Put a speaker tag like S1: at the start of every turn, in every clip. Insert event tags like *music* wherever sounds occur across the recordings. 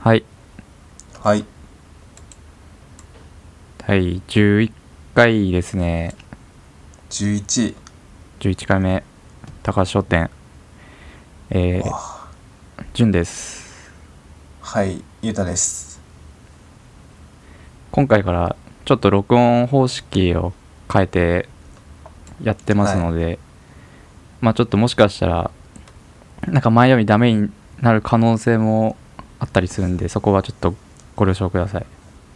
S1: はい
S2: はい。
S1: 第11回ですね
S2: 11。
S1: 11回目高橋商店えー、
S2: わ
S1: 潤です
S2: はい、ゆうたです。
S1: 今回からちょっと録音方式を変えてやってますので、まあちょっともしかしたらなんか前よりダメになる可能性もあったりするんでそこはちょっとご了承ください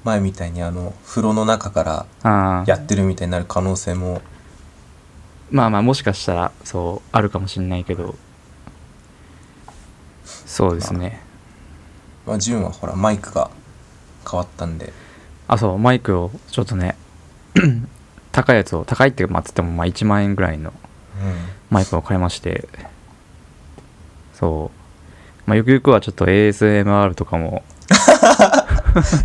S2: 前みたいにあの、風呂の中から
S1: あ
S2: や
S1: あ
S2: ってるみたいになる可能性も、
S1: まあまあもしかしたらそうあるかもしれないけどそうですね
S2: まあ、じゅんはほら、マイクが変わったんで、
S1: あそうマイクをちょっとね *clears throat* 高いやつを高いってまあつってもまあ1万円ぐらいの
S2: う
S1: マイクを買いましてそう、まあ、ゆくゆくはちょっと ASMR とかも
S2: ん。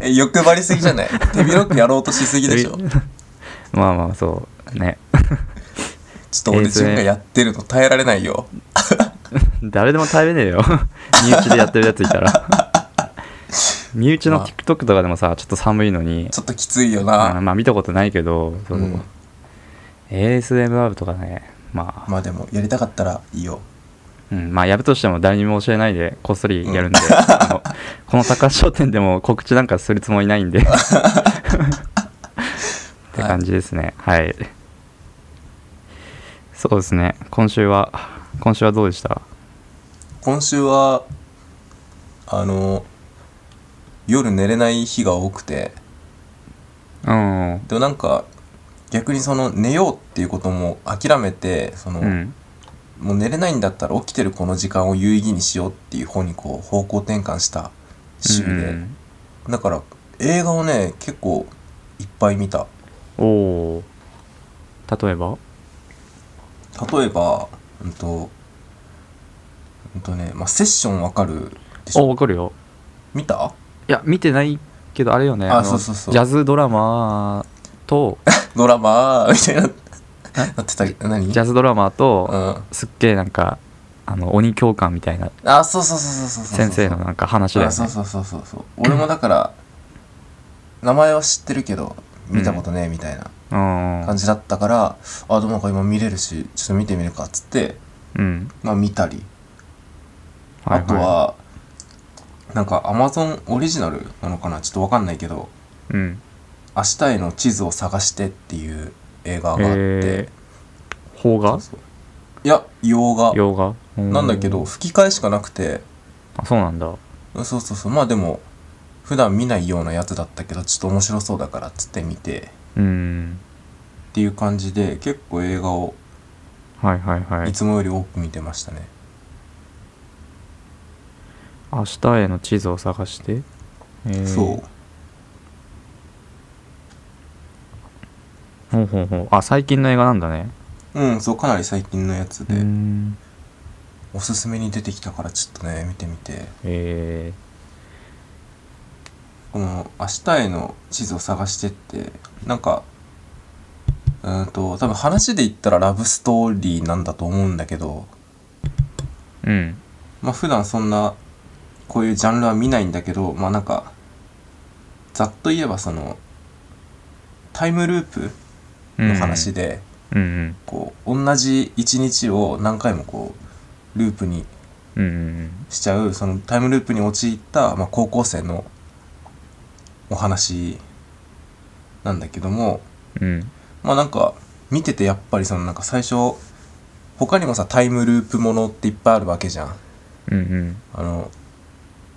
S2: え、欲張りすぎじゃ
S1: *laughs*
S2: ない手広くやろうとしすぎでしょ。ちょ
S1: まあまあそう
S2: *laughs*
S1: ね
S2: っと俺、じゅんがやってるの耐えられないよ。
S1: 誰でも耐えれねえ
S2: *laughs*
S1: よ身内でやってるやついたら身内の TikTok とかでもさちょっと寒いのに
S2: ちょっときついよ
S1: まあ、
S2: な。
S1: まあ見たことないけどそう、
S2: うん
S1: ASMR とかねまあ、
S2: まあでも、やりたかったらいいよ。
S1: うん、まあやるとしても誰にも教えないでこっそりやるんで、あのこの高橋商店でも告知なんかするつもりないん
S2: *laughs*
S1: でって感じですねはい、そうですね今週は今週はどうでした
S2: 今週は、あの、夜寝れない日が多くて、
S1: うんうん
S2: でもなんか逆にその寝ようっていうことも諦めてその、
S1: うん
S2: もう寝れないんだったら起きてるこの時間を有意義にしようっていう方にこう方向転換した週で、だから映画をね結構いっぱい見た
S1: おおー例えば
S2: 例えばうんとうんとね、まあ、セッションわかるでし
S1: お
S2: ょ
S1: わかるよ
S2: 見た
S1: いや見てないけどあれよねの
S2: あそうそうそう
S1: ジャズドラマ
S2: *laughs*
S1: と
S2: ドラマーみたいななってた何
S1: ジャズドラマと、
S2: うん
S1: すっげえなんかあの鬼教官みたいな
S2: あそうそうそうそうそうそうそう
S1: 先生のなんか話だよ
S2: あ
S1: ね
S2: そうそうそうそうそう俺もだから名前は知ってるけど見たことねえみたいな
S1: うん
S2: 感じだったから、あでもなんか今見れるしちょっと見てみるかっつって
S1: うん
S2: まあ見たり、
S1: はい
S2: あとはなんかアマゾンオリジナルなのかなちょっとわかんないけど
S1: うん
S2: 「明日への地図を探して」っていう映画があって、
S1: えー、邦
S2: そ
S1: 画
S2: うそういや洋画
S1: 洋画う
S2: なんだけど吹き替えしかなくて
S1: あそうなんだ
S2: そうそうそうまあでも普段見ないようなやつだったけどちょっと面白そうだからっつって見て
S1: うん
S2: っていう感じで結構映画を
S1: はいはいはい
S2: いつもより多く見てましたね、
S1: 明日への地図を探して、えー
S2: そう
S1: ほうほうほうあ最近の映画なんだね
S2: うんそうかなり最近のやつ
S1: う
S2: で、
S1: ん
S2: おすすめに出てきたからちょっとね見てみて
S1: え
S2: この「明日への地図を探して」ってなんかうーんと多分話で言ったらラブストーリーなんだと思うんだけど
S1: ー、うん
S2: まあ普段そんなこういうジャンルは見ないんだけどまあなんかざっと言えばそのタイムループ
S1: うん
S2: の話で、
S1: うんうん
S2: こう同じ一日を何回もこうループに
S1: うんうん
S2: しちゃうそのタイムループに陥った、まあ、高校生のお話なんだけども
S1: うん
S2: まあなんか見ててやっぱりそのなんか最初他にもさタイムループものっていっぱいあるわけじゃん
S1: うんうん
S2: あの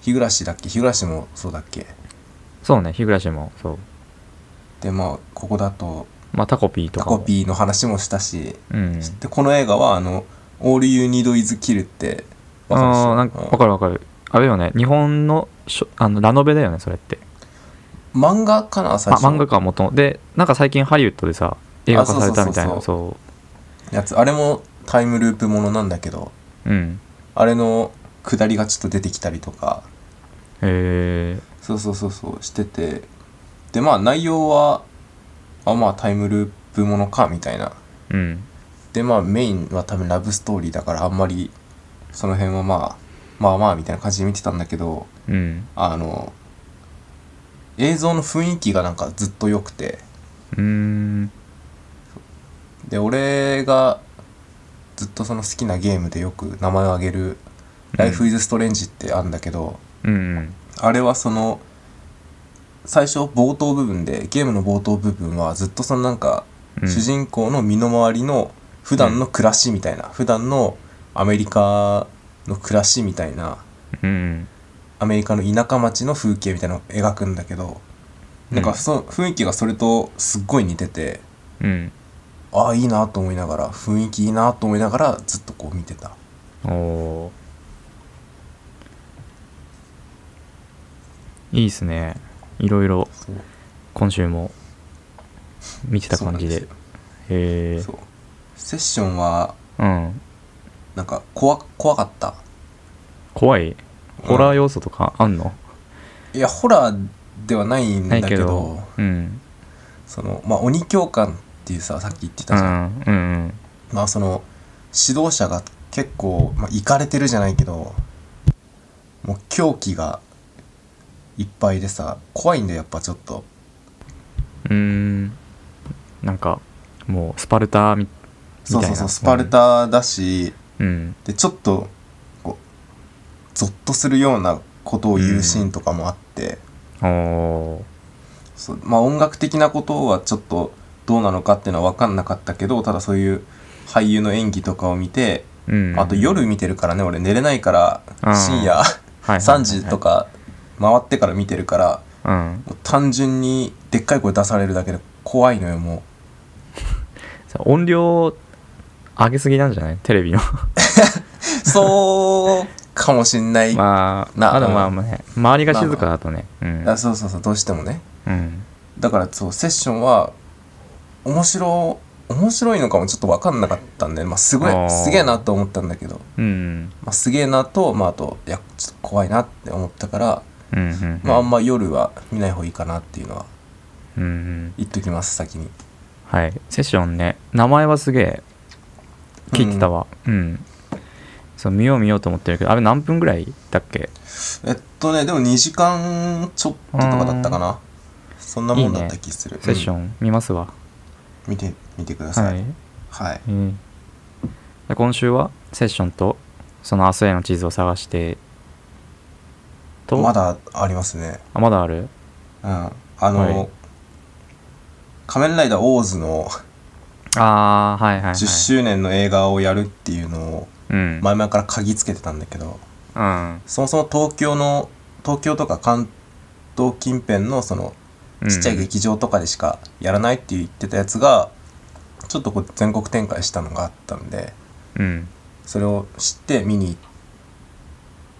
S2: 日暮だっけ日暮もそうだっけ
S1: そうね日暮らしもそう
S2: でまあここだと
S1: まあタコピーと
S2: タ
S1: かも
S2: コピーの話もしたし
S1: うん
S2: でこの映画はあの「All You Need Is Kill」ってわかるでし
S1: ああ
S2: ょ
S1: ーなんか
S2: うん
S1: わかるわかるあれよね日本のしょあのラノベだよねそれって
S2: 漫画かな
S1: あ
S2: 最初
S1: 漫画か元々でなんか最近ハリウッドでさ映画化されたみたいな
S2: あ
S1: そ
S2: やつあれもタイムループものなんだけど
S1: ううん
S2: あれの下りがちょっと出てきたりとか
S1: へえ
S2: そうそうそうそうしててでまあ内容はあまあタイムループものかみたいな
S1: うん
S2: でまあメインは多分ラブストーリーだからあんまりその辺はまあまあまあみたいな感じで見てたんだけど
S1: うん
S2: あの映像の雰囲気がなんかずっと良くて
S1: うーん
S2: で俺がずっとその好きなゲームでよく名前を挙げる「Life is Strange」ってあるんだけど、
S1: うんうん
S2: あれはその最初冒頭部分でゲームの冒頭部分はずっとそのなんか
S1: うん
S2: 主人公の身の回りの普段の暮らしみたいな、普段のアメリカの暮らしみたいな
S1: うん
S2: アメリカの田舎町の風景みたいなのを描くんだけどなん
S1: う
S2: か
S1: ん
S2: その雰囲気がそれとすっごい似てて
S1: うん
S2: ああいいなと思いながら雰囲気いいなと思いながらずっとこう見てた
S1: おおーいいっすねいろいろ
S2: そう
S1: 今週も見てた感じで
S2: そうなん
S1: へえ
S2: ですよそうセッションは
S1: うん
S2: なんか怖怖かった
S1: 怖いホラー要素とかあんの、
S2: いやホラーではないん
S1: な
S2: だ
S1: い
S2: け
S1: け
S2: ど
S1: どうん
S2: そのまあ鬼教官っていうささっき言って
S1: う
S2: たじゃん、
S1: んうん
S2: まあその指導者が結構まあいかれてるじゃないけどもう狂気がいっぱいでさ怖いんだよやっぱちょっと
S1: うんうーんなんかもうスパルタみ
S2: そう
S1: み
S2: そう
S1: たい
S2: そう
S1: な
S2: スパルタだし、
S1: うん
S2: でちょっとこうゾッとするようなことを言うシーンとかもあって、
S1: おお
S2: そうまあ音楽的なことはちょっとどうなのかっていうのは分かんなかったけどただそういう俳優の演技とかを見て
S1: ーうん
S2: あと夜見てるからね俺寝れないから
S1: うん
S2: 深夜
S1: はいはいはいは
S2: 3
S1: い
S2: 時とか回ってから見てるから
S1: うん
S2: もう単純にでっかい声出されるだけで怖いのよも
S1: さ音量上げすぎなんじゃないテレビの *laughs*
S2: うそうかもしんない、
S1: まあ
S2: な
S1: あとまあまあね周りが静かだとね
S2: あそうそうそうどうしてもね
S1: うんうん
S2: だからそうセッションは面白面白いのかもちょっと分かんなかったんで、まあ、すご
S1: あー
S2: いすげえなと思ったんだけど、
S1: うん
S2: まあ、すげえなと、まあ、あといやちょっと怖いなって思ったから、
S1: うんうん
S2: まあ、あんま夜は見ない方がいいかなっていうのは
S1: うんうん
S2: 言っときます先に
S1: はいセッションね名前はすげえ聞いてたわうん、そう見よう見ようと思ってるけどあれ何分ぐらいだっけ
S2: えっとねでも2時間ちょっととかだったかなそんなもんだった気する
S1: セッショ
S2: うん
S1: ン見ますわ、
S2: 見て見てくだ
S1: は
S2: さ
S1: い
S2: い、はい
S1: うんで今週はセッションとその明日への地図を探してと
S2: まだありますね
S1: あまだある
S2: うんあの、
S1: はい
S2: 仮面ライダーオーズの
S1: ああはいはい、はい、
S2: 10周年の映画をやるっていうのを
S1: うん、
S2: 前々から鍵つけてたんだけど
S1: うん
S2: そもそも東京の東京とか関東近辺のその
S1: うん、
S2: ちっちゃい劇場とかでしかやらないって言ってたやつがちょっとこう全国展開したのがあったんで
S1: うん
S2: それを知って見に行っ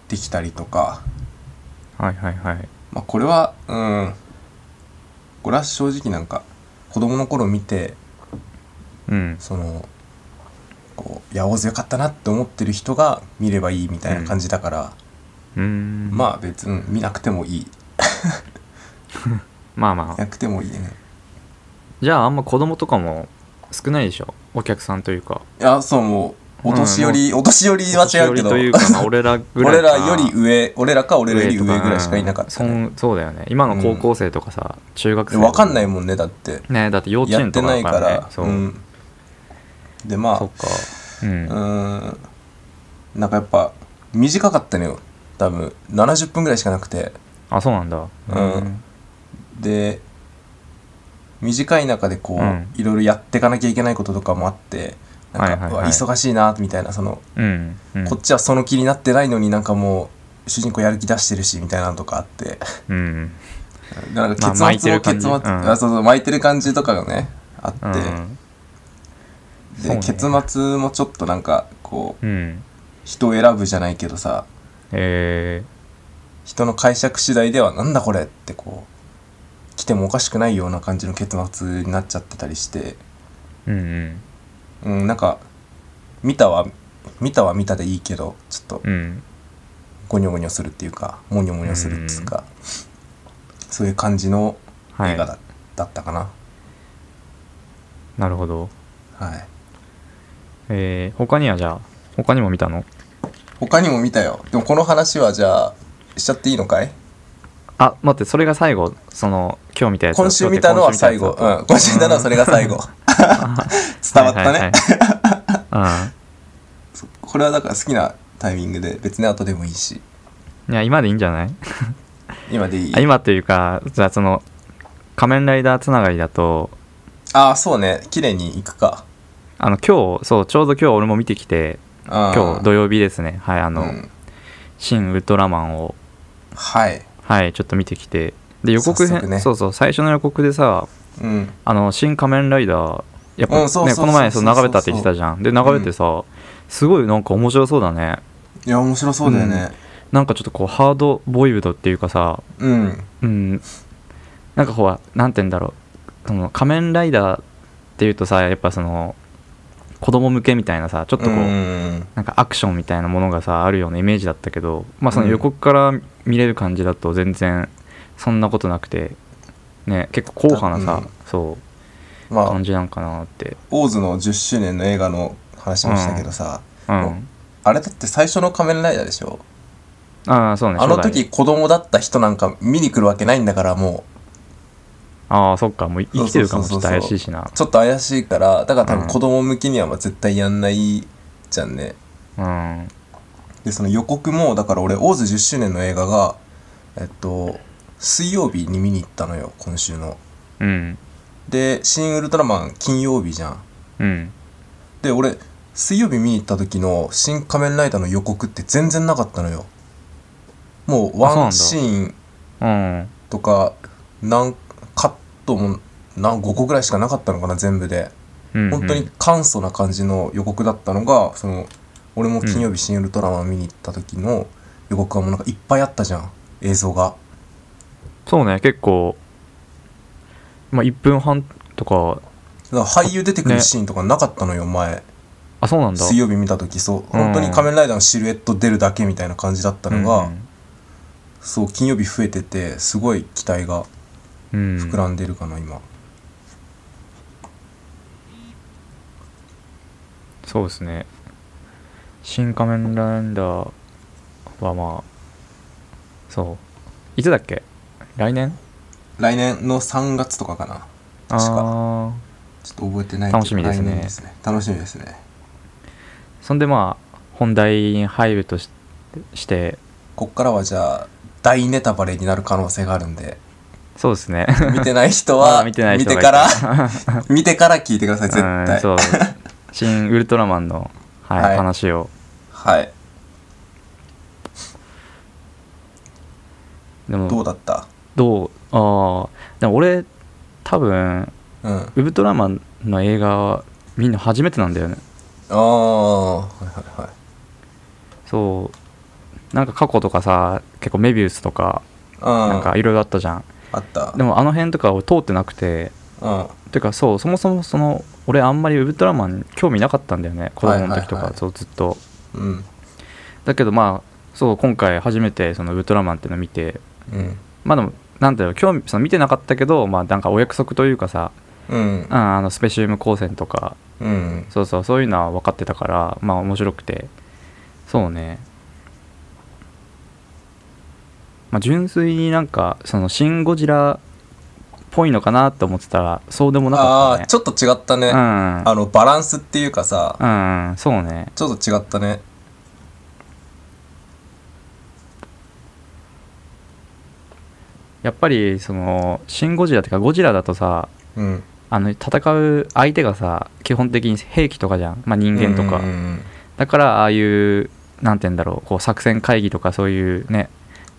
S2: てきたりとか
S1: はいはいはい
S2: まあこれはうんこれは正直なんか子供の頃見て
S1: うん
S2: そのこういや大勢よかったなって思ってる人が見ればいいみたいな感じだから、
S1: うーん
S2: まあ別に見なくてもいい
S1: まあま
S2: 見
S1: あ
S2: なくてもいいね
S1: じゃああんま子供とかも少ないでしょお客さんというか
S2: いやそうもうお年寄り、お年寄りは
S1: 年
S2: 違
S1: 寄
S2: う
S1: り
S2: けど
S1: というかまあ俺らぐらい
S2: *laughs* 俺ら
S1: か
S2: より上俺らか俺らより上ぐらいしかいなかった、
S1: う
S2: ね
S1: んそんそうだよね今の高校生とかさ、中学生
S2: 分かんないいもんねだって
S1: ねだって幼稚
S2: やっ
S1: 園
S2: て
S1: とか
S2: ない
S1: だ
S2: か
S1: かららねそう、
S2: うん、でまあ
S1: そっかうん
S2: うーんなんかやっぱ短かったのよ多分70分ぐらいしかなくて
S1: あそうなんだ
S2: うんで短い中でこう、
S1: うん
S2: いろいろやっていかなきゃいけないこととかもあってなんか、
S1: はいはいうはい
S2: わ忙しいなみたいなその、
S1: うん、うん、
S2: こっちはその気になってないのになんかもう主人公やる気出してるしみたいなのとかあって
S1: うん
S2: なん
S1: ま
S2: か
S1: あ
S2: 結
S1: 巻いて
S2: 末も
S1: る感
S2: 結
S1: じ
S2: 末、
S1: うん
S2: あそうそう巻いてる感じとかがねあって、
S1: うん
S2: で、
S1: そうね
S2: 結末もちょっとなんかこう
S1: うん
S2: 人を選ぶじゃないけどさ
S1: え
S2: 人の解釈次第ではなんだこれってこう来てもおかしくないような感じの結末になっちゃってたりして
S1: ー、うんうん
S2: うんなんか見たは見たは見たでいいけどちょっと
S1: うん
S2: ゴニョゴニョするっていうかモニョモニョするっていうかそういう感じの
S1: は
S2: 映画だ,、
S1: い
S2: だったかな
S1: なるほど
S2: はい
S1: えー、他にはじゃあ他にも見たの
S2: 他にも見たよでもこの話はじゃあしちゃっていいのかい
S1: あ待ってそれが最後その今日見たやつ
S2: 今週見たのは最後
S1: 待
S2: うん今週見たのはそれが最後 *laughs*
S1: っ今週見たやつだとはい
S2: 伝わってたね
S1: はいはい
S2: これはだから好きなタイミングで別に後でもいいし
S1: うんいや今でいいんじゃない
S2: 今でいい
S1: あ今というかじゃあその仮面ライダーつながりだと
S2: ああそうね綺麗にいくか
S1: あの今日そうちょうど今日俺も見てきて今
S2: 今
S1: 日土曜日ですねはいあの、
S2: うん、
S1: 新ウルトラマンを
S2: はい
S1: はいちょっと見てきてで予告
S2: 早
S1: 編、
S2: 速ね
S1: そうそう最初の予告でさ
S2: うん
S1: あの新仮面ライダーやっ
S2: う
S1: ぱ
S2: んそう
S1: ね
S2: そ
S1: こ
S2: うそうそう
S1: の前そう流れたって言ってたじゃんで流れてさ、すごいなんか面白そうだね
S2: いや面白そうだよね
S1: なんかちょっとこうハードボイルドっていうかさ
S2: うん、
S1: うんなんかほらなんて言うんだろうその仮面ライダーっていうとさやっぱその子供向けみたいなさちょっとこう、
S2: うん
S1: なんかアクションみたいなものがさあるようなイメージだったけど、まあ、その予告から見れる感じだと全然そんなことなくて、ね、結構硬派なさ、
S2: うん
S1: そう
S2: まあ
S1: 感じなんかなって、
S2: オーズの10周年の映画の話もしたけどさ、
S1: うん、
S2: あれだって最初の仮面ライダーでしょ
S1: ああそうね
S2: あの
S1: 初代
S2: 時子供だった人なんか見に来るわけないんだからも
S1: ああそっかもう生きてるかもち
S2: そ
S1: ょ
S2: う
S1: っ
S2: そ
S1: と
S2: うそうそ
S1: 怪
S2: う
S1: しいしな
S2: うちょっと怪しいからだから多
S1: う
S2: 分
S1: ん
S2: 子供向けにはまあ絶対やんないじゃんね
S1: うん
S2: でその予告もだから俺オーズ10周年の映画がえっと水曜日に見に行ったのよ今週の
S1: うん
S2: で「新ウルトラマン」金曜日じゃん
S1: うん
S2: で俺水曜日見に行った時の「新仮面ライダー」の予告って全然なかったのよもう
S1: あそうな
S2: ワ
S1: ん
S2: ン
S1: だ
S2: シーン
S1: うん
S2: とか何カットも何5個ぐらいしかなかったのかな全部で
S1: うん
S2: 本当に簡素な感じの予告だったのがその俺も金曜日「新ウルトラマン」見に行った時の予告はもうなんかいっぱいあったじゃん映像が
S1: そうね結構まあ1分半とか
S2: だから俳優出てくる
S1: ね
S2: シーンとかなかったのよ前
S1: あそうなんだ
S2: 水曜日見た時そう本当に仮面ライダーのシルエット出るだけみたいな感じだったのが、そう金曜日増えててすごい期待が
S1: うんうん、
S2: 膨らんでるかな、今
S1: そうですね「新仮面ライダー」はまあそういつだっけ来年
S2: 来年の3月とかかな
S1: あ
S2: 確か
S1: あー
S2: ちょっと覚えてないけど
S1: 楽しみですね
S2: 来年楽しみですね
S1: そんでまあ本題に入るとしして
S2: こっからはじゃあ大ネタバレになる可能性があるんで
S1: そうですね
S2: 見てない人
S1: *laughs* ま
S2: は
S1: だ見てない人がい
S2: 見て
S1: た
S2: から
S1: *laughs*
S2: 見てから聞いてください絶
S1: う
S2: 対
S1: んそう新ウルトラマンの、はい
S2: はい
S1: 話を
S2: はい
S1: でも
S2: ど
S1: ど
S2: う
S1: う
S2: だった
S1: ああでも俺多分
S2: うんあ
S1: ウルトラマンの映画はみんな初めてなんだよね
S2: あはいはいはい
S1: そうなんか過去とかさ結構メビウスとか
S2: うん
S1: なんかいろいろあったじゃん
S2: あった
S1: でもあの辺とかを通ってなくて
S2: うん
S1: てかそうそもそもその俺あんまりウルトラマンに興味なかったんだよね子供の時と
S2: はいはいは
S1: か
S2: い
S1: そうずっと
S2: うん
S1: だけどまあそう今回初めてそのウルトラマンっていうのを見て
S2: うん
S1: まあでもなんだろう興味その見てなかったけどまあなんかお約束というかさ
S2: うん
S1: うんあのスペシウム光線とか
S2: うん
S1: そうそうそういうのは分かってたからまあ面白くてそうねまあ純粋になんかその「シン・ゴジラ」っぽいのかなと思ってたらそうでもなか
S2: あ
S1: っ
S2: あ
S1: た
S2: ー
S1: ね
S2: ちょっと違ったね、あのバランスっていうかさ、
S1: うん、うん、そうね
S2: ちょっと違ったね
S1: やっぱりその「シン・ゴジラ」ってかゴジラだとさ
S2: うん
S1: あの戦う相手がさ基本的に兵器とかじゃん、まあ、人間とか
S2: うんうん
S1: だからああいうなんて言うんだろうこう作戦会議とかそういうね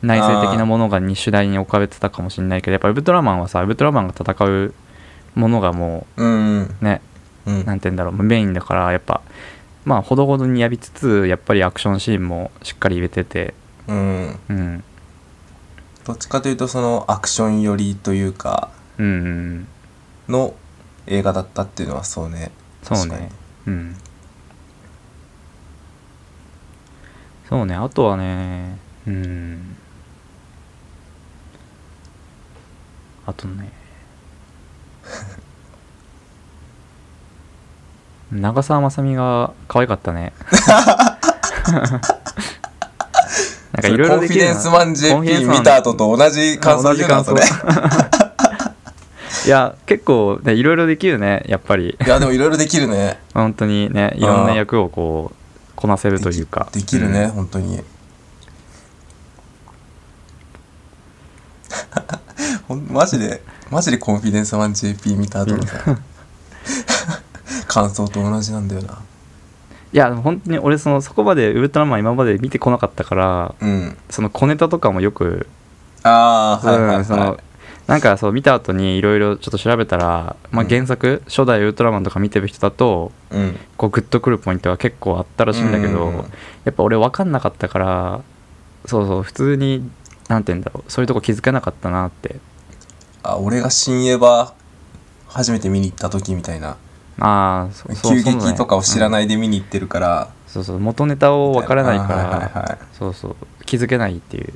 S1: 内政的なものがに主題に置かれてたかもしれないけどやっぱウルトラマンはさウルトラマンが戦うものがも
S2: うんうん
S1: うね
S2: うん
S1: なんて言うんだろうメインだからやっぱまあほどほどにやりつつやっぱりアクションシーンもしっかり入れてて
S2: うん
S1: うん
S2: どっちかというとそのアクション寄りというか
S1: うんうん
S2: の映画だったっていうのはそうね
S1: そう
S2: 確か
S1: ね
S2: に
S1: うんそうねあとはねうんあとね *laughs*
S2: *laughs*
S1: 長澤まさみが可愛かったねなんかいろいろ
S2: コン
S1: で
S2: フ
S1: き
S2: ィ
S1: る
S2: デ
S1: な
S2: ンスマン
S1: コンフィデンス
S2: JP
S1: マン
S2: 見た後と同じ感想言うなそれ
S1: *laughs* いや結構ねいろいろできるねやっぱり
S2: いやでもいろいろできるね
S1: 本当にねいろん
S2: う
S1: なん役をこうこなせるというか
S2: できるね、、本当にほんマジでマジでコンフィデンスマン JP 見た後の
S1: *laughs*
S2: さ感想と同じなんだよない
S1: やでも本当に俺そのそこまでウルトラマン今まで見てこなかったから
S2: うん
S1: その小ネタとかもよく、
S2: ああはいはい
S1: うんそ
S2: は
S1: のなんかそう見た後にいろいろちょっと調べたら、まあ、
S2: うん
S1: 原作、初代ウルトラマンとか見てる人だと
S2: いうん
S1: こうグッとくるポイントが結構あったらしいんだけど、
S2: うん
S1: やっぱ俺分かんなかったからそうそう普通になんて言うんだろうそういうとこ気づかなかったなって
S2: あ俺が新エヴァ初めて見に行った時みたいな
S1: ああそうそう
S2: 急激とかを知ら
S1: い、
S2: ないで見に行ってるから、
S1: うんそうそう元ネタを分からないから、
S2: はいはいはい
S1: そうそう気づけないっていう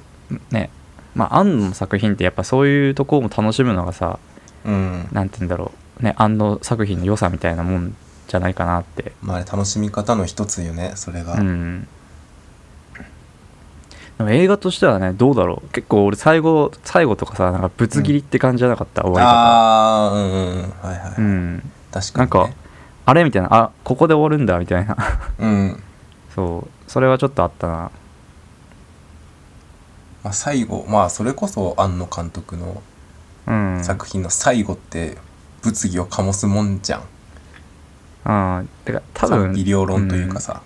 S1: ねまあ庵の作品ってやっぱそういうとこも楽しむのがさ
S2: うん
S1: なんて言うんだろうね庵の作品の良さみたいなもんじゃないかなって
S2: まあね楽しみ方の一つよねそれが、
S1: うんでも映画としてはねどうだろう結構俺最後最後とかさなんかぶつ切りって感じじゃなかった、終わり方
S2: ああうんうんうんはいはい、
S1: うん
S2: 確か
S1: な
S2: に、ね、
S1: んか、あれみたいなあここで終わるんだみたいな *laughs*
S2: うん、
S1: そうそれはちょっとあったな
S2: まあ、最後まあそれこそ庵野監督の
S1: うん
S2: 作品の最後って物議を醸すもんじゃん、
S1: ああてか多
S2: 賛否
S1: 分
S2: 両論というかさ、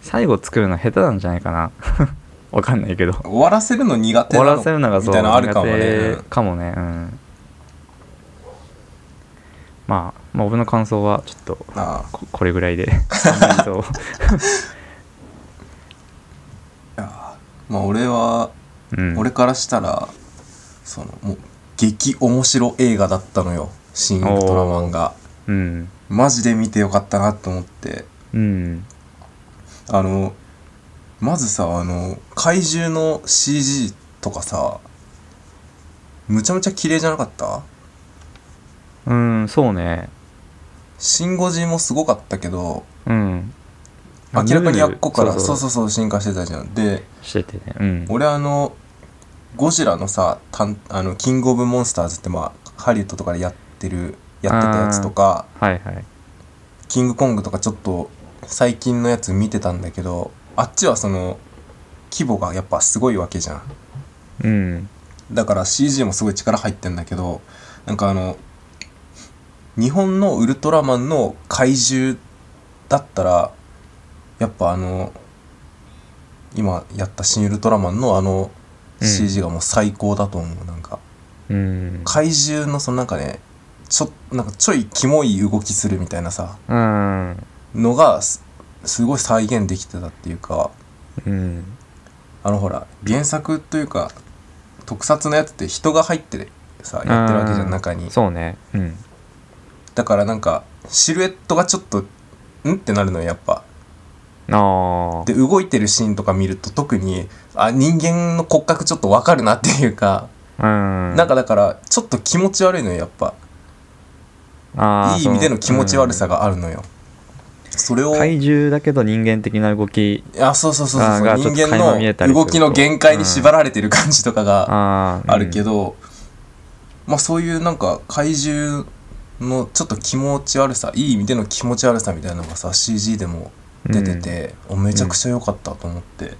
S1: 最後作るの下手なんじゃないかな *laughs* わかんないけ
S2: *laughs*
S1: ど
S2: 終わらせるの苦手
S1: 終
S2: な
S1: わ
S2: の
S1: らせるのがそ
S2: み
S1: う
S2: たいなのあるかもね、
S1: 苦
S2: うん
S1: 手かもねうんまあまあ僕の感想はちょっと
S2: あ
S1: ここれぐら
S2: *laughs*
S1: いで感想を
S2: あいやまあ俺は
S1: うん、
S2: 俺からしたらそのもう激面白映画だったのよ「シン・ウルトラマン」が
S1: うん
S2: マジで見てよかったなと思って
S1: うん
S2: あのまずさあの怪獣の CG とかさむちゃむちゃ綺麗じゃなかった
S1: うんそうね
S2: シン・ゴジもすごかったけど
S1: うん
S2: 明らかにあっこから
S1: そ
S2: そ
S1: そ
S2: ううそうそう進化してたじゃんで
S1: うしててねうん
S2: 俺あのゴジラのさたんあのキング・オブ・モンスターズってまあハリウッドとかでやってるやってたやつとか
S1: はいはい
S2: キングコングとかちょっと最近のやつ見てたんだけどあっちはその規模がやっぱすごいわけじゃん
S1: うん
S2: だから CG もすごい力入ってんだけどなんかあの日本のウルトラマンの怪獣だったらやっぱあの今やった「新ウルトラマン」のあの
S1: うん
S2: CG がもう最高だと思う、なんか
S1: うん
S2: 怪獣のそのなんかねちょなんかちょいキモい動きするみたいなさ
S1: うん
S2: のがすすごい再現できてたっていうか
S1: うん
S2: あのほら原作というか特撮のやつって人が入ってさやってるわけじゃ
S1: うん
S2: ん中に
S1: そうねうん
S2: だからなんかシルエットがちょっとんってなるのよやっぱ
S1: ああ
S2: で動いてるシーンとか見ると特にあ人間の骨格ちょっとわかるなっていうか、
S1: うん
S2: なんかだからちょっと気持ち悪いのよやっぱ
S1: あー
S2: いい意味での気持ち悪さがあるのよ、それを
S1: 怪獣だけど人間的な動き
S2: あそうそうそう
S1: あ
S2: そ
S1: ーが
S2: う
S1: ちょ
S2: 人
S1: っと
S2: 間
S1: 垣間見えたり
S2: の
S1: すると
S2: 動きの限界に縛られてる感じとかが
S1: あ
S2: あるけ
S1: ど、
S2: ど、まあそういうなんか怪獣のちょっと気持ち悪さいい意味での気持ち悪さみたいなのがさ CG でも
S1: うん
S2: 出て、て、おめちゃくちゃ良かったと思って、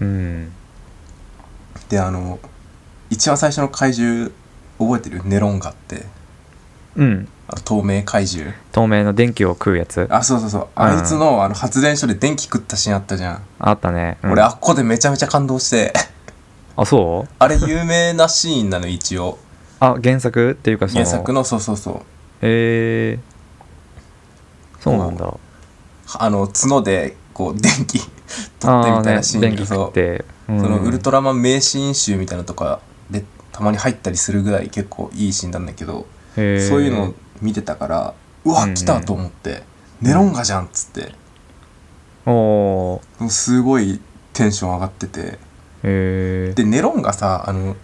S1: うん、
S2: であの一番最初の怪獣覚えてるネロンガって
S1: うん、
S2: あの透明怪獣
S1: 透明の電気を食うやつあ
S2: あそうそうそうあいつの,、あの発電所で電気食ったシーンあったじゃん、
S1: ったね、うん
S2: 俺あっこでめちゃめちゃ感動して *laughs*
S1: あそう
S2: あれ有名なシーンなの一応
S1: あ原作っていうかその
S2: 原作のそうそうそう
S1: えー、そうなんだ
S2: あの角でこう電気 *laughs* 取って
S1: あ
S2: み
S1: あ
S2: たい
S1: ね
S2: なシーンが、
S1: 電気
S2: そ
S1: 食
S2: う
S1: ってうん
S2: そのウルトラマン名シーン集みたいなのとかでたまに入ったりするぐらい結構いいシーンなんだけど、
S1: へー
S2: そういうのを見てたからうわ
S1: うんうん
S2: 来たと思って、ネロンガじゃんっつって
S1: おー
S2: もうすごいテンション上がってて
S1: へえ
S2: でネロンガさあの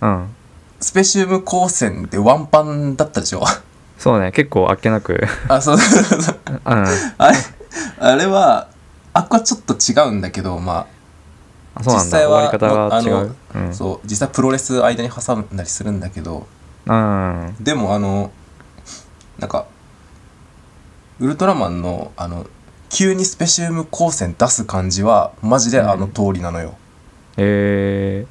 S1: うん
S2: スペシウム光線でワンパンだったでし
S1: *laughs*
S2: ょ
S1: そうね結構あっけなく *laughs*
S2: あそうそうそうそう
S1: うん
S2: あれあれはあっこはちょっと違うんだけどまあ
S1: あそうなん
S2: 実
S1: だ
S2: 際
S1: 終わり方
S2: は
S1: が違
S2: あ
S1: ううん
S2: そう実際プロレス間に挟んだりするんだけど
S1: うん
S2: でもあのなんかウルトラマンのあの急にスペシウム光線出す感じはマジであの通りなのよ、
S1: え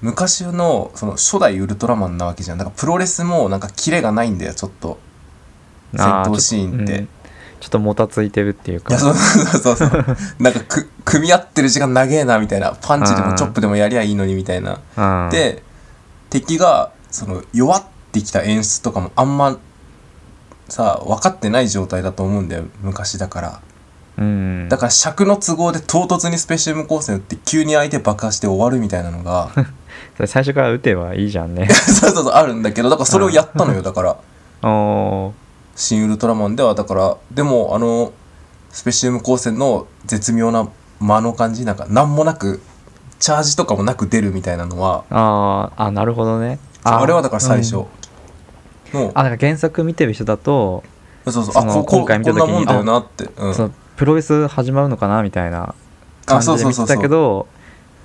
S2: 昔のその初代ウルトラマンなわけじゃんなんかプロレスもなんかキレがないんだよちょっと
S1: ー、
S2: 戦
S1: あ
S2: 闘シーンっ
S1: ちょ,、
S2: て
S1: うんちょっともたついてるっていう
S2: い
S1: か
S2: やそうそうそうそう
S1: *laughs*
S2: なんかく組み合ってる時間長えなみたいなパンチで
S1: う
S2: も
S1: ん
S2: チョップでもやりゃいいのにみたいな
S1: うん、
S2: で敵がその弱ってきた演出とかもあんまさ分かってない状態だと思うんだよ昔だから
S1: うん、
S2: だから尺の都合で唐突にスペシウム光線打って急に相手爆破して終わるみたいなの
S1: *laughs*
S2: が
S1: それ最初から打てばいいじゃ
S2: *laughs*
S1: んね
S2: そうそうそうあるんだけどだからそれをやったのよだから
S1: おー
S2: 「シン・ウルトラマン」ではだからでもあのスペシウム光線の絶妙な間の感じなんか何もなくチャージとかもなく出るみたいなのは
S1: あーあなるほどね
S2: あ
S1: あー
S2: れはだから最初
S1: うん
S2: の、も
S1: あなんか原作見てる人だと、
S2: うそうそう
S1: そ
S2: あ
S1: の
S2: ここ
S1: 今回見
S2: こ
S1: た時
S2: ん
S1: に
S2: なもんだよなって、うん、
S1: そのプロレス始まるのかなみたいな感
S2: あ
S1: じ
S2: そう
S1: で
S2: そう
S1: 見
S2: そ
S1: て
S2: うそ
S1: た
S2: う
S1: けど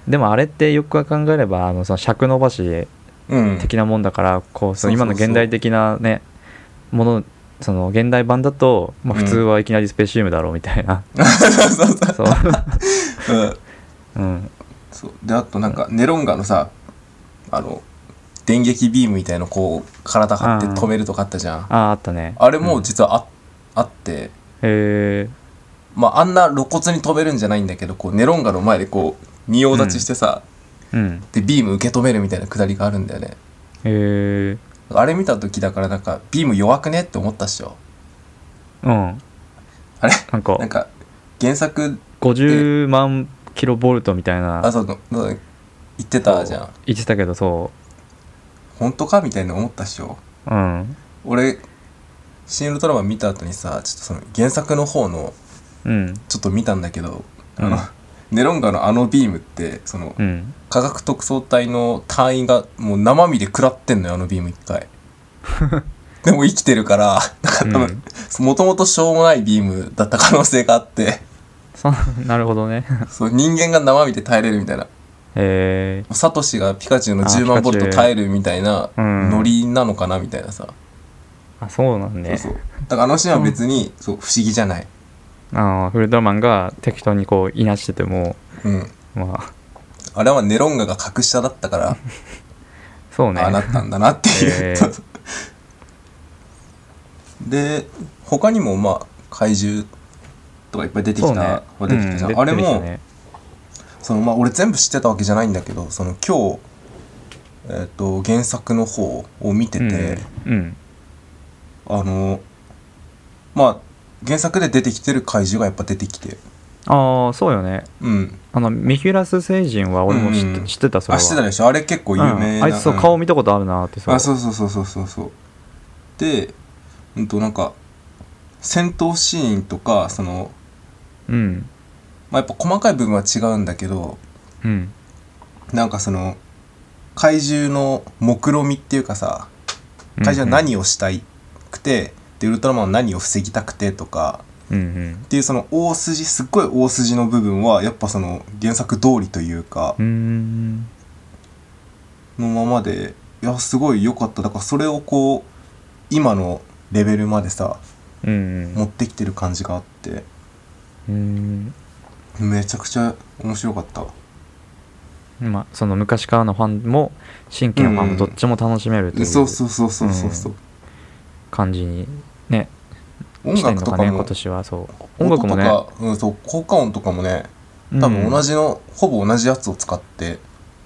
S1: でもあれってよく考えればあのその尺伸ばし *laughs*
S2: うん
S1: 的なもんだからこうその
S2: そうそ
S1: 今
S2: うそ
S1: の
S2: う
S1: 現代的なねものその現代版だと、まあ、
S2: うん
S1: 普通はいきなりスペシウムだろうみたいな、
S2: そうそう
S1: そう、
S2: うん
S1: うん、
S2: そうであとなんかネロンガのさあの電撃ビームみたいのこう体張って止めるとかあったじゃん
S1: あああったね
S2: あれも
S1: うん
S2: 実はあ,、あって
S1: へえ
S2: まああんな露骨に止めるんじゃないんだけどこうネロンガの前でこう仁王立ちしてさ、
S1: うん
S2: でビーム受け止めるみたいなくだりがあるんだよね
S1: へえ
S2: あれ見た時だからなんかビーム弱くねって思ったっしょ
S1: うん
S2: あれ
S1: なんか
S2: なんか原作
S1: 50万キロボルトみたい
S2: あ
S1: な
S2: そうそう言ってたじゃん
S1: 言ってたけどそ
S2: 本当かみたいな思ったっしょ
S1: ううん
S2: 俺シン・ウルトラマン見た後にさちょっとその原作の方の
S1: うん
S2: ちょっと見たんだけど、あ
S1: う
S2: の
S1: ん
S2: ネロンガのあのビームってその
S1: うん
S2: 科学特捜隊の隊員がもう生身で食らってんのよあのビーム一
S1: *laughs*
S2: 回でも生きてるからなんか多分もともとしょうもないビームだった可能性があって
S1: そう *laughs* なるほどね
S2: そう人間が生身で耐えれるみたいな
S1: へえ
S2: サトシがピカチュウの
S1: あ
S2: 10万ボル
S1: ピカチ
S2: ト
S1: ュウ
S2: 耐えるみたいな
S1: うん
S2: ノリなのかなみたいなさ、
S1: あそうなんね
S2: そうそうだからあのシーンは別にそう不思議じゃない
S1: あーウルトラマンが適当にこういなしてても
S2: うん
S1: まあ
S2: あれはネロンガが格下だったから
S1: そうね
S2: ああなったんだなっていう、
S1: へー
S2: *laughs* で他にもまあ怪獣とかいっぱい出てき
S1: そう
S2: た、
S1: ね
S2: は出てきたじゃん、
S1: うん
S2: あれ
S1: 出て
S2: も、
S1: きたね
S2: そのまあ俺全部知ってたわけじゃないんだけどその今日えっ、と原作の方を見てて、
S1: うんうん
S2: あのまあ原作で出てきてる怪獣がやっぱ出てきて
S1: ああそうよね
S2: うん
S1: あのミヒュラス星人は俺も知っ
S2: うん
S1: て知ってたそれ
S2: あ
S1: は
S2: 知ってたでしょあれ結構有名
S1: うん
S2: な、
S1: あいつそう
S2: うん
S1: 顔見たことあるなって
S2: あそうそうそうそうそうそうでうんとなんか戦闘シーンとかその、
S1: うん
S2: まあ、やっぱ細かい部分は違うんだけど
S1: うん
S2: なんかその怪獣の目論見っていうかさ怪獣は何をしたいくて、でウルトラマンは何を防ぎたくてとか
S1: うんうん
S2: っていうその大筋すっごい大筋の部分はやっぱその原作通りというか
S1: うーん
S2: のままでいやすごい良かっただからそれをこう今のレベルまでさ
S1: うんうん
S2: 持ってきてる感じがあって
S1: うん
S2: めちゃくちゃ面白かった
S1: まあその昔からのファンも新規のファン
S2: う
S1: も
S2: ん
S1: どっちも楽しめるとい
S2: そう
S1: う
S2: そうそうそうそうそう、
S1: 感じにね
S2: 音
S1: してん
S2: 楽
S1: の
S2: と
S1: か
S2: か
S1: ね
S2: も
S1: 今年はそう音楽もね
S2: 音とか、うん、そう効果音とかもね多分同
S1: じ、
S2: じの、ほぼ同じやつを使っ
S1: う
S2: て
S1: ん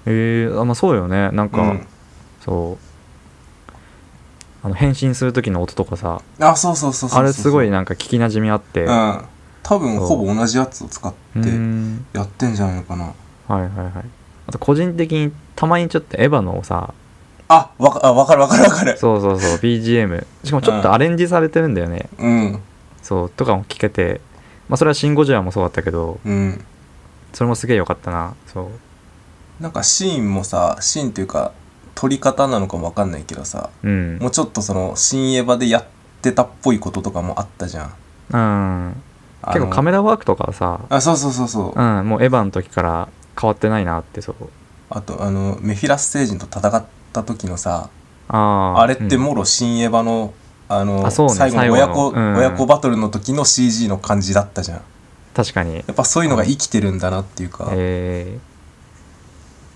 S1: えーあまあそうよねなんか、
S2: うん
S1: そうあの変身する時の音とかさ
S2: あそうそうそうそうそう
S1: あれすごいなんか聞きなじみあって
S2: うん多分
S1: そう
S2: ほぼ同じやつを使っ
S1: うー
S2: て
S1: ん
S2: やってんじゃないのかな
S1: はいはいはいあと個人的にたまにちょっとエヴァのさ
S2: あわかあわかるわかるわかる
S1: そうそうそう BGM しかもちょっとアレンジされてるんだよね、
S2: うん
S1: そうとかも聞けてまあそれは「シン・ゴジラ」もそうだったけど
S2: うん
S1: それもすげえ良かったなそう
S2: なんかシーンもさシーンというか撮り方なのかもわかんないけどさ
S1: うん
S2: もうちょっとその新エヴァでやってたっぽいこととかもあったじゃん
S1: うん
S2: あ
S1: 結
S2: の
S1: 構カメラワークとかはさ
S2: あそうそうそうそう
S1: うんもうエヴァの時から変わってないなってそう
S2: あとあのメフィラス星人と戦った時のさ
S1: ああ
S2: あれってもろ新エヴァのあの
S1: あそうね
S2: 最後
S1: 最
S2: の
S1: 後の
S2: 親子
S1: うん
S2: 親子バトルの時の CG の感じだったじゃん
S1: 確かに
S2: やっぱそういうのが生きてるんだなっていうか、
S1: え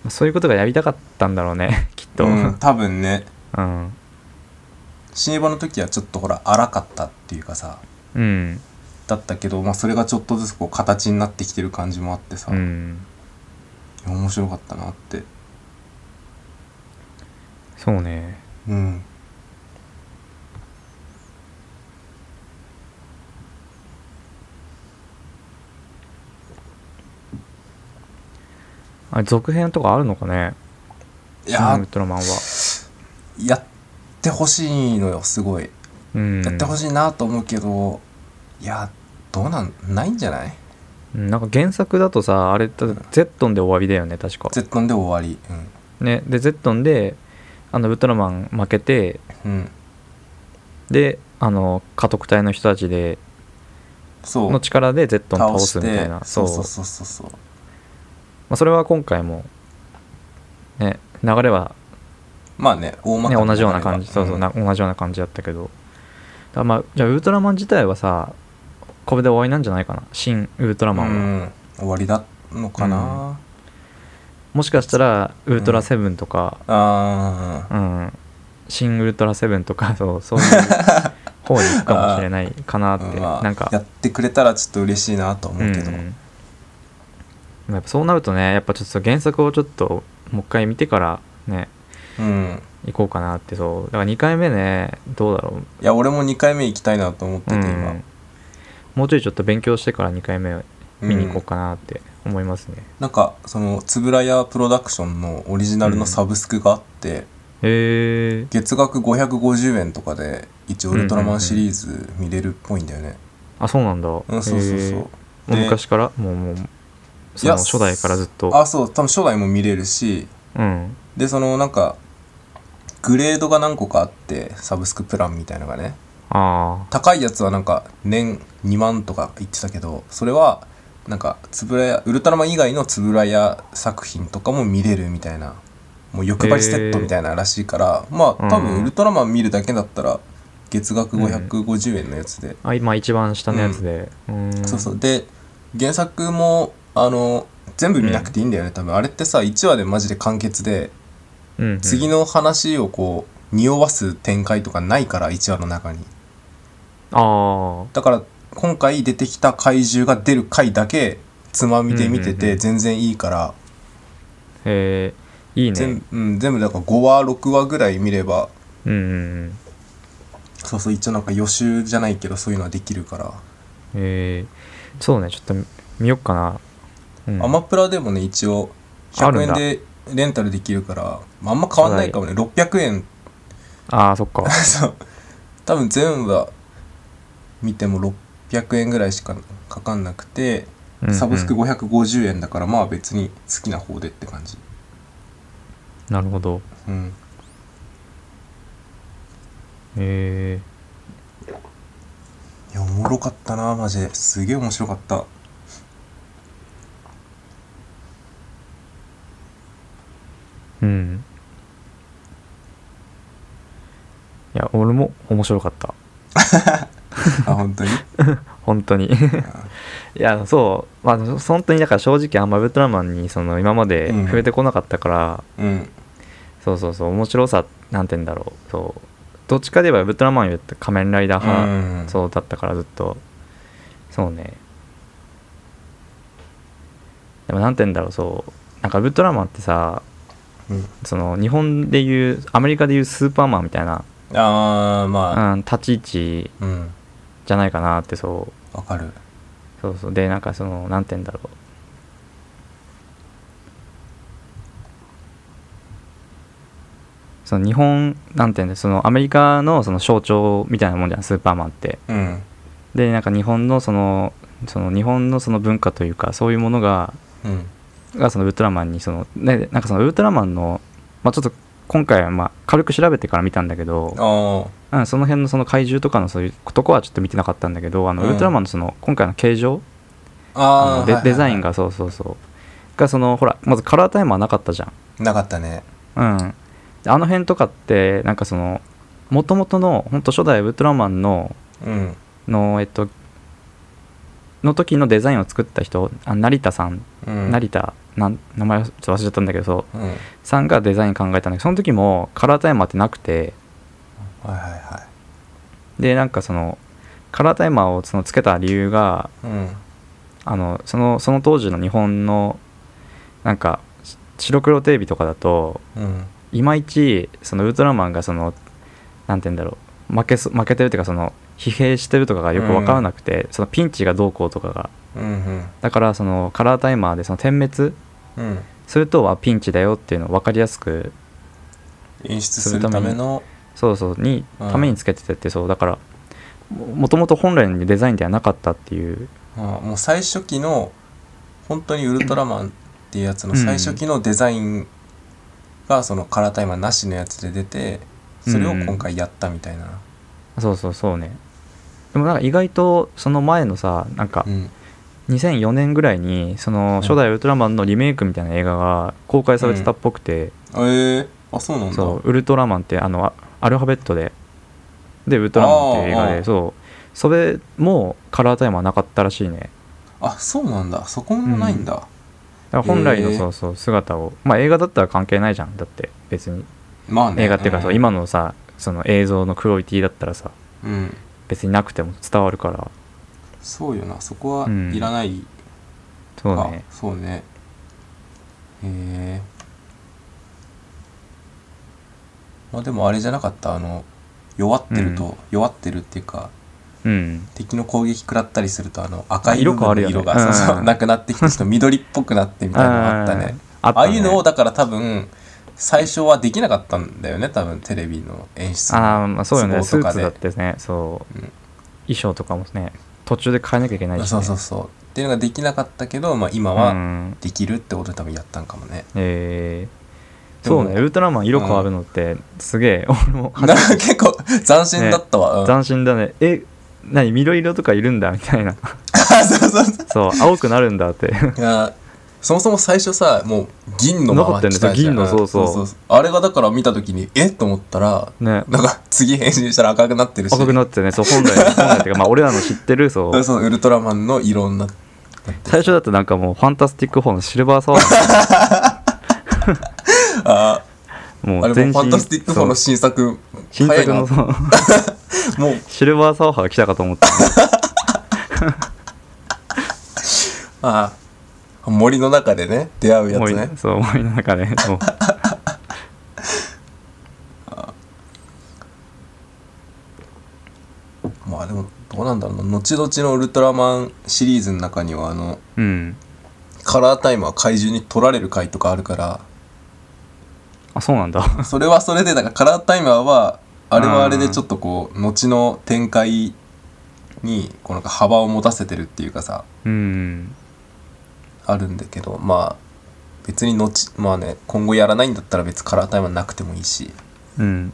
S1: ー、そういうことがやりたかったんだろうね *laughs* きっとう、
S2: うんん、多分ね新エヴァの時はちょっとほら荒かったっていうかさ
S1: うん
S2: だったけど、まあ、それがちょっとずつこう形になってきてる感じもあってさ、
S1: うん
S2: 面白かったなって
S1: そうね
S2: うん
S1: あれ続編とかあるのかね
S2: い
S1: シン・ウ
S2: や
S1: ルトラマンは、
S2: やってほしいのよすごい
S1: うん、
S2: やってほしいなと思うけど、いやどうなんないんじゃない
S1: うんなんか原作だとさあれだってゼットンで終わりだよね確か
S2: ゼットンで終わり
S1: ねでゼットンであのウルトラマン負けて
S2: うん、うん、
S1: であの家督隊の人たちで
S2: そう
S1: の力でゼットン
S2: 倒
S1: 倒
S2: して
S1: すみたいな
S2: そ
S1: そうう
S2: そうそうそうそう
S1: まあ、それは今回もね流れは
S2: まあね大ま
S1: ね、
S2: かに
S1: 同じような感じ、そうそう、な同じような感じだったけど、だからまあ、じゃあ、ウルトラマン自体はさ、これで終わりなんじゃないかな、新ウルトラマンは。
S2: うん、終わりだのかな、
S1: もしかしたら、ウルトラセブンとか、
S2: あ
S1: うん、新ウルトラセブンとか、そうそういう方に行くかもしれないかな
S2: あ、
S1: って、
S2: うん *laughs* まあ
S1: なんか
S2: や、ってくれたらちょっと嬉しいなと思うけど、
S1: うんまあやっぱそうなるとね、やっぱちょっと原作をちょっと、もう一回見てからね、
S2: うん
S1: 行こうかなって、そう、だから2回目ね、どうだろう、
S2: いや俺も2回目行きたいなと思ってて
S1: う
S2: 今、
S1: ん、もうちょいちょっと勉強してから2回目
S2: うん
S1: 見に行こうかなって思いますね、
S2: なんかその円谷プロダクションのオリジナルのサブスクがあって、
S1: へえ
S2: 月額550円とかで一応ウルトラマンシリーズ見れるっぽいんだよね、
S1: あそうなんだうん
S2: うんそうそうそう、で
S1: 昔からもうもうその初代からずっと
S2: あそう多分初代も見れるし
S1: うん
S2: でそのなんかグレードが何個かあってサブスクプランみたいのがね
S1: あ
S2: 高いやつはなんか年2万とか言ってたけどそれはなんか円谷ウルトラマン以外の円谷作品とかも見れるみたいなもう欲張りセットみたいならしいから、まあ多
S1: う
S2: 分
S1: ん
S2: ウルトラマン見るだけだったら月額550円のやつで、
S1: あ今一番下のやつでうん
S2: そうそうで原作もあの全部見なくていいんだよね、多分あれってさ1話でマジで完結で
S1: うんうん
S2: 次の話をこう匂わす展開とかないから1話の中に
S1: あ
S2: だから今回出てきた怪獣が出る回だけつまみで見て
S1: うんうんう
S2: て
S1: ん
S2: 全然いいから、
S1: あへえいいね
S2: 全うん、全部だから5話6話ぐらい見れば
S1: うんうん
S2: そうそう一応なんか予習じゃないけどそういうのはできるから、
S1: うんへえそうねちょっと見よっかな、うん、
S2: アマプラでもね一応
S1: ある
S2: 100
S1: ん
S2: 円
S1: だ
S2: でレンタルできるからまああんま変わんないかもね600円
S1: ああそっか
S2: そう多分全部は見ても600円ぐらいしかかかんなくて
S1: うんうん
S2: サブスク550円だからまあ別に好きな方でって感じ
S1: なるほど
S2: うん
S1: へえ
S2: いやおもろかったなマジですげえ面白かった
S1: うん。いや、俺も面白かった。
S2: あ
S1: *laughs*
S2: 本当に
S1: 本当に。い *laughs* や、そう。まあ、そ本当に、だから正直あんまウルトラマンに、その、今まで
S2: うん
S1: 触れてこなかったから、
S2: うん
S1: そうそうそう、面白さ、なんて言うんだろう。そう。どっちかで言えばウルトラマンより仮面ライダー
S2: う
S1: 派、
S2: ん
S1: そうだったからずっと。そうね。でも、なんて言うんだろう、そう。なんかウルトラマンってさ、
S2: うん
S1: その、日本でいう、アメリカでいうスーパーマンみたいな、
S2: ああまあ
S1: うん、立ち位置
S2: うん
S1: じゃないかなってそう
S2: わかる
S1: そうそうでなんかそのなんて言うんだろうその日本なんて言うんだそのアメリカのその象徴みたいなもんじゃんスーパーマンって
S2: うん
S1: でなんか日本のそのその日本のその文化というかそういうものが
S2: うん
S1: がそのウルトラマンにそのねなんかそのウルトラマンのまあちょっと今回はまあ軽く調べてから見たんだけど
S2: ああ
S1: うん、その辺のその怪獣とかのそういうとこはちょっと見てなかったんだけどあの、
S2: うん
S1: ウルトラマンのその今回の形状
S2: あ
S1: あ
S2: あ
S1: のデデザイン
S2: が
S1: がそうそうそうがそのほらまずカラータイマーなかったじゃん
S2: なかったね
S1: うん、であの辺とかってなんかそのもともとの本当初代ウルトラマンの
S2: うん
S1: の,、えっと、の時のデザインを作った人あ成田さん、
S2: うん
S1: 成田なん名前ちょっと忘れちゃったんだけどそう
S2: うんはい
S1: さんがデザイン考えたんだけどその時もカラータイマーってなくて
S2: はいは
S1: でなんかそのカラータイマーをそのつけた理由が
S2: いうん
S1: あのそのその当時の日本のなんかし白黒テレビとかだと
S2: うん
S1: いまいちそのウルトラマンがそのなんて言うんだろう負けそ負けてるっていうかその疲弊してるとかがよく分からなくて、そのピンチがどうこうとかが
S2: うん
S1: だからそのカラータイマーでその点滅
S2: うんうん
S1: するとはピンチだよっていうのを分かりやすく
S2: 演出するための
S1: そうそうに
S2: うん
S1: ためにつけててってそうだからももともと本来のデザインではなかったっていう
S2: ああもう最初期の本当にウルトラマンっていうやつの最初期のデザインがそのカラータイマーなしのやつで出てそれを今回やったみたいな、
S1: そうそうそうねでもなんか意外とその前のさなんか
S2: うん、
S1: 2004年ぐらいにその初代ウルトラマンのリメイクみたいな映画が公開されてたっぽくて、
S2: えー、あそうなんだ
S1: そうウルトラマンってあのあアルファベットででウルトラマンっていう映画
S2: あーあー
S1: でそうそれもカラータイマーなかったらしいね
S2: あそうなんだそこもないんだ、
S1: だから本来の
S2: へー
S1: そうそう姿を、まあ映画だったら関係ないじゃんだって別に
S2: まあね
S1: 映画っていうかそう、今のさその映像のクオリティだったらさ
S2: うん、うん
S1: 別になくても伝わるから
S2: そうよなそこは
S1: うん
S2: いらない、
S1: そう
S2: あ
S1: ね
S2: そうねへえまあでもあれじゃなかったあの弱ってると、弱ってるっていうか
S1: うん
S2: 敵の攻撃食らったりするとあの赤い
S1: 色
S2: 色
S1: 変わるよね
S2: 色が、
S1: うん
S2: そうそうなくなってきてちょっと緑っぽくなってみたいなのがあったね
S1: あーあった
S2: あ
S1: ね
S2: あいうのをだから多分最初はできなかったんだよね多分テレビの演出の
S1: あー、まあ、そうよねス
S2: 都合と
S1: ー
S2: か
S1: ツ
S2: で
S1: だってねそう、
S2: うん
S1: 衣装とかもね途中で変えなきゃいけないし、ね、
S2: そうそうそうっていうのができなかったけど、まあ、今は
S1: ん
S2: できるってことで多分やったんかもね、
S1: えー、
S2: でも
S1: そうねウルトラマン色変わるのってすげえ、俺も初
S2: なんか *laughs* 結構斬新だったわ、うん
S1: 斬新だねえ何緑色とかいるんだみたいな *laughs*
S2: そうそうそう
S1: そう青くなるんだって
S2: *laughs* いやそもそも最初さもう銀のまま
S1: 残ってんだよ
S2: 来じゃん
S1: 銀のそうそう
S2: あれがだから見た時にえっと思ったら
S1: ね
S2: なんか次変身したら赤くなってるし
S1: 赤くなってねそう本来の本来っていうかまあ俺らの知ってるそう
S2: そのウルトラマンの色になって
S1: 最初だとなんかもうファンタスティック4のシルバーサワー
S2: *laughs* あ
S1: も
S2: あ
S1: う
S2: れ
S1: 全身
S2: もファンタスティック4の新作
S1: そう新
S2: 早い
S1: 作
S2: な
S1: の
S2: も
S1: そう
S2: う
S1: シルバーサワーが来たかと思ったね
S2: ああ森の中でね出会うやつ
S1: 森
S2: ね
S1: そう森の中でそう
S2: まあでもどうなんだろうな後々のウルトラマンシリーズの中にはあの
S1: うん
S2: カラータイムは怪獣に取られる回とかあるから
S1: あそうなんだ
S2: *laughs* それはそれでだからカラータイマーはあれはあれでちょっとこう後の展開にこうなんか幅を持たせてるっていうかさ
S1: うん
S2: あるんだけどまあ別に後まあね今後やらないんだったら別にカラータイマーなくてもいいし
S1: うん、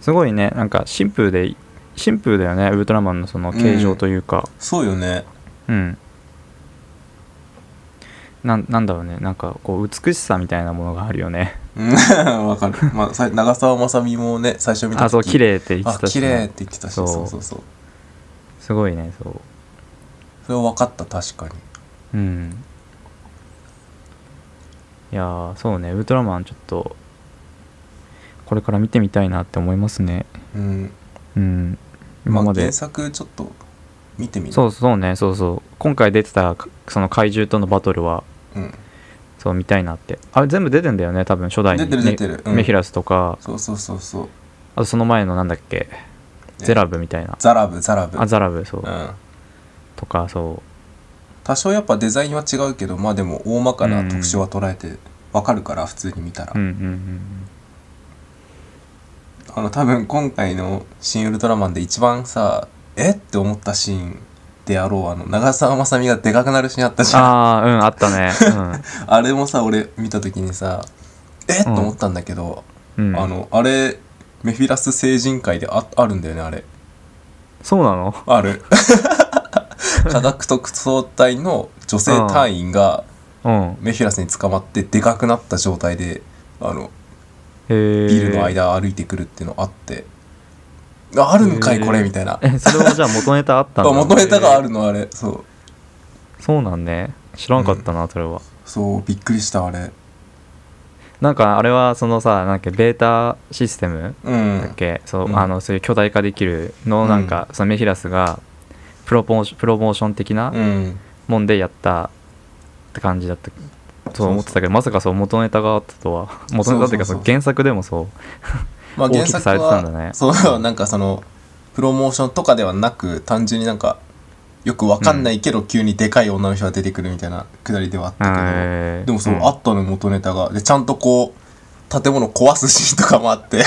S1: すごいねなんかシンプルでシンプルだよねウルトラマンのその形状というか
S2: そうよね *laughs*
S1: うん、なんなんだろうねなんかこう美しさみたいなものがあるよね
S2: うんわかる、まあ、さ長澤まさみもね最初見た時
S1: あそう綺麗って言っ
S2: あ
S1: てたし
S2: 綺
S1: ね、
S2: 麗って言ってたし
S1: そ
S2: そううそうそう
S1: すごいねそう
S2: それは分かった確かに
S1: うんいやーそうねウルトラマンちょっとこれから見てみたいなって思いますね
S2: うん
S1: うん
S2: ま
S1: 今
S2: あ
S1: まで
S2: 原作ちょっと見てみる
S1: そうそうねそうそう今回出てたその怪獣とのバトルは
S2: うん、
S1: そう見たいなってあれ全部出てんだよね多分初代に
S2: 出てる出てる、うん
S1: メヒラスとか
S2: そうそうそうそう
S1: あとその前のなんだっけゼラブみたいな
S2: ザラブザラブ
S1: あザラブそう
S2: うん
S1: とかそ
S2: 多少やっぱデザインは違うけどまあでも大まかな特徴は捉えてわかるから普通に見たら、
S1: ううんうんうん
S2: あの多分今回の「新ウルトラマン」で一番さえって思ったシーンであろうあの長澤まさみがでかくなるシーンあったじゃんあ
S1: ああうんあったね
S2: れもさ俺見た時にさえっと思ったんだけど、
S1: うん、うん、
S2: あのあれメフィラス成人会でああるんだよねあれ
S1: そうなの *laughs*
S2: ある科学特捜隊の女性隊員が
S1: うん。へ
S2: メフィラスに捕まってでかくなった状態であの
S1: え。
S2: ビルの。間を歩いてくるっていうのあって、ああるんかいこれみたいな、
S1: え、それはじゃあ元ネタあったん
S2: あ
S1: だ。
S2: *laughs* 元ネタがあるのあれそう
S1: そうなんね。知らんかったな、それは。
S2: そうびっくりしたあれ
S1: なんかあれはそのさ、なんかベータシステム
S2: うん
S1: だっけ、そう、
S2: うん
S1: あの、そういう巨大化できるの、なんか、そのメヒラスが、プロポーション、プロモーション的な
S2: うん
S1: もんでやったって感じだった。そう思ってたけどまさかそう元ネタがあったと
S2: *laughs*
S1: は元ネタっていうかそ
S2: そうそうそう
S1: の原作でもそう
S2: まあ
S1: 大
S2: 原
S1: きく
S2: 作
S1: されて
S2: は
S1: たんだね
S2: そう *laughs* なんかそのプロモーションとかではなく単純になんかよくわかんないけど、急にでかい女の人が出てくるみたいなくだりではあったけど、
S1: えー
S2: でもそう、
S1: ん
S2: あったの元ネタがでちゃんとこう建物壊すシーンとかもあって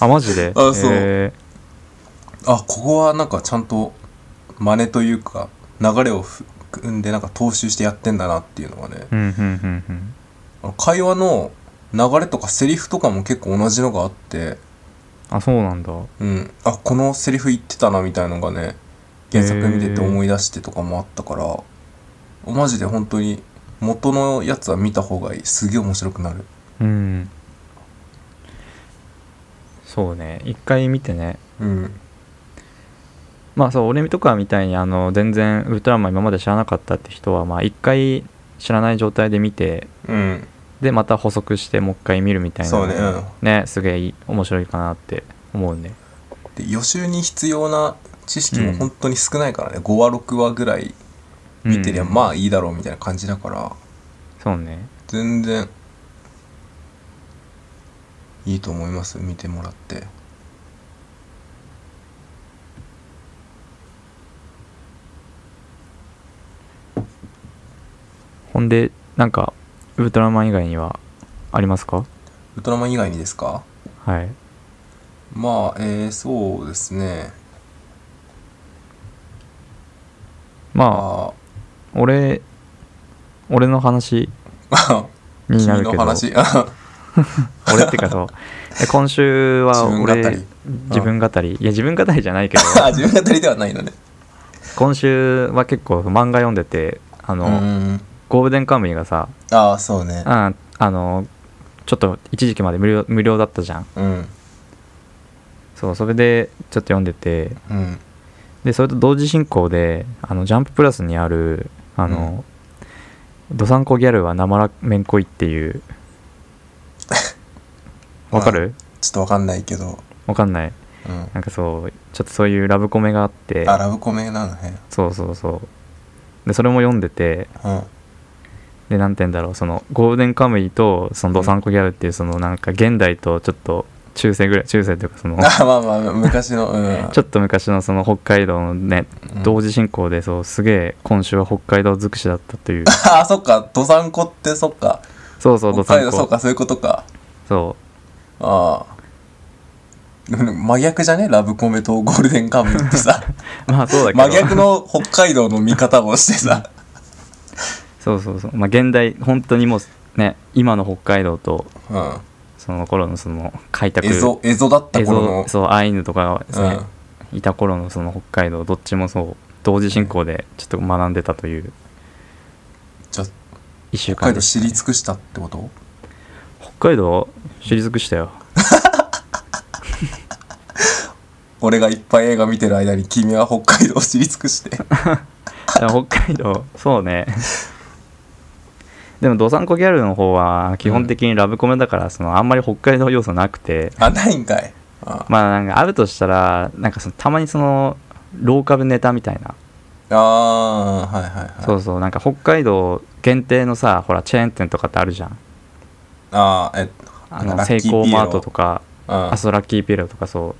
S1: あマジで
S2: あそう
S1: え
S2: あここはなんかちゃんと真似というか流れをふ組んでなんか踏襲してやってんだなっていうのがね
S1: ー、うんうんうんうん
S2: あの会話の流れとかセリフとかも結構同じのがあって
S1: あそうなんだ
S2: うん、あこのセリフ言ってたなみたいのがね原作見てて思い出してとかもあったからマジで本当に元のやつは見た方がいいすげえ面白くなる
S1: うんそうね一回見てね
S2: うん
S1: まあそう俺とかみたいにあの全然ウルトラマン今まで知らなかったって人はまあ一回知らない状態で見て
S2: うん
S1: でまた補足してもう一回見るみたいな
S2: そうねうん
S1: ねすげえいい面白いかなって思うね
S2: で予習に必要な知識も本当に少ないからね、5話6話ぐらい見てりゃ
S1: うん
S2: まあいいだろうみたいな感じだから
S1: そうね
S2: 全然いいと思います見てもらって
S1: ほんでなんかウルトラマン以外にはありますか
S2: ウルトラマン以外にですか
S1: はい
S2: まあえー、そうですね
S1: まあ
S2: あ
S1: 俺俺の話 *laughs*
S2: あ
S1: にな
S2: 君
S1: るけど *laughs*
S2: の話あ
S1: 俺ってかそう
S2: *laughs*
S1: え今週は
S2: 自分語り
S1: 俺自分語りいや自分語りじゃ
S2: *laughs*
S1: ないけど
S2: 自分語りではないのね
S1: 今週は結構漫画読んでてあ
S2: う
S1: の、
S2: ん
S1: ゴールデンカムイがさ
S2: ああそうね
S1: ああのちょっと一時期まで無料無料だったじゃん
S2: うん
S1: そうそれでちょっと読んでて
S2: うん
S1: でそれと同時進行であのジャンププラスにあるあの、ドサンコギャルはなまらめんこいっていう
S2: *laughs*
S1: わかる、
S2: ちょっとわかんないけど
S1: わかんない
S2: うん
S1: なんかそうちょっとそういうラブコメがあって
S2: あラブコメなのね
S1: そうそうそうでそれも読んでて
S2: うん
S1: でなんて言うんだろうそのゴールデンカムイとそのドサンコギャルっていうそのなんか現代とちょっと中世ぐらい中世というかそ
S2: *laughs*
S1: の
S2: あまあまあ昔のうん
S1: ちょっと昔のその北海道のね
S2: うん
S1: 同時進行でそうすげえ今週は北海道尽くしだったという
S2: ああそっかドサンコってそっか
S1: そうそうド
S2: 北
S1: サ
S2: 海
S1: ン
S2: 道そっ
S1: コ
S2: かそういうことか
S1: そ
S2: あ *laughs* あでも真逆じゃねラブコメとゴールデンカムイってさ
S1: うまあ *laughs* そうだけど
S2: 真逆の北海道の見方をしてさ
S1: そうそうそうまあ現代本当にもうね今の北海道と
S2: うん
S1: その頃のその開拓
S2: エゾエゾだった
S1: 映
S2: 頃
S1: 像
S2: の
S1: そうアイヌとかが、
S2: う
S1: ね
S2: ん
S1: いた頃のその北海道どっちもそう同時進行でちょっと学んでたという
S2: じゃあ
S1: 1週
S2: 北
S1: 間
S2: 海
S1: で
S2: 道
S1: した
S2: 知
S1: ね
S2: り尽くしたってこと
S1: 北海道知り尽くしたよ
S2: 俺がいっぱい映画見てる間に君は北海道を知り尽く
S1: *laughs*
S2: して
S1: でも北海道そうねでもドサンコギャルの方は基本的にラブコメだからそのあんまり北海道要素なくて、
S2: あないんかいあ
S1: まあなんかあるとしたらなんかそのたまにそのローカルネタみたいな、
S2: あーはいはいはい
S1: そうそうなんか北海道限定のさほらチェーン店とかってあるじゃん
S2: あーえ
S1: あ
S2: なん
S1: の
S2: か
S1: セ
S2: ラッ
S1: イ
S2: キー
S1: コー
S2: ピエロ
S1: マートとか
S2: うん
S1: あそうラッキーピエロとかそ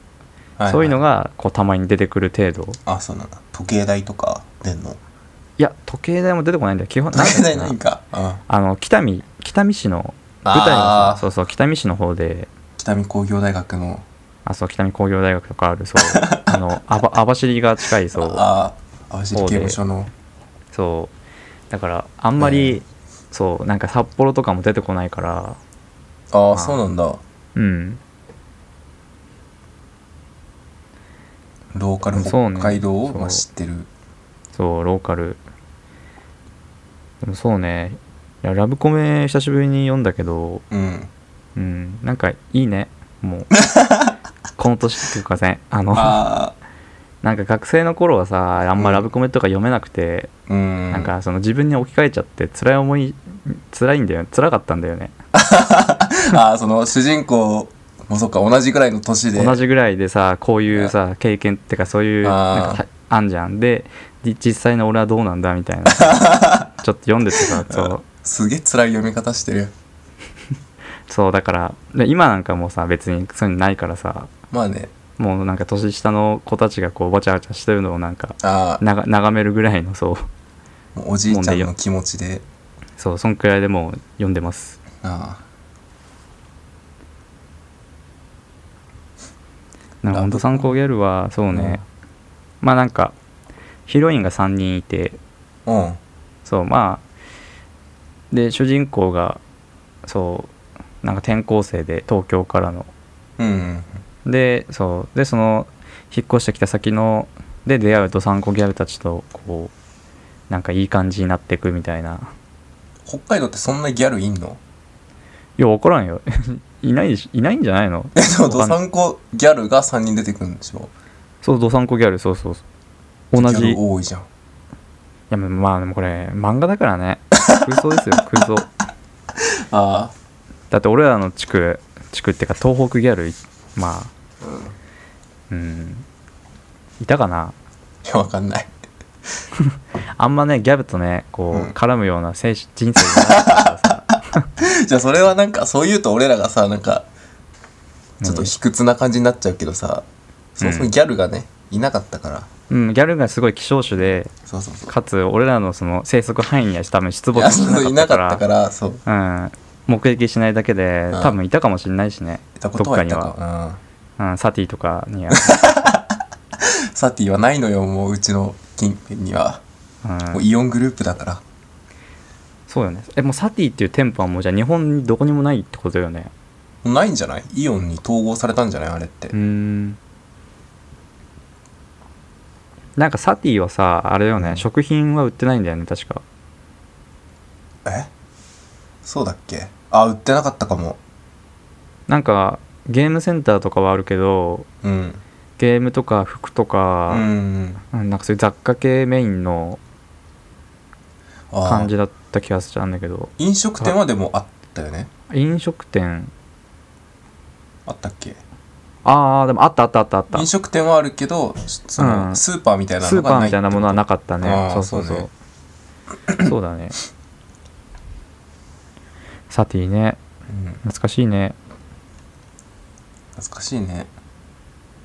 S1: う
S2: はは
S1: そういうのがこうたまに出てくる程度
S2: あそうなんだ時計台とか出んの
S1: いや時計台も出てこないんだよ基本
S2: 時計台
S1: な
S2: なんい
S1: だっけ
S2: んかうん
S1: なあの北見北見市の舞台がさ
S2: ああ
S1: そうそう北見市の方で
S2: 北見工業大学の
S1: あそう北見工業大学とかあるそうあの網走が近いそう
S2: ああ網走刑務所の
S1: そうだからあんまり、
S2: ええ
S1: そうなんか札幌とかも出てこないから
S2: あ
S1: あ
S2: あそうなんだ
S1: うん
S2: ローカル
S1: そうね
S2: 北海道を、まあ、
S1: そ
S2: 知ってる
S1: そうローカルでもそうねいやラブコメ久しぶりに読んだけど
S2: うん
S1: うんなんかいいねも
S2: *laughs*
S1: うこの年っていうかねあの
S2: あ
S1: なんか学生の頃はさあんまラブコメとか読めなくて、
S2: ーうん
S1: なんかその自分に置き換えちゃって辛い思い辛いんだよ辛かったんだよね
S2: あーその主人公もそっか同じぐらいの年で
S1: 同じぐらいでさこういうさ経験ってかそういう
S2: あー
S1: なんかあんじゃんでじ実際の俺はどうなんだ *laughs* みたいなちょっと読んでてさそう
S2: すげえ辛い読み方してる
S1: そうだからで今なんかもうさ別にそういうのないからさ
S2: まあね
S1: もうなんか年下の子たちがこうわちゃわちゃしてるのをなんか
S2: あ
S1: なが眺めるぐらいのそう
S2: あおじいちゃんの気持ちで
S1: そうそんくらいでもう読んでます
S2: あ
S1: なんかほんと参考ギャルはそうね、まあなんかヒロインが3人いて
S2: あうん
S1: そうまあで主人公がそうなんか転校生で東京からの
S2: うん
S1: でそうでその引っ越してきた先ので出会うとサンコギャルたちとこうなんかいい感じになっていくみたいな
S2: 北海道ってそんなギャルいんの *laughs*
S1: いや分からんよ *laughs* いないでしいないんじゃないの
S2: えでもど
S1: わか
S2: さんこギャルが3人出てくるんでしょ
S1: そうドサンコギャルそうそうそう同
S2: ギ
S1: じ
S2: ャ
S1: い
S2: ル多いじゃん
S1: やまあでもこれ漫画だから *laughs* ね空想ですよ空想
S2: あ
S1: だって俺らの地区地区ってか東北ギャルまあ
S2: あうん
S1: うんいたかない
S2: やわかんない
S1: あんまねギャルとねこう、
S2: うん
S1: 絡むような精神人生じゃないからさ
S2: *laughs* じゃあそれはなんかそう言うと俺らがさなんかちょっと卑屈な感じになっちゃうけどさ、そもそもギャルがねいなかったから *laughs*
S1: うん、ギャルがすごい希少種で
S2: そうそうそう
S1: かつ俺らのその生息範囲には多分出
S2: い
S1: 没
S2: や
S1: し
S2: そうい
S1: な
S2: な
S1: か
S2: かった
S1: った
S2: か
S1: から
S2: そう
S1: ら、うん、目撃しないだけで
S2: うん
S1: 多分いたかもしれないしね、
S2: いたこ
S1: ど
S2: と
S1: っ
S2: は
S1: か
S2: い
S1: に
S2: たか
S1: は、うん、サティとかには、
S2: うん、サティはないのよもううちの近辺には、も
S1: う、
S2: *laughs* うんイオングループだから
S1: そうよねえもうサティっていう店舗はもうじゃあ日本にどこにもないってことよね
S2: もうないんじゃないイオンに統合されたんじゃないあれって、
S1: うーんなんかサティはさあれよね、
S2: うん
S1: 食品は売ってないんだよね確か
S2: えそうだっけあ売ってなかったかも
S1: なんかゲームセンターとかはあるけど
S2: うん
S1: ゲームとか服と
S2: う
S1: か、
S2: ん
S1: うんなんかそういう雑貨系メインの
S2: あー
S1: 感じだった気がしたんだけど
S2: 飲食店はでもあったよね
S1: 飲食店
S2: あったっけ
S1: ああでもあったあったあったあった
S2: 飲食店はあるけどその、
S1: うん
S2: スーパーみたいな
S1: スー
S2: の
S1: パ
S2: が
S1: ー
S2: ない
S1: みたいなものは
S2: な
S1: なかったね
S2: あー
S1: そうそうそうそう,、だ
S2: *laughs*
S1: ねサティね
S2: うん、
S1: 懐かしいね
S2: 懐かしいね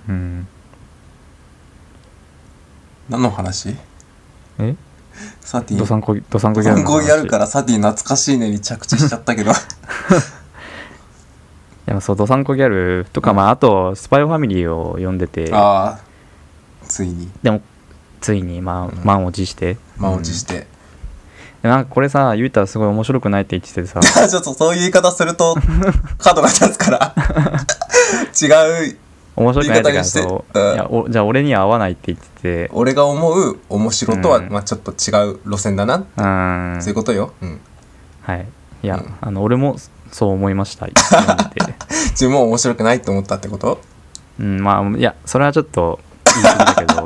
S1: うん
S2: 何の話
S1: え
S2: サティ
S1: ドサンコドサンコ
S2: ド
S1: ギャ
S2: サ
S1: ル
S2: ン
S1: の
S2: コ
S1: 話
S2: ギャルからサティ懐かしいねに着地しちゃった
S1: *laughs*
S2: けど
S1: いやそうドサンコギャルとか、まあ、あと「スパイファミリー」を読んでて
S2: ああついに
S1: でもついに、まあ
S2: うん
S1: 満を持して、
S2: 満を持してて、 *laughs*
S1: うんなんかこれさゆうたすごい面白くないって言っててさ
S2: ちょっとそういう言い方す
S1: *laughs*
S2: ると角が立つから違う
S1: 面白くないってか
S2: *laughs* 言い方にして
S1: そう、
S2: うん
S1: いやおじゃあ俺には合わないって言ってて
S2: 俺が思う面白とは、
S1: うん
S2: まあちょっと違う路線だな、
S1: うーん
S2: そういうことよ、うん、
S1: はいいや、
S2: うん
S1: あの俺もそう思いました
S2: *laughs*
S1: 読んでて
S2: 自分も面白くないと思ったってこと
S1: うんまあいやそれはちょっと言い過ぎだけ
S2: *laughs*
S1: ど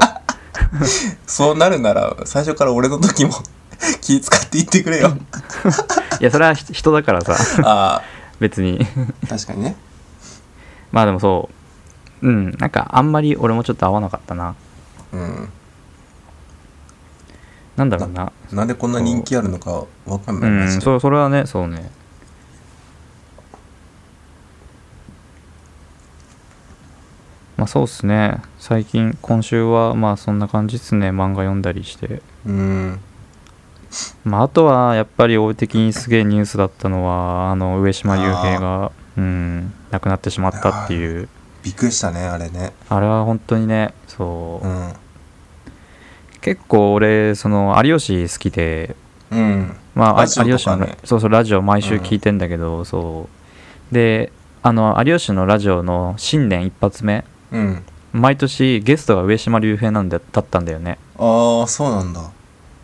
S2: そうなるなら最初から俺の時も *laughs* 気使って言ってくれ
S1: *laughs*
S2: よ
S1: いやそれは人だからさ
S2: あ
S1: 別に
S2: あ確かにね
S1: まあでもそううんなんかあんまり俺もちょっと合わなかったな
S2: うん
S1: なんだろうな
S2: なんでこんな人気あるのかわかん
S1: う
S2: ないマジ
S1: ん、
S2: で
S1: そそれはねそうねまあそうっすね最近今週はまあそんな感じっすね漫画読んだりして
S2: うん
S1: まああとはやっぱり大的にすげえニュースだったのはあの上島竜兵がうん亡くなってしまったっていう
S2: びっくりしたねあれね
S1: あれは本当にねそう、
S2: うん
S1: 結構俺その有吉好きで
S2: うん
S1: まあ、あ
S2: ラジオとかね
S1: 有吉のラそうそうラジオ毎週聞いてんだけど、そうであの有吉のラジオの新年一発目
S2: うん
S1: 毎年ゲストが上島竜兵なんだだったんだよね
S2: ああそうなんだ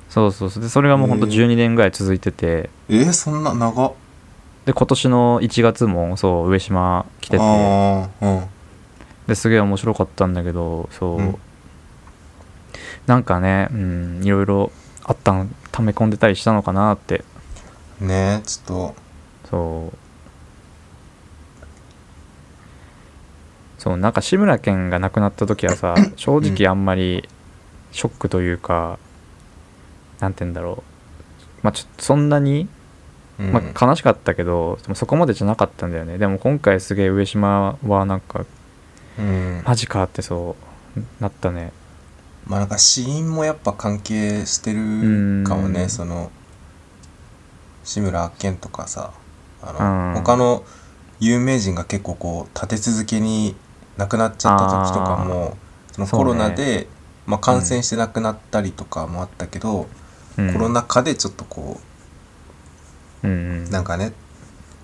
S1: そうそうそうでそれがもうほんと
S2: へえ
S1: 12年ぐらい続いてて、
S2: えー、そんな長っ
S1: で今年の1月もそう上島来てて
S2: ああうん
S1: ですげえ面白かったんだけどそう、
S2: うん
S1: なんかね、うん、いろいろあったん溜め込んでたりしたのかなって
S2: ねえちょっと
S1: そうそうなんか志村けんが亡くなった時はさ正直あんまりショックというか、なんて言うんだろうまあちょっとそんなに、
S2: うん
S1: まあ、悲しかったけど、でもそこまでじゃなかったんだよねでも今回すげえ上島はなんか
S2: うん
S1: マジかってそうなったね
S2: まあなんか死因もやっぱ関係してるかも
S1: う
S2: ね
S1: ん
S2: その志村けんとかさあ
S1: う
S2: の、
S1: ん
S2: 他の有名人が結構こう立て続けに亡くなっちゃった時とかもその
S1: そうね
S2: コロナで、まあ、感染して亡くなったりとかもあったけど、
S1: うん、
S2: コロナ禍でちょっとこ
S1: うんうん
S2: うなんかね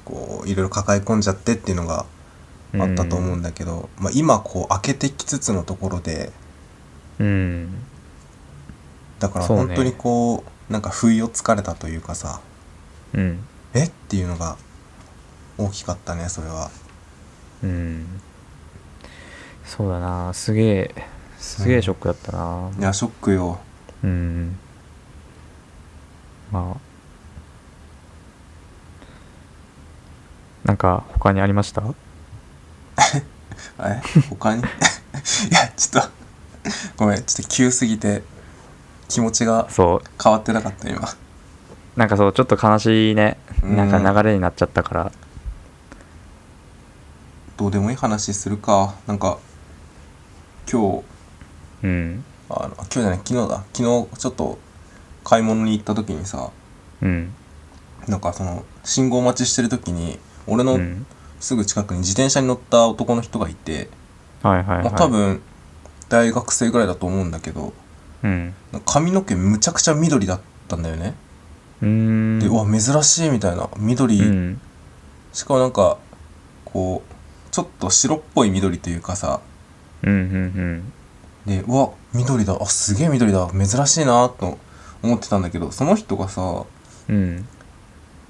S2: こういろいろ抱え込んじゃってっていうのがあったと思うんだけど、まあ、今こう開けてきつつのところで
S1: うん
S2: だから
S1: そうね
S2: 本当にこうなんか不意をつかれたというかさ
S1: うん
S2: えっていうのが大きかったねそれは
S1: うんそうだなすげえすげえショックだったな、
S2: いやショックよ
S1: うんまあなんか他にありました
S2: え他に *laughs* いやちょっとごめんちょっと急すぎて気持ちが
S1: そう
S2: 変わってなかった今
S1: なんかそうちょっと悲しいね
S2: う
S1: *laughs*
S2: ん
S1: なんか流れになっちゃったから
S2: どうでもいい話するかなんか今日
S1: うん
S2: あの今日じゃない昨日だ昨日ちょっと買い物に行った時にさ
S1: うん
S2: なんかその信号待ちしてる時に俺
S1: う
S2: の
S1: ん
S2: すぐ近くに自転車に乗った男の人がいて、
S1: はいはいはい
S2: まあ、多分大学生ぐらいだと思うんだけど
S1: うん
S2: 髪の毛むちゃくちゃ緑だったんだよね、
S1: うーん
S2: でうわ珍しいみたいな緑、
S1: うん
S2: しかもなんかこうちょっと白っぽい緑というかさ
S1: うんうん
S2: でうわ緑だあすげえ緑だ珍しいなと思ってたんだけどその人がさ
S1: うんうん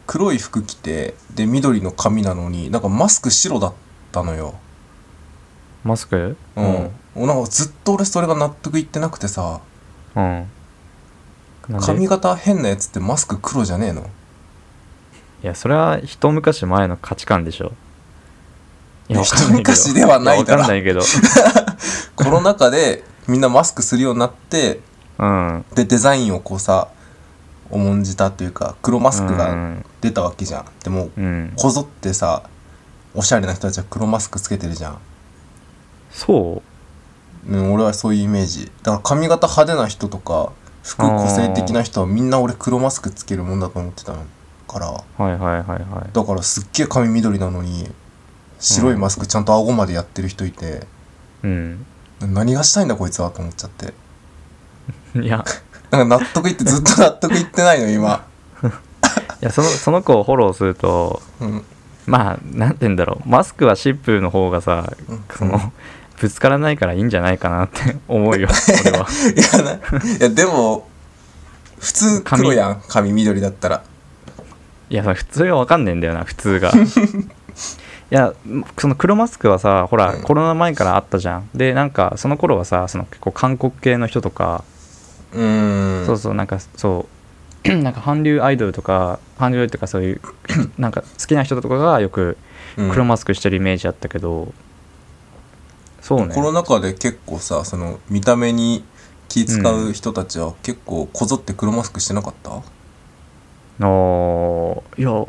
S2: 黒い服着てで緑の髪なのになんかマスク白だったのよ
S1: マスク
S2: うん、なんかずっと俺それが納得いってなくてさ
S1: うんなんで
S2: 髪型変なやつってマスク黒じゃねえの
S1: いや、それは一昔前の価値観でしょ。いや、わか
S2: 一
S1: んないけど
S2: 昔ではないだ
S1: やわか
S2: ろ
S1: んないけど。
S2: コロナ禍でみんなマスクするようになって
S1: うん。
S2: でデザインをこうさ重んじたというか黒マスク
S1: う
S2: が
S1: ん
S2: 出たわけじゃんでも
S1: うん。
S2: こぞってさおしゃれな人たちは黒マスクつけてるじゃん、
S1: そ
S2: うん、俺はそういうイメージだから髪型派手な人とか服個性的な人はみんな俺黒マスクつけるもんだと思ってたから
S1: うはいはいはいは
S2: だからすっげえ髪緑なのに白いマスクちゃんと顎までやってる人いて、
S1: い。うん。
S2: 何がしたいんだこいつはと思っちゃって
S1: いや、
S2: なんか納得いってずっと納得いってないの今
S1: いやそのその子をフォローすると、
S2: うん
S1: まあ、なんて言うんだろう。マスクはシップの方がさ、
S2: うん
S1: その、ぶつからないからいいんじゃないかなって思
S2: *laughs*
S1: うよ、俺は。
S2: いやないやでも普通黒やん髪緑だったら
S1: いや、それ普通はわかんねえんだよな、普通
S2: *laughs*
S1: が。いや、その黒マスクはさ、ほら、
S2: うん
S1: コロナ前からあったじゃん。で、なんか、その頃はさ、その結構韓国系の人とか、
S2: うーん
S1: そうそうなんかそう *clears throat* なんか韓流アイドルとか韓流とかそういう *clears throat* なんか好きな人とかがよく
S2: うん
S1: 黒マスクしてるイメージあったけど、そうね
S2: コロナ禍で結構さその見た目に気使う人たちは結構こぞって黒マスクしてなかった、あ
S1: あーいや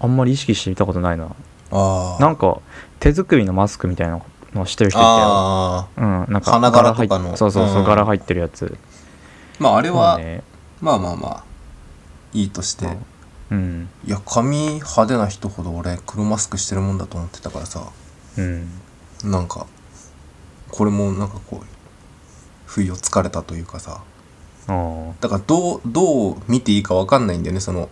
S1: あんまり意識してみたことないな
S2: あ
S1: なんか手作りのマスクみたいなのをしてる人いたよ
S2: ああ
S1: うん、なんか
S2: 花柄とか
S1: 柄
S2: の
S1: 入っそうそうそう、
S2: うん
S1: 柄入ってるやつ
S2: まああれは、
S1: そうね
S2: まあまあまあいいとして、
S1: うんうん
S2: いや髪派手な人ほど俺黒マスクしてるもんだと思ってたからさ
S1: うん
S2: なんかこれもなんかこう不意をつかれたというかさ
S1: あー
S2: だからどうどう見ていいかわかんないんだよねその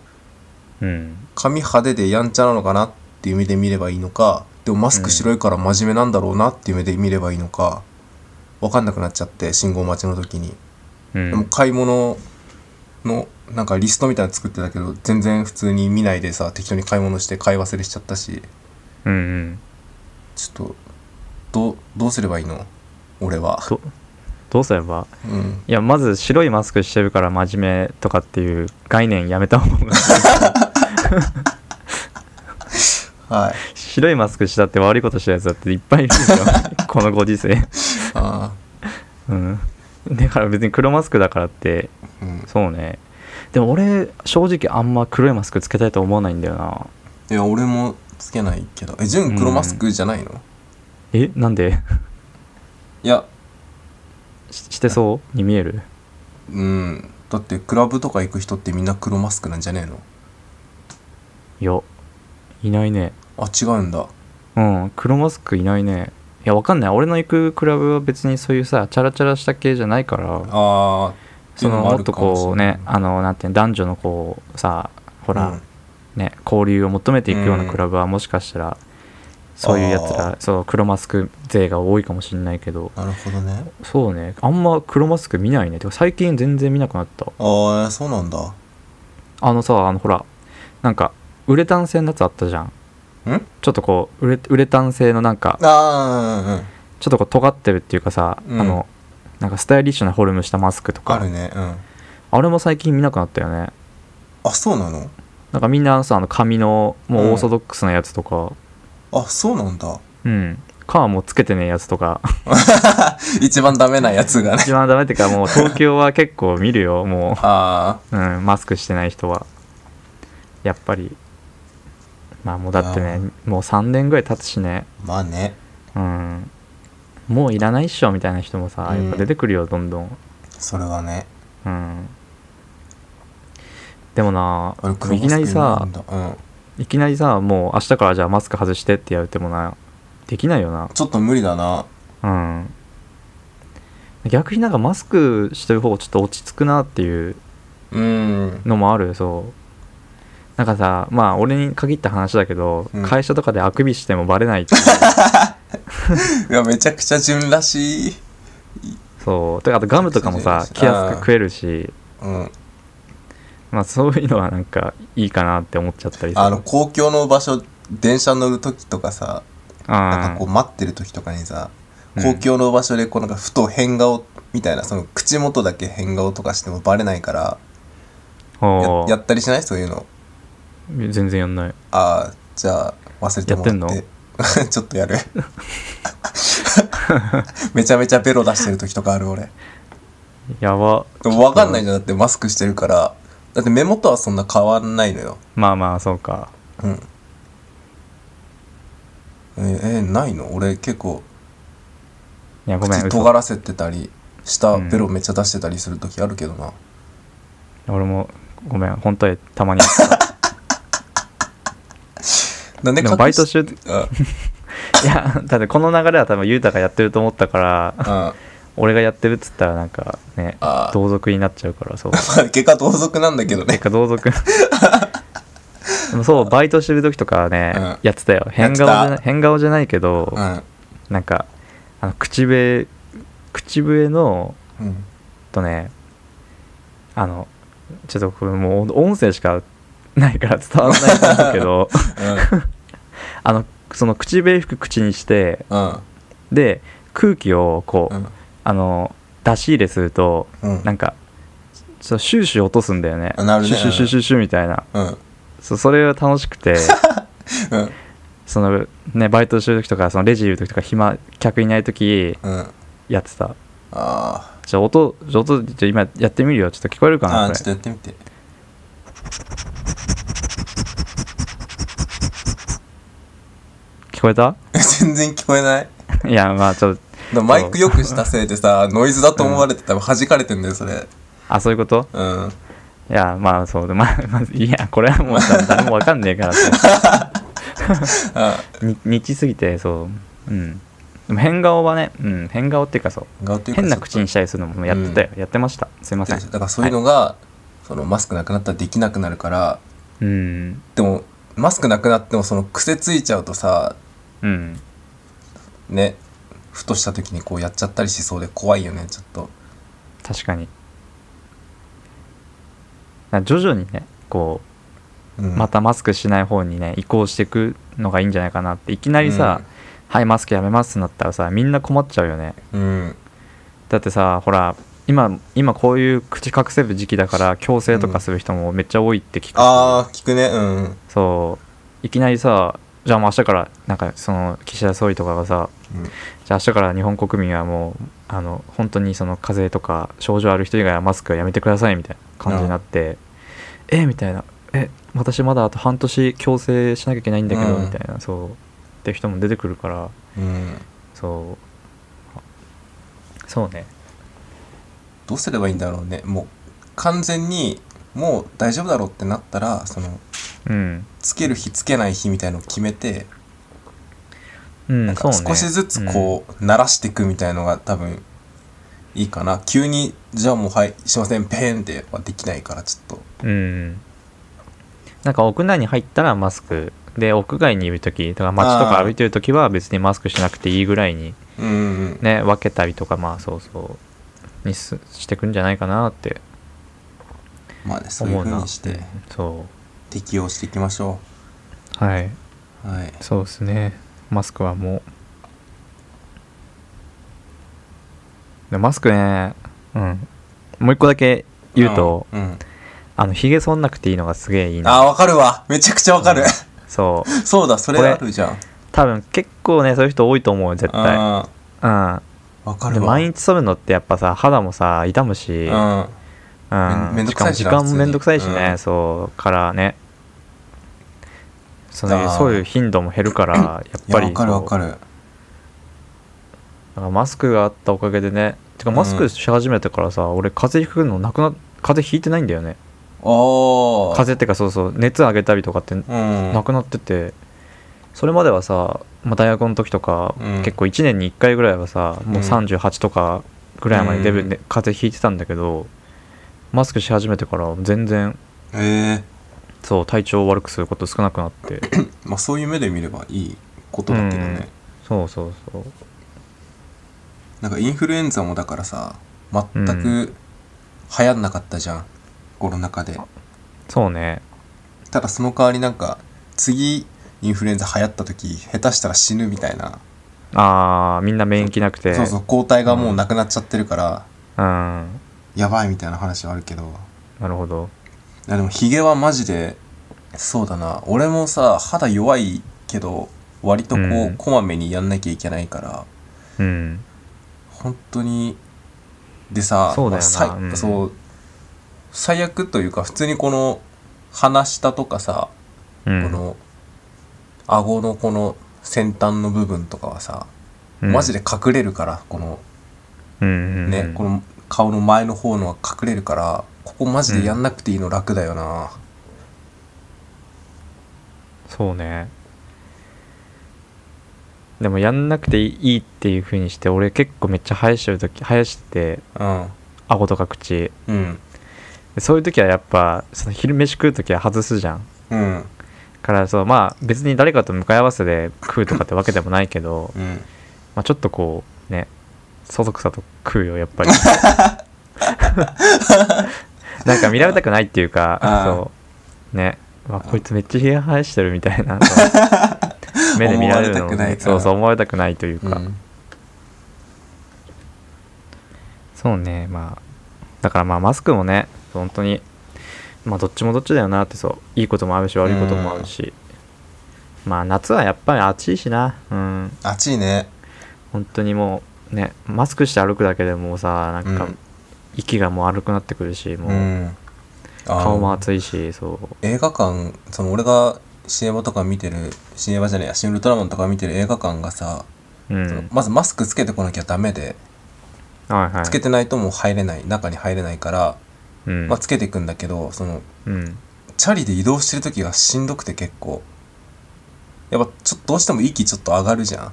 S1: うん
S2: 髪派手でやんちゃなのかなっていう目で見ればいいのかでもマスク白いから真面目なんだろうなっていう目で見ればいいのかわかんなくなっちゃって信号待ちの時に
S1: う
S2: でも
S1: ん
S2: 買い物のなんかリストみたいなの作ってたけど全然普通に見ないでさ適当に買い物して買い忘れしちゃったし
S1: うんうん
S2: ちょっとどうどうすればいいの俺は
S1: どどうすれば
S2: うん
S1: いやまず白いマスクしてるから真面目とかっていう概念やめた方が
S2: *laughs* はい
S1: 白いマスクしたって悪いことしたやつだっていっぱいいるでし
S2: *laughs*
S1: ょこのご時世
S2: あ
S1: うんだから別に黒マスクだからって
S2: ーうん
S1: そうねでも俺正直あんま黒いマスクつけたいと思わないんだよない
S2: や俺もつけないけどえ純黒マスクじゃないの、
S1: えなんで
S2: いや
S1: ししてそうに見える
S2: うんだってクラブとか行く人ってみんな黒マスクなんじゃねえの
S1: いやいないね
S2: あ違うんだ
S1: うん黒マスクいないねいやわかんない俺の行くクラブは別にそういうさチャラチャラした系じゃないから
S2: ああ
S1: そのもっとこうねあのなんていうの男女のこうさほら、ね交流を求めていくようなクラブはもしかしたら、そういうやつ
S2: あ
S1: らそう黒マスク勢が多いかもしれないけど
S2: なるほどね
S1: そうねあんま黒マスク見ないねてか最近全然見なくなった
S2: ああそうなんだん
S1: あのさあのほらなんかウレタン製のやつあったじゃんちょっとこうウレウレタン製のなんか
S2: あーうんうんうん
S1: ちょっとこう尖ってるっていうかさ、
S2: うん
S1: あのなんかスタイリッシュなフォルムしたマスクと
S2: あ
S1: か
S2: るねうん
S1: あれも最近見なくなったよね
S2: あそうなの
S1: なんかみんなあのさあの髪のもうオーソドックスなやつとか
S2: あそうなんだ
S1: うん、カーもつけてねえやつとか *laughs*
S2: 一番ダメなやつがね
S1: 一番ダメっていうかもう東京は結構見るよも
S2: *laughs* あ
S1: う、うん、マスクしてない人はやっぱりまあもうだってねもう3年ぐらい経つしね
S2: あまあね
S1: うんもういらないっしょみたいな人もさ
S2: うん
S1: やっぱ出てくるよどんどん
S2: それはね
S1: うんでもな
S2: あれ黒マスク
S1: いきなりさ
S2: いないんだうん
S1: いきなりさもう明日からじゃあマスク外してってやれてもなできないよな
S2: ちょっと無理だな
S1: うん逆になんかマスクしてる方がちょっと落ち着くなっていう
S2: うん
S1: のもあるそうなんかさまあ俺に限った話だけど、
S2: うん
S1: 会社とかであくびしてもバレないって
S2: *laughs*
S1: いう
S2: いやめちゃくちゃ純らしい
S1: そうてかあとガムとかもさ
S2: そう
S1: 気
S2: そう
S1: 安く食えるし
S2: うん
S1: まあそういうのはなんかいいかなって思っちゃったり
S2: あの公共の場所電車乗る時とかさなんかこう待ってる時とかにさ
S1: うん
S2: 公共の場所でこうなんかふと変顔みたいなその口元だけ変顔とかしてもバレないから
S1: うん
S2: や
S1: おー
S2: やったりしないそういうの
S1: 全然やんない
S2: ああじゃあ忘れてもらって
S1: や
S2: *laughs* ちょっとやるめちゃめちゃベロ出してる時とかある俺
S1: やば
S2: でも分かんないじゃんだってマスクしてるからだって目元はそんな変わんないのよ
S1: まあまあそうか
S2: うんえーえーないの俺結構
S1: いやごめん
S2: 口
S1: 嘘
S2: 尖らせてたり舌
S1: うん
S2: ベロめっちゃ出してたりする時あるけどな、
S1: 俺もごめん本当はた
S2: *laughs*
S1: まに
S2: なんで
S1: でもバイト
S2: 隠し
S1: してる
S2: うん
S1: いやだってこの流れは多分雄太がやってると思ったから
S2: あ
S1: 俺がやってるっつったらなんかね
S2: あ
S1: 同族になっちゃうから
S2: *laughs*
S1: そう
S2: ー結果同族なんだけどね
S1: 結果同族でもそうバイトしてる時とかはね、
S2: うん
S1: やってたよ変顔じゃ
S2: や
S1: な
S2: ってた
S1: 変顔じゃないけど、
S2: うん
S1: なんかあの口笛口笛の
S2: うん
S1: とねあのちょっとこれもう音声しかないから伝わらないと思うけどあのその口笛吹く口にして
S2: うん
S1: で空気をこう、
S2: うん
S1: あの出し入れすると
S2: うん
S1: なんかちょっとシューシュー落とすんだよね
S2: あなるね
S1: シュシュシュシュシュみたいな
S2: うん
S1: そうそれが楽しくて
S2: うん
S1: そのねバイトしてる時とかそのレジいる時とか暇客いない時
S2: うんあ
S1: やってた
S2: あ
S1: じゃあ音じゃあ音ちょ今やってみるよちょっと聞こえるかな
S2: あー
S1: こ
S2: ちょっと
S1: れ
S2: やってみ *laughs* て
S1: 聞こえた
S2: 全然聞こえない
S1: いやまあちょっと
S2: でもマイクよくしたせい
S1: *laughs*
S2: でさノイズだと思われて多分弾かれてんだよそれ
S1: あそういうこと
S2: うん
S1: いやまあそうでまあま *laughs* ずいやこれはもう多分誰もわかんねえから *laughs*
S2: あ
S1: に日すぎてそううんでも変顔はね、うん、変顔っていうかそう
S2: 顔というか
S1: 変な口にし
S2: ち
S1: たりするのもやってたよ、やってましたすいま
S2: ょ
S1: せ
S2: っ
S1: ん
S2: とだからそういうのが、そのマスクなくなったらできなくなるから
S1: うん
S2: でもマスクなくなってもその癖ついちゃうとさ
S1: うん
S2: ねふとした時にこうやっちゃったりしそうで怖いよねちょっと
S1: 確かにから徐々にねこ
S2: う
S1: うんまたマスクしない方にね移行していくのがいいんじゃないかなっていきなりさ、はいマスクやめます」ってなったらさみんな困っちゃうよね
S2: うん
S1: だってさほら今今こういう口隠せる時期だから強制とかする人もめっちゃ多いって聞く、
S2: ああ聞くねうん
S1: そういきなりさじゃあもう明日からなんかその岸田総理とかがさ
S2: うん
S1: じゃあ明日から日本国民はもうあの本当にその風邪とか症状ある人以外はマスクはやめてくださいみたいな感じになって、えみたいなえ私まだあと半年強制しなきゃいけないんだけど、
S2: うん
S1: みたいなそうって人も出てくるから
S2: うん
S1: そうそうね
S2: どうすればいいんだろうねもう完全にもう大丈夫だろうってなったらその
S1: うん
S2: つける日つけない日みたいのを決めて、
S1: うん
S2: なん
S1: そう
S2: か
S1: ね
S2: 少しずつこう慣らしていくみたいのが多分いいかな急にじゃあもうはいすいませんペーンってはできないからちょっと
S1: うん、うんなんか屋内に入ったらマスクで屋外にいる時とか街とか歩いてる時は別にマスクしなくていいぐらいに
S2: うんうん
S1: ね分けたりとかまあそうそうにすしてくんじゃないかなって
S2: まあねそうい
S1: 思
S2: う
S1: う
S2: 風
S1: な
S2: にして
S1: そ
S2: 適応していきましょ
S1: うはいう
S2: はい
S1: そうですねマスクはもうでマスクねうんもう一個だけ言うと、
S2: うんうん
S1: あのひげ剃んなくていいのがすげえいい
S2: あ
S1: な
S2: ーわかるわめちゃくちゃわかる、
S1: そう
S2: そうだそれ
S1: これ
S2: あるじゃん
S1: 多分結構ねそういう人多いと思うよ絶対
S2: あ
S1: うん
S2: ーわか
S1: で
S2: るわ
S1: 毎日剃るのってやっぱさ肌もさ傷むし、
S2: うん
S1: うん、
S2: めんめんどくさいし
S1: し
S2: な
S1: かも時間
S2: 普通
S1: も
S2: に
S1: めんどくさいしね、
S2: うん
S1: そうからねその
S2: あー
S1: そういう頻度も減るからやっ
S2: いや
S1: ぱり
S2: わかる
S1: そう
S2: わかる
S1: なんかマスクがあったおかげでねてかマスクし始めてからさ、俺風邪ひくのなくな風邪ひいてないんだよね
S2: おー
S1: 風邪ってかそうそう熱上げたりとかって
S2: うん
S1: なくなってて、それまではさ、まあ、大学の時とか、
S2: うん
S1: 結構1年に1回ぐらいはさもううん38とかぐらいまでデブ、
S2: うん
S1: ね風邪ひいてたんだけどマスクし始めてから全然
S2: ええ
S1: そう体調を悪くすること少なくなって
S2: まあそういう目で見ればいいことだけどね、
S1: そうそうそう
S2: なんかインフルエンザもだからさ全
S1: う
S2: く流行んなかったじゃん、コロナ禍で
S1: そうね
S2: ただその代わりなんか次インフルエンザ流行った時下手したら死ぬみたいな、
S1: あーみんな免疫なくて
S2: そうそう抗体がもうなくなっちゃってるから、
S1: うんな
S2: やばいみたいな話はあるけどい
S1: るほど
S2: やでもヒゲはマジでそうだな俺もさ肌弱いけど割とこう、
S1: うん
S2: こまめにやんなきゃいけないから
S1: うん
S2: 本当にでさ
S1: そうだよな
S2: まあさい
S1: うん
S2: そう最悪というか普通にこの鼻下とかさ、
S1: うん
S2: この顎のこの先端の部分とかはさ、
S1: うん
S2: マジで隠れるからこの
S1: うんうんうん
S2: ね、この顔の前の方のは隠れるからここマジでやんなくていいの楽だよな、
S1: そうねでもやんなくていいっていう風にして俺結構めっちゃ生やしてる時生やしてて
S2: うん
S1: 顎とか口
S2: うん
S1: でそういう時はやっぱその昼飯食う時は外すじゃん
S2: うん
S1: からそうまあ別に誰かと向かい合わせで食うとかってわけでもないけど
S2: うん
S1: まあ、ちょっとこうねそそくさと食うよやっぱ
S2: *laughs*
S1: りなんか見られたくないっていうか
S2: あー
S1: そうねわこいつめっちゃ冷や生やしてるみたい
S2: *laughs*
S1: なそう目で見られるの
S2: 思われた
S1: も
S2: くない
S1: ね
S2: から
S1: そうそう思われたくないという
S2: う
S1: か、
S2: ん
S1: そうねまあだからまあマスクもね本当にまあどっちもどっちだよなってそういいこともあるし悪いこともあるし、まあ夏はやっぱり暑いしなうん
S2: 暑いね
S1: 本当にもうねマスクして歩くだけでもうさなん
S2: う
S1: か
S2: ん
S1: 息がもう悪くなってくるし、も
S2: う
S1: うん顔も
S2: あの
S1: 熱いしそう
S2: 映画館その俺がシネマとか見てるシネマじゃねえやシン・ウルトラマンとか見てる映画館がさ、
S1: う
S2: その
S1: ん
S2: まずマスクつけてこなきゃダメで
S1: はいはい
S2: つけてないともう入れない中に入れないから、
S1: うん、
S2: まあ、つけていくんだけどその
S1: うん
S2: チャリで移動してる時がしんどくて結構やっぱちょっとどうしても息ちょっと上がるじゃん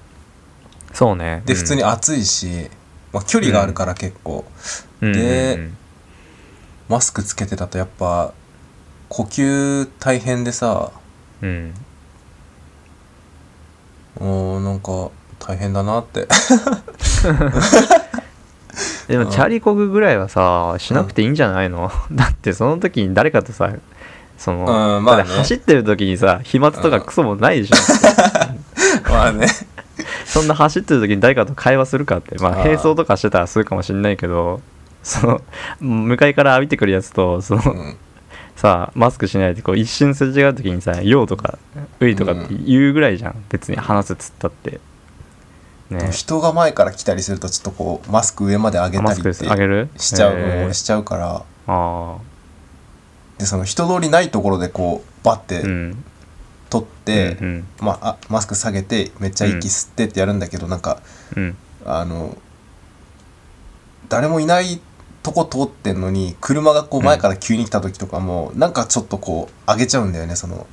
S1: そうね
S2: で
S1: うん
S2: 普通に暑いし、まあ、距離があるから結構、
S1: うん
S2: で
S1: うんうん
S2: マスクつけてだとやっぱ呼吸大変でさ
S1: うんうん
S2: うーんなんか大変だなって
S1: でもチャリコグぐらいはさしなくていいんじゃないの、だってその時に誰かとさその、
S2: うんまあ
S1: だ
S2: ね
S1: って走ってる時にさ飛沫とかクソもないじゃん、
S2: *laughs* まあね
S1: *laughs* そんな走ってる時に誰かと会話するかってまあ
S2: あー
S1: 並走とかしてたらするかもしんないけどその向かいから歩いてくるやつとその、
S2: うん
S1: さマスクしないでこう一瞬すれ違う時にさ「よう」とか「うい」とかって言うぐらいじゃん、別に話すっつったってね
S2: 人が前から来たりするとちょっとこうマスク上まで上げた
S1: マ
S2: り
S1: ス
S2: って
S1: クあげる
S2: しちゃう、
S1: え
S2: 俺
S1: ー
S2: しちゃうから
S1: あ
S2: でその人通りないところでこうバッ
S1: あう
S2: て
S1: ん
S2: 取って、
S1: うんうん
S2: まあ、マスク下げてめっちゃ息吸ってってやるんだけど、なんか
S1: うん
S2: あの誰もいないとこ通ってんのに車がこう前から急に来た時とかも、なんかちょっとこう上げちゃうんだよねその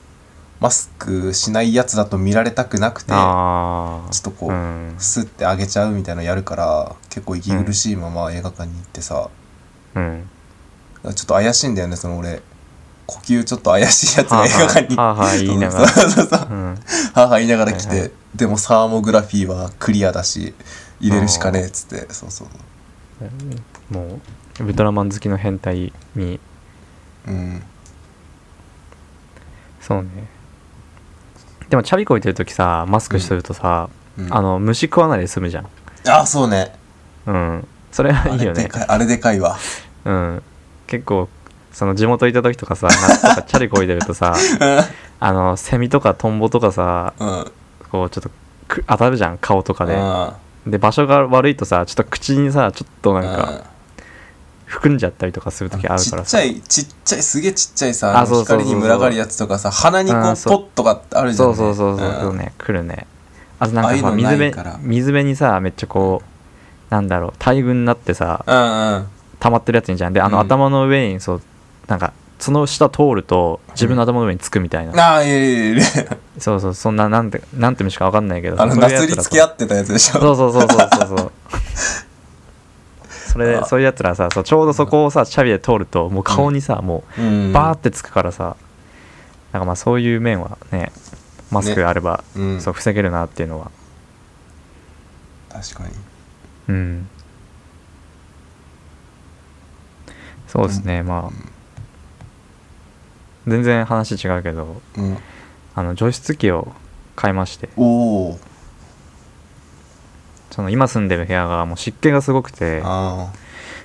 S2: マスクしないやつだと見られたくなくて
S1: ああ
S2: ちょっとこ
S1: う
S2: う、
S1: ん
S2: スッて上げちゃうみたいなのやるから結構息苦しいまま映画館に行ってさ、
S1: うん
S2: ちょっと怪しいんだよねその俺呼吸ちょっと怪しいやつ
S1: は
S2: が
S1: あ
S2: 映画館に
S1: はあはあ言いながら
S2: そうそうそう
S1: うん
S2: 母言いながら来て、
S1: はいは
S2: でもサーモグラフィーはクリアだし入れるしかねえっつってそうそう
S1: もうウルトラマン好きの変態に
S2: うん
S1: そうねでもチャリこいてる時さマスクしてるとさ、
S2: うん
S1: あの虫食わないで済むじゃん
S2: あそうね
S1: うんそれ
S2: あ
S1: は
S2: れ
S1: いいよ
S2: で
S1: ね
S2: かいあれでかいわ
S1: うん結構その地元行った時とかさ *laughs* 夏とかチャリこいでるとさあのセミとかトンボとかさ
S2: うんうん
S1: こうちょっとく当たるじゃん顔とかで
S2: あ
S1: で場所が悪いとさちょっと口にさちょっとなんか含んじゃったりとかする時ある
S2: ち
S1: か
S2: っ
S1: ら
S2: ち
S1: さ
S2: ゃいちっちゃいすげえちっちゃいさ
S1: あ
S2: あの
S1: そうそうそう
S2: 光に群がるやつとかさ鼻にこうポ
S1: あそう
S2: ッとかってあるじゃん
S1: そ
S2: ね
S1: うそうそうそう、
S2: ん
S1: ね来るねあとなん
S2: ああ
S1: か
S2: いう
S1: さ
S2: の
S1: 水
S2: ない
S1: 辺
S2: から
S1: 水辺にさめっちゃこうなんだろう大群になってさ
S2: うんうん
S1: 溜まってるやつにじゃんであの
S2: うん
S1: 頭の上にそうなんかその下通ると自分の頭の上につくみたいな、
S2: ああいえいえいえ
S1: そうそうそんななんてなんて虫かわかんないけど
S2: あの
S1: そういうやつ
S2: 夏
S1: ら
S2: り
S1: と
S2: 付き合ってたやつでし
S1: そ
S2: ょ
S1: うそうそうそうそうそうそれそういうやつらさそうちょうどそこをさシャビで通るともう顔にさ、もうバーってつくからさ、なんかまあそういう面はねマスクあれば、
S2: うんうん
S1: そう防げるなっていうのは
S2: 確かに
S1: うんそうですね、まあ全然話違うけど
S2: うん
S1: あの除湿機を買いまして
S2: おお
S1: その今住んでる部屋がもう湿気がすごくて
S2: あ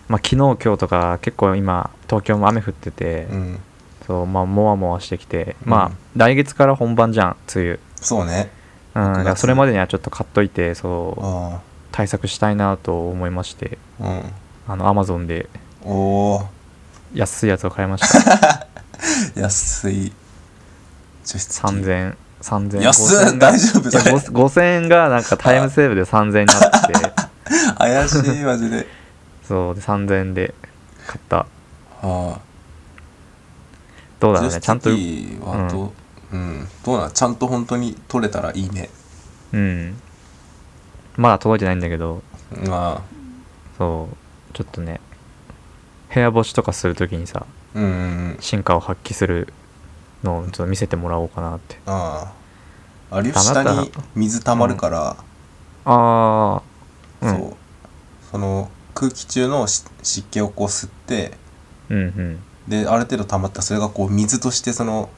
S1: まあ、昨日今日とか結構今東京も雨降ってて
S2: あ、うん
S1: そうまあもわもわしてきて、
S2: うん
S1: まあ来月から本番じゃん梅雨、うん、
S2: そうね
S1: だ
S2: 月
S1: からそれまでにはちょっと買っといてそう
S2: あ
S1: 対策したいなと思いまして
S2: あうん
S1: あのアマゾンで
S2: おお
S1: 安いやつを買いま
S2: *laughs*
S1: した
S2: 安い除湿器
S1: 3000円3000円
S2: 安
S1: 5000
S2: っ大丈夫
S1: いや
S2: それ
S1: 5000 5000円がなんかタイムセーブで3000円になってて
S2: *laughs* 怪しいマジで
S1: そうで3000円で買った
S2: あ
S1: どう
S2: あ
S1: だろうねちゃんと
S2: 除湿器はどううんどうなんちゃんと本当に取れたらいいね
S1: うんまだ届いてないんだけど
S2: まあ
S1: そうちょっとね部屋干しとかするときにさ
S2: うんうんうん
S1: 進化を発揮するのをちょっと見せてもらおうかなって
S2: あああれよ
S1: だな
S2: 下
S1: だな
S2: に水たまるから、
S1: ああうん
S2: そうその空気中のし湿気をこう吸って
S1: うんうん
S2: である程度溜まったそれがこう水としてその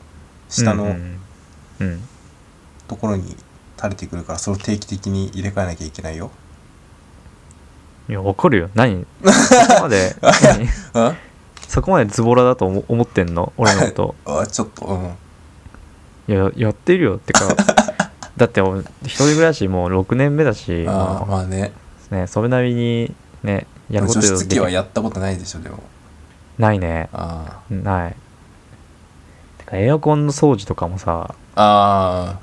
S2: 下
S1: うんう
S2: の
S1: んうん、うん
S2: ところに垂れてくるからそれを定期的に入れ替えなきゃいけないよ。
S1: いや怒るよ何そこま
S2: *laughs*
S1: で何
S2: あ
S1: そこまでズボラだと思思ってんの俺のこと
S2: あちょっとう
S1: いややってるよってかだって俺一人暮らしもう6年目だし
S2: んあ
S1: ま
S2: あまあね
S1: あね、それなりにねやるこ
S2: 除
S1: とよ
S2: 湿器はやったことないでしょでも
S1: ないね
S2: あ
S1: ないてかエアコンの掃除とかもさ
S2: あああ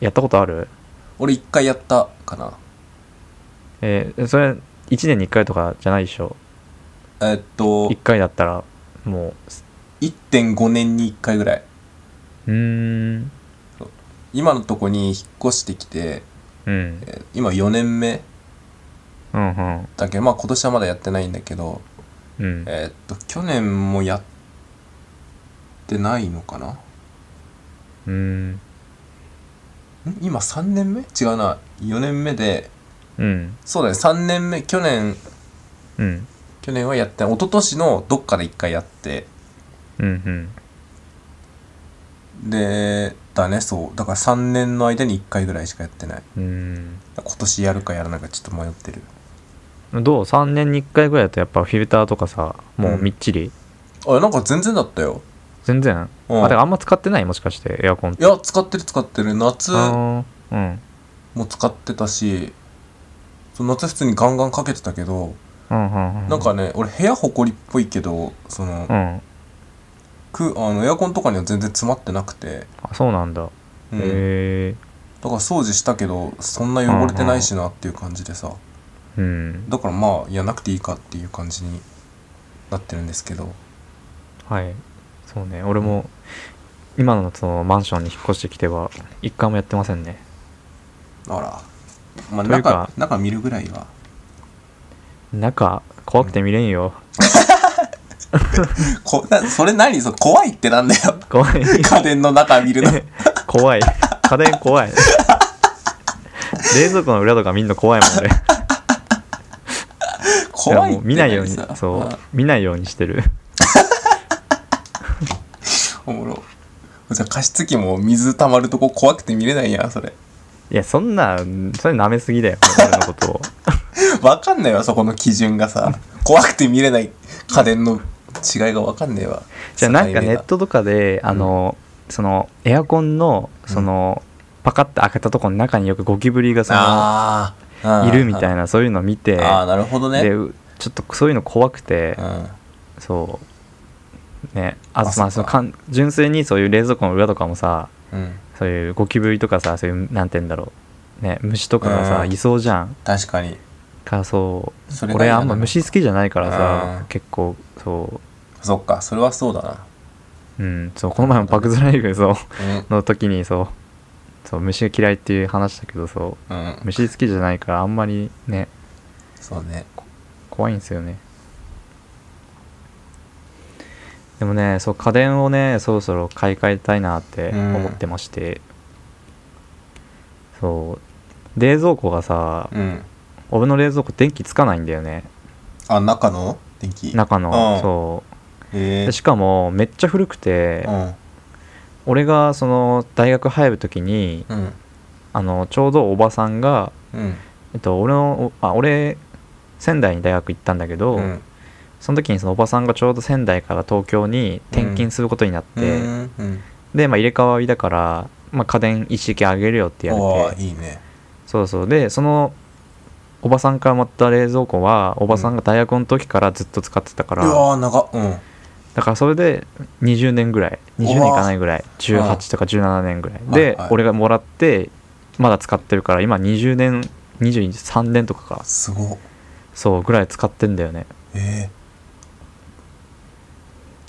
S1: やったことある
S2: 俺一回やったかな
S1: えーそれ1年に1回とかじゃないでしょ
S2: えっと
S1: 1回だったらも
S2: 1.5年に1回ぐらいう
S1: うーん
S2: 今のとこに引っ越してきて
S1: うん
S2: えー今4年目
S1: うんうん
S2: だけどまあ今年はまだやってないんだけど
S1: うん
S2: えーっと去年もやってないのかな
S1: うーん
S2: ん今3年目違うな4年目で
S1: うん
S2: そうだね3年目去年
S1: うん
S2: 去年はやってない一昨年のどっかで一回やって
S1: うんうん
S2: でだねそうだから3年の間に1回ぐらいしかやってない
S1: うん
S2: 今年やるかやらないかちょっと迷ってる
S1: どう3年に1回ぐらいだとやっぱフィルターとかさもうみっちり、
S2: あなんか全然だったよ
S1: 全然、
S2: うん
S1: あだからあんま使ってないもしかしてエアコンっ
S2: い
S1: て
S2: や使ってる使ってる夏
S1: あーうん
S2: も使ってたしその夏普通にガンガンかけてたけど、
S1: うんうんうん
S2: なんかね俺部屋ほこりっぽいけどその、
S1: うん
S2: くあのエアコンとかには全然詰まってなくて、
S1: あそうなんだ、
S2: うん
S1: へえ
S2: だから掃除したけどそんな汚れてないしなっていう感じでさ、
S1: うん
S2: だからまあやらなくていいかっていう感じになってるんですけど
S1: はいそうね俺も今のそのマンションに引っ越してきては一回もやってませんね
S2: あらまあ
S1: というか
S2: 中中見るぐらいは *laughs*
S1: 中怖くて見れんよ、
S2: こなそれ何その怖いってなんだよ *laughs*
S1: 怖い
S2: 家電の中見るの
S1: *laughs* 怖い家電怖い冷蔵庫の裏とか見んの怖いもんね
S2: 怖
S1: い
S2: い
S1: やも
S2: っ
S1: う
S2: て
S1: 見ないように
S2: 何さ
S1: そ
S2: あ
S1: う見ないようにしてる
S2: おもろじゃあ加湿器も水溜まるとこ怖くて見れないやんそれ
S1: いやそんなそれ舐めすぎだよ俺の
S2: *laughs*
S1: ことを
S2: わかんないわそこの基準がさ怖くて見れない家電の違いがわかんねえわ
S1: じゃあなんか
S2: 境目
S1: ネ
S2: が
S1: ットとかであの、そのエアコンのその、パカッて開けたとこの中によくゴキブリがその
S2: ああ
S1: いるみたい
S2: な
S1: なそういうのを見て
S2: ああなるほどね
S1: でうちょっとそういうの怖くて
S2: うん
S1: そうねあ
S2: あ
S1: まあそ
S2: そ
S1: の
S2: っか
S1: かん純粋にそういう冷蔵庫の裏とかもさ
S2: うん
S1: そういうゴキブリとかさそういうなんて言うんだろうね虫とかがさ、
S2: うん
S1: いそうじゃん
S2: 確かに
S1: からそう
S2: それが
S1: 俺
S2: 嫌だ
S1: あんま虫好きじゃないからさ、
S2: うん
S1: 結構そ
S2: そっかそれはそうだな
S1: ううんそうこの前もパクズライブそう *laughs*
S2: うん
S1: の時にそうそう虫が嫌いっていう話だけどそううん虫好きじゃないからあんまりね
S2: そうね
S1: 怖いんですよねでもねそう家電をねそろそろ買い替えたいなって
S2: うん
S1: 思ってまして、そう冷蔵庫がさ、
S2: うん
S1: 俺の冷蔵庫電気つかないんだよね
S2: あ中の電気
S1: 中の、
S2: うん
S1: そ
S2: へ
S1: う
S2: え
S1: でしかもめっちゃ古くて、
S2: うん
S1: 俺がその大学入る時に
S2: うん
S1: あのちょうどおばさんが
S2: うん
S1: えっと、俺のおあ俺仙台に大学行ったんだけど、
S2: うん
S1: その時にそのおばさんがちょうど仙台から東京に転勤することになって、
S2: うんうん
S1: で、まあ、入れ替わりだから、まあ、家電一式あげるよってや
S2: お
S1: れ
S2: ー
S1: て
S2: いいね
S1: そうそうでそのおばさんからもらった冷蔵庫はおばさんが大学の時からずっと使ってたか
S2: う
S1: ら、
S2: わー長うん
S1: だからそれで20年ぐらい20年いかないぐらい18とか17年ぐらい
S2: はい
S1: で、
S2: はい
S1: 俺がもらってまだ使ってるから今20年23年とかか
S2: すごっ
S1: そうぐらい使ってんだよね
S2: え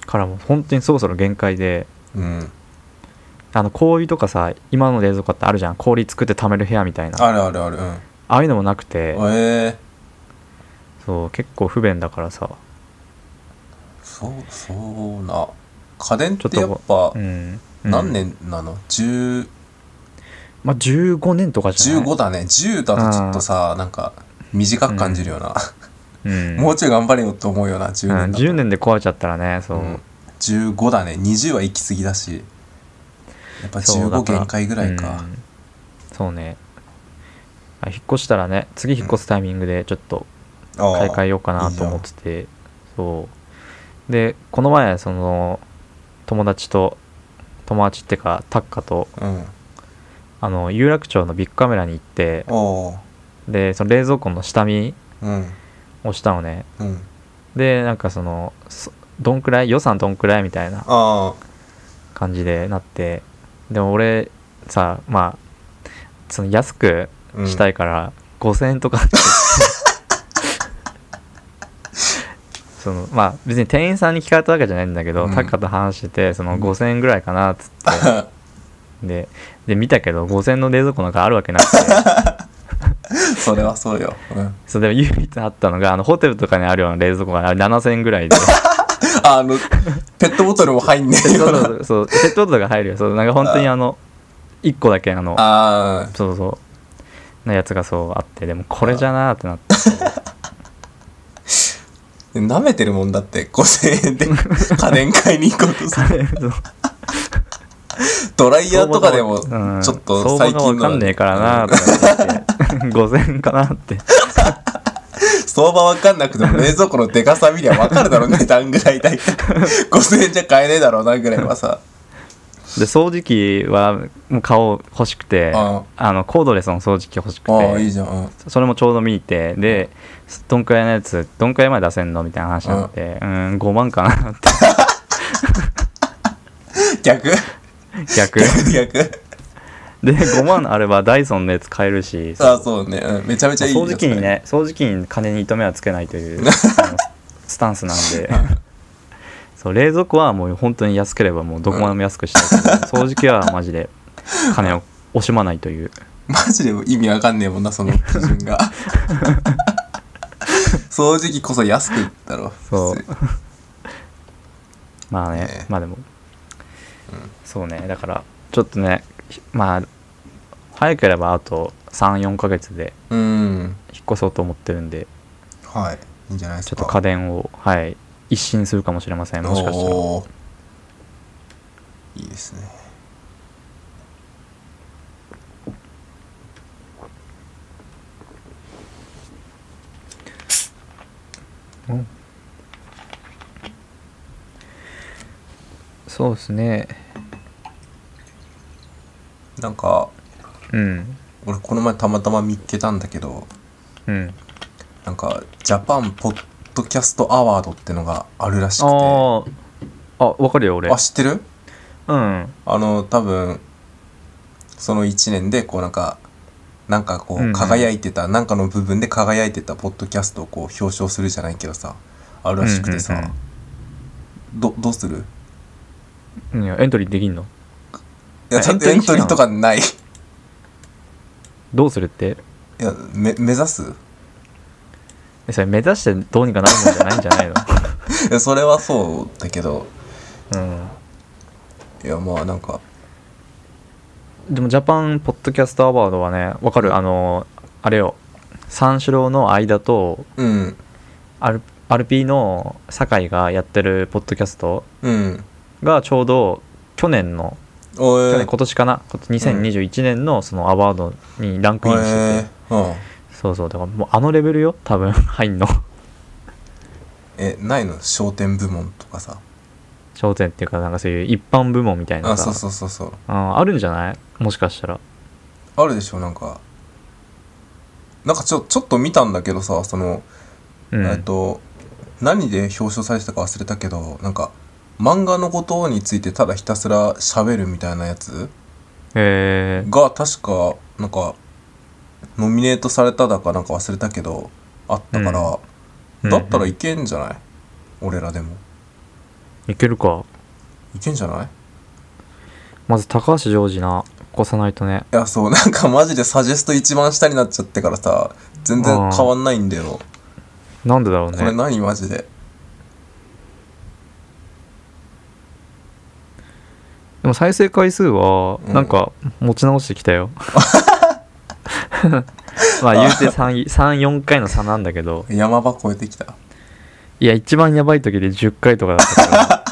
S1: からもう本当にそろそろ限界で
S2: えうん
S1: あの氷とかさ今の冷蔵庫ってあるじゃん氷作って貯める部屋みたいなあ
S2: あるあるあるうん
S1: あいうのもなくて
S2: ええ
S1: そう結構不便だからさ
S2: そうそうな家電っ
S1: ちょってと
S2: やっぱ
S1: うん、うん
S2: 何年なの、10
S1: まあ15年とかじゃない
S2: 15だね10だとちょっとさ、なんか短く感じるような、
S1: うん、
S2: もうちょい頑張れよって思うような10
S1: うん
S2: 年だと、
S1: 10年で壊れちゃったらねそう、
S2: うん15だね20は行き過ぎだしやっぱ
S1: そうだ
S2: 15
S1: から
S2: 限界ぐらいか
S1: うんそうねあ引っ越したらね次引っ越すタイミングでちょっと
S2: ああ
S1: 買い替えようかなと思っててそうでこの前その友達と友達ってかタッカと
S2: うん
S1: あの有楽町のビッグカメラに行って
S2: おう
S1: でその冷蔵庫の下見
S2: うん
S1: をしたのね
S2: うん
S1: でなんかそのそどんくらい予算どんくらいみたいな
S2: あ
S1: 感じでなってでも俺さまあその安く
S2: あ、うん、
S1: したいから、5,000円とかって
S2: *laughs*
S1: そのまあ別に店員さんに聞かれたわけじゃないんだけど、
S2: うん
S1: タッカと話しててその5,000円ぐらいかなっつってでで見たけど5,000円の冷蔵庫なんかあるわけな
S2: *laughs*
S1: くて
S2: *laughs* それはそうよ、うん、
S1: そうでも唯一あったのがあのホテルとかにあるような冷蔵庫が7,000円ぐらいで
S2: あのペットボトルも入んねえ
S1: そうそ
S2: よな
S1: うそうペットボトルが入るよそうなんか本当にあの1個だけあの
S2: あ
S1: そうそうなやつがそうあってでもこれじゃなーってなって
S2: で舐めてるもんだって5000円で *laughs* 家電買いに行こうとする
S1: *laughs* そう
S2: ドライヤーとかで
S1: う
S2: も
S1: ん
S2: ちょっと
S1: 相
S2: 最
S1: 場が
S2: 近
S1: 分
S2: の
S1: かんねえからなとか言って *laughs* 5000かなって
S2: 相場わかんなくても冷蔵庫のでかさ見りゃわかるだろう *laughs* ね値段ぐらい大体5000円じゃ買えねえだろうなぐらいは *laughs* さ
S1: で掃除機はもう顔欲しくて
S2: あ
S1: あのコードレスの掃除機欲しく
S2: ああいい
S1: て
S2: じゃんうん
S1: それもちょうど見に行ってでどんくらいのやつどんくらいまで出せんのみたいな話になってうん5万かなって
S2: 逆 *laughs*
S1: 逆
S2: 逆逆
S1: で5万あればダイソンのやつ買えるし
S2: ああそうねうんめちゃめちゃいい
S1: 掃除機に
S2: や
S1: ね掃除機に金に糸目はつけないと
S2: *laughs*
S1: いうあのスタンスなんでそう冷蔵庫はもう本当に安ければもうどこまでも安くしたいけ
S2: *laughs*
S1: ど、掃除機はマジで金を惜しまないという
S2: つマジで意味わかんねえもんなその基準 *laughs* が掃除機こそ安くだろ
S1: そう
S2: 普通
S1: *laughs* まあね
S2: ねえ
S1: まあでも、そうねだからちょっとねひまあ早ければあと34ヶ月で
S2: うん
S1: 引っ越そうと思ってるんで
S2: はいいいんじゃないです
S1: ちょ
S2: か
S1: っと家電をはい一新するかもしれませんもしかしたら
S2: おーいいですね
S1: そうですね
S2: なんか
S1: うん
S2: 俺この前たまたま見っけたんだけど
S1: うん
S2: なんかジャパンポッドキャストアワードってのがあるらしくてあ
S1: あああわかるよ俺
S2: 知ってる
S1: うん
S2: あの多分その1年でこうなんかなんかこ
S1: うんう
S2: うん輝いてた、なんかの部分で輝いてたポッドキャストをこう表彰するじゃないけどさあるらしくてさ、
S1: うんうん
S2: どどうする
S1: うんいやエントリーできんの
S2: いや
S1: あ
S2: ちゃんとエ
S1: エ
S2: ン
S1: ント
S2: ト
S1: リーしないの
S2: リーとかないい
S1: どうするって
S2: やめ目指す
S1: えそれ目指してどうにかなるもんじゃないんじゃないの
S2: い *laughs* やそれはそうだけど
S1: うん
S2: いやまあなんか
S1: でもジャパンポッドキャストアワードはねわかるあのあれよ三四郎の間と
S2: うん
S1: アルアルピーの酒井がやってるポッドキャスト
S2: うん
S1: がちょうど去年の
S2: お
S1: 去
S2: え
S1: 年今年かな今年2021年のそのアワードにランクインしてて、
S2: えーうん
S1: そうそうだからもうあのレベルよ多分 *laughs* 入んの
S2: えないの商店部門とかさ
S1: 焦点っていうかなんかそういう一般部門みたいな
S2: あ
S1: さ
S2: そうそうそうそう
S1: うんあるんじゃないもしかしたら
S2: あるでしょなんかなんかちょちょっと見たんだけどさその、
S1: うん
S2: えっと何で表彰されてたか忘れたけどなんか漫画のことについてただひたすら喋るみたいなやつ
S1: えー
S2: が確かなんかノミネートされただかなんか忘れたけどあったから、
S1: うん
S2: だったらいけんじゃない、俺らでも
S1: いけるか
S2: いけんじゃない
S1: まず高橋ジョージな越さないとね
S2: いやそうなんかマジでサジェスト一番下になっちゃってからさ全然
S1: あー
S2: 変わんないんだよ
S1: なんでだろう
S2: こ
S1: ね
S2: れ何マジで
S1: でも再生回数は
S2: うん
S1: なんか持ち直してきたよ、 *laughs* まあ言うて34回
S2: *laughs*
S1: の差なんだけど
S2: 山場越えてきた
S1: いや一番やばい時で10回とかだったから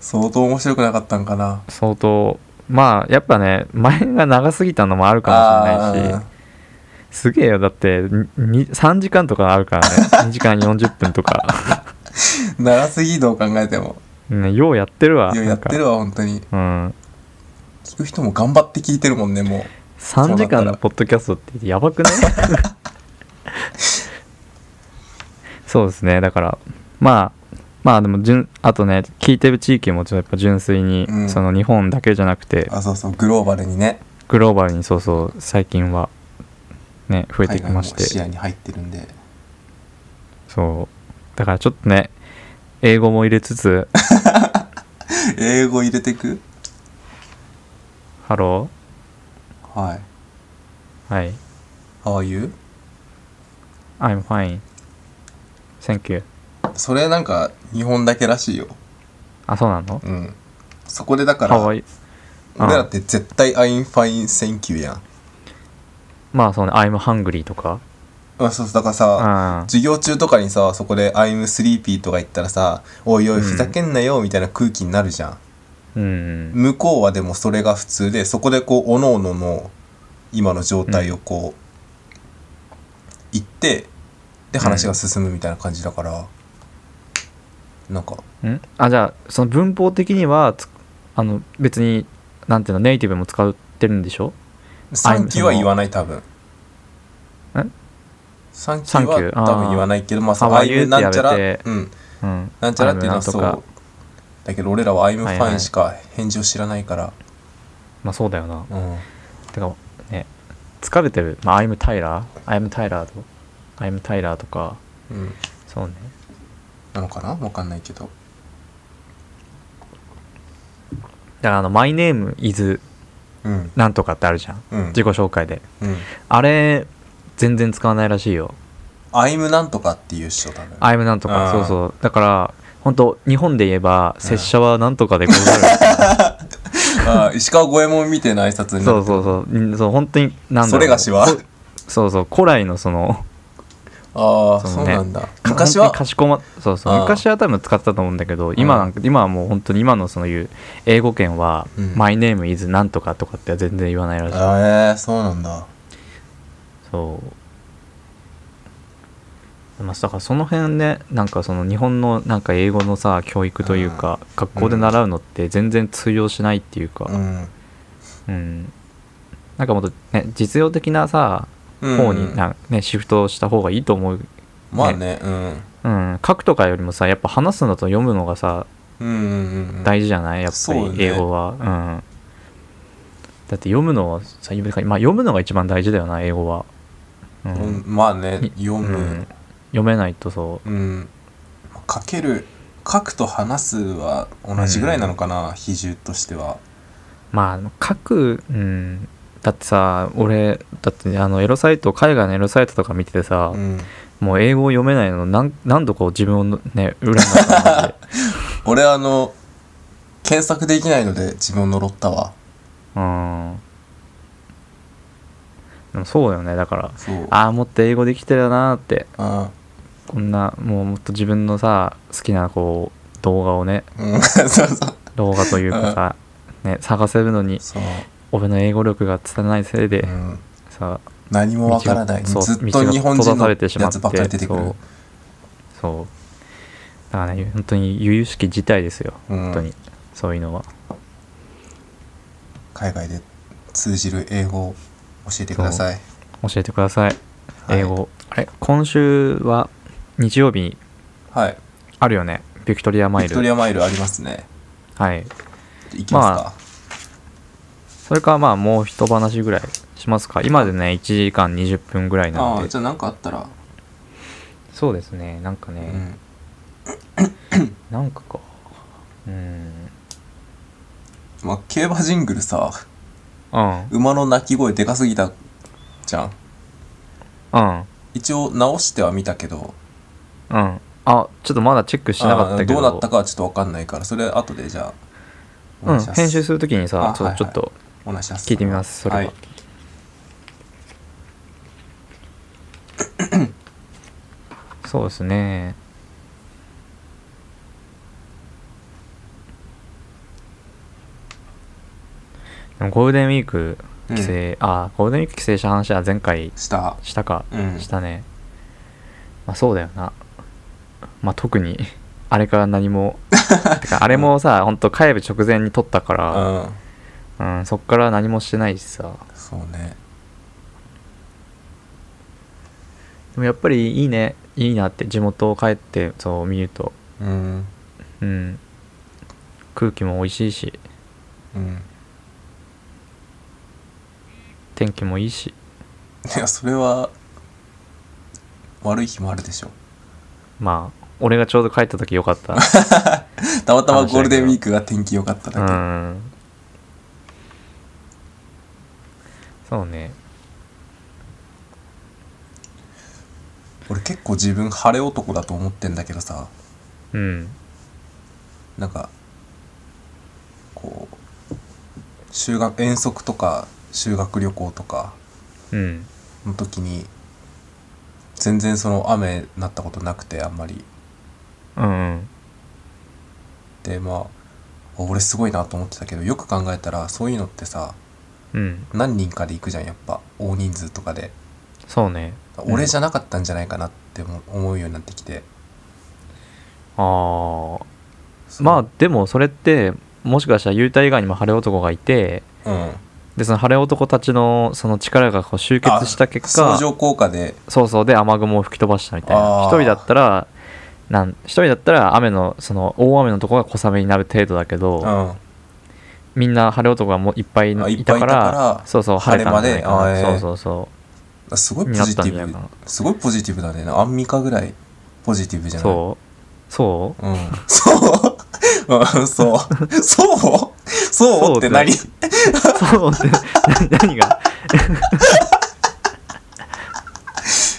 S2: 相当面白くなかったんかな
S1: 相当まあやっぱね前が長すぎたのもあるかもしれないしすげえよだってに3時間とかあるからね2
S2: *laughs*
S1: 時間40分とか、
S2: あー長すぎどう考えても
S1: ね、ようやってるわ
S2: いやや
S1: なん
S2: っ
S1: か
S2: てるわ本当に
S1: うん
S2: 聞く人も頑張って聞いてるもんねも
S1: 3時間
S2: そうなった
S1: の
S2: ら
S1: ポッドキャストってやば
S2: *laughs*
S1: くないそうですねだからまあまあでも純あとね聞いてる地域もちょっとやっぱ純粋に、
S2: うん
S1: その日本だけじゃなくて
S2: うあそうそうグローバルにね
S1: グローバルにそうそう最近はね増えてきまし
S2: 海外も視
S1: て
S2: 野に入ってるんで
S1: そうだからちょっとね英語も入れつつ
S2: 英語入れてく
S1: 「ハロ
S2: はい
S1: ーはい
S2: How are you?
S1: I'm fine thank you
S2: それなんか日本だけらしいよ」
S1: あそうなの
S2: うんそこでだか
S1: からわいい
S2: 俺らって絶対「I'm fine thank you」やん
S1: まあそうね「I'm hungry」とか
S2: あそうそうだからさ
S1: あ
S2: 授業中とかにさそこで「I'm sleepy」とか言ったらさ「おいお
S1: う
S2: い
S1: ん
S2: ふざけんなよ」みたいな空気になるじゃん、
S1: うん
S2: 向こうはでもそれが普通でそこでこうおのおのの今の状態をこう言って、で話が進むみたいな感じだから、なんか
S1: んあじゃあその文法的にはつあの別になんていうのネイティブも使ってるんでしょ
S2: 「サンキュー」は言わない多分
S1: ん
S2: サンキュー
S1: サンキューあ
S2: は
S1: ー
S2: 多分言わないけどまあそ
S1: How
S2: う
S1: are
S2: アイム
S1: you？
S2: なんちゃら
S1: ってやめて
S2: うん
S1: うん
S2: なんちゃらっていうのは
S1: あで
S2: そ
S1: もなんと
S2: う
S1: か
S2: だけど俺らは「I'm
S1: はいはい
S2: fine」しか返事を知らないから、
S1: まあそうだよな
S2: うん
S1: てかね疲れてるまあアイムタイラーアイムタイラーとアイムタイラーとか
S2: うん、
S1: そうね
S2: なのかなわかんないけど
S1: だからあの「マイネームイズ
S2: うん
S1: なんとか」ってあるじゃん
S2: うん
S1: 自己紹介で
S2: うん
S1: あれ全然使わないらしいよ
S2: 「I'm なんとか」っていう人多分
S1: 「アイムなんとか
S2: あ」ー
S1: そうそうだから本当日本で言えば「拙者はなんとかでござ
S2: *laughs*
S1: る
S2: ああ石川五右衛門みたいな挨拶」にな
S1: そ
S2: る
S1: うそうそううんそう本当になんだろう
S2: それがしは
S1: こそうそう古来のその
S2: あ
S1: そ
S2: あそう
S1: うね
S2: なんだ昔は
S1: かしこまそうそう
S2: あー
S1: 昔は多分使ってたと思うんだけど今なんか今はもう本当に今のそのいう英語圏は
S2: うん
S1: 「マイネームイズなんとか」とかって全然言わないらしい
S2: あえそうなんだ
S1: そうまあだからその辺ねなんかその日本のなんか英語のさ教育というか学校で習うのって全然通用しないっていうか
S2: うん
S1: うん、なんかもっとね実用的なさ
S2: うん
S1: 方にな、ね、シフトした方がいいと思う、
S2: まあねうん
S1: うん、書くとかよりもさやっぱ話すのと読むのがさ
S2: うんうんうん
S1: 大事じゃないやっぱ
S2: そう
S1: り
S2: ね
S1: 英語はう、ん、だって読むのはさ、まあ、読むのが一番大事だよな英語は、う
S2: うんまあね読
S1: うん
S2: む、
S1: 読めないとそう
S2: うん書ける書くと話すは同じぐらいなのかな比重としては
S1: まあ書く、うん、だってさ俺だってねあのエロサイト海外のエロサイトとか見ててさ、
S2: うん
S1: もう英語を読めないの何何度こう自分をね裏になったのマジで
S2: 俺あの検索できないので自分を呪ったわ
S1: うんでもそうだよねだから
S2: そう
S1: ああもっと英語できてるなーって
S2: あ
S1: こんなもうもっと自分のさ好きなこう動画をね
S2: うん *laughs* そうそう
S1: 動画というかさ、ね、探せるのに
S2: そう、
S1: 俺の英語力が拙ないせいで、
S2: うん、
S1: さ
S2: 何もわからない
S1: 道が
S2: ず
S1: そう
S2: っと日本
S1: 道が閉
S2: 人
S1: ざさ
S2: のや
S1: れてしまって
S2: つばっかり出てくる
S1: そうそうだからね本当に由々しき事態ですよ、
S2: うん
S1: 本当にそういうのは
S2: 海外で通じる英語を教えてください
S1: 教えてください
S2: はい
S1: 英語、あれ今週は日曜日
S2: はい
S1: あるよねビクトリアマ
S2: ビ
S1: イ
S2: ク
S1: ル
S2: トリアマイルありますね
S1: はい
S2: 行きますか、
S1: それからまあもう一話ぐらいしますか今でね1時間20分ぐらいな
S2: あ
S1: の
S2: あ
S1: で
S2: じゃあ何かあったら、
S1: そうですねなんかね、
S2: うん、
S1: なんかかうん
S2: まあ、競馬ジングルさ
S1: うん
S2: 馬の鳴き声でかすぎたじゃん
S1: うん
S2: 一応直しては見たけど
S1: うんあちょっとまだチェックしてなかったけど
S2: ああどうなったかはちょっとわかんないからそれ後でじゃあお
S1: う
S2: 願
S1: ん
S2: いします
S1: 編集するときに
S2: あ
S1: さちょ,、
S2: はいはい
S1: ちょっと
S2: お願いします
S1: 聞いてみますそれは、
S2: はい、
S1: *coughs* そうですねでもゴールデンウィーク
S2: うん
S1: 帰省、あゴールデンウィーク帰省した話は前回
S2: した
S1: したか、
S2: うん
S1: したねまあそうだよなまあ特に *laughs* あれから何
S2: *laughs*
S1: もてかあれもさ本当帰る直前に撮ったか
S2: うん
S1: ら、うん、そっから何もしてないしさ
S2: そうね
S1: でもやっぱりいいねいいなって地元を帰ってそう見ると
S2: うん
S1: うん空気も美味しいし
S2: うん
S1: 天気もいいし
S2: いやそれは悪い日もあるでしょ
S1: まあ俺がちょうど帰った時よか
S2: *laughs*
S1: った
S2: たまたまゴールデンウィークが天気良かった
S1: う
S2: だ
S1: んそうね
S2: け、俺結構自分晴れ男だと思ってんだけどさ
S1: うん
S2: なんかこう修学遠足とか修学旅行とか
S1: うん
S2: の時に全然その雨になったことなくてあんまり
S1: うんうん
S2: でまあ俺すごいなと思ってたけどよく考えたらそういうのってさ
S1: うん
S2: 何人かで行くじゃんやっぱ大人数とかで
S1: そうね
S2: 俺じゃなかったんじゃないかなって思思うようになってきて
S1: ああ
S2: そう
S1: まあでもそれってもしかしたら雄太以外にも晴れ男がいて
S2: うん
S1: でその晴れ男たちのその力がこう集結した結
S2: 相
S1: 果
S2: 乗効果で
S1: そうそうで雨雲を吹き飛ばしたみたい
S2: あ
S1: な
S2: ー
S1: 一人だったらなん一人だったら雨のその大雨のとこが小雨になる程度だけど、
S2: うん
S1: みんな晴れ男がもういっぱいい
S2: あいっ
S1: いた
S2: ぱいい
S1: か
S2: た
S1: ら
S2: から
S1: そうそう晴れたんじゃないか
S2: 晴れ
S1: な
S2: まであー
S1: そうそうそ
S2: すごいポ
S1: うになっ
S2: ジテ
S1: たんじゃ
S2: ィ
S1: ないか
S2: ブ
S1: な
S2: すごいポジティブだねアンミカぐらいポジティブじゃない
S1: そうそう
S2: うんそう *laughs* うんそうそうそうって何
S1: そう
S2: *laughs*
S1: そうってな何が *laughs*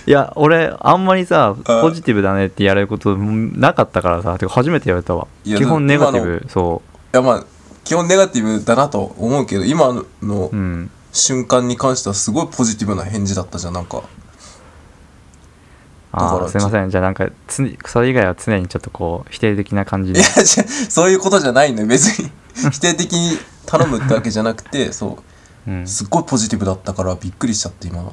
S1: いや俺あんまりさ
S2: あ
S1: ポジティブだねってやれることなかったからさてか初めてやれたわ
S2: いや
S1: 基本ネガティ
S2: 今
S1: ブそ
S2: いやまあ基本ネガティブだなと思うけど今
S1: う
S2: の
S1: うん
S2: 瞬間に関してはすごいポジティブな返事だったじゃんなんかだか
S1: あ
S2: ら
S1: ーすいませんじゃあなんかつそれ以外は常にちょっとこう否定的な感じ
S2: *laughs* い
S1: で
S2: やじゃそういうことじゃないのよ別に否定的に頼むってわけじゃなくてそ
S3: うん
S2: うすっごいポジティブだったからびっくりしちゃって今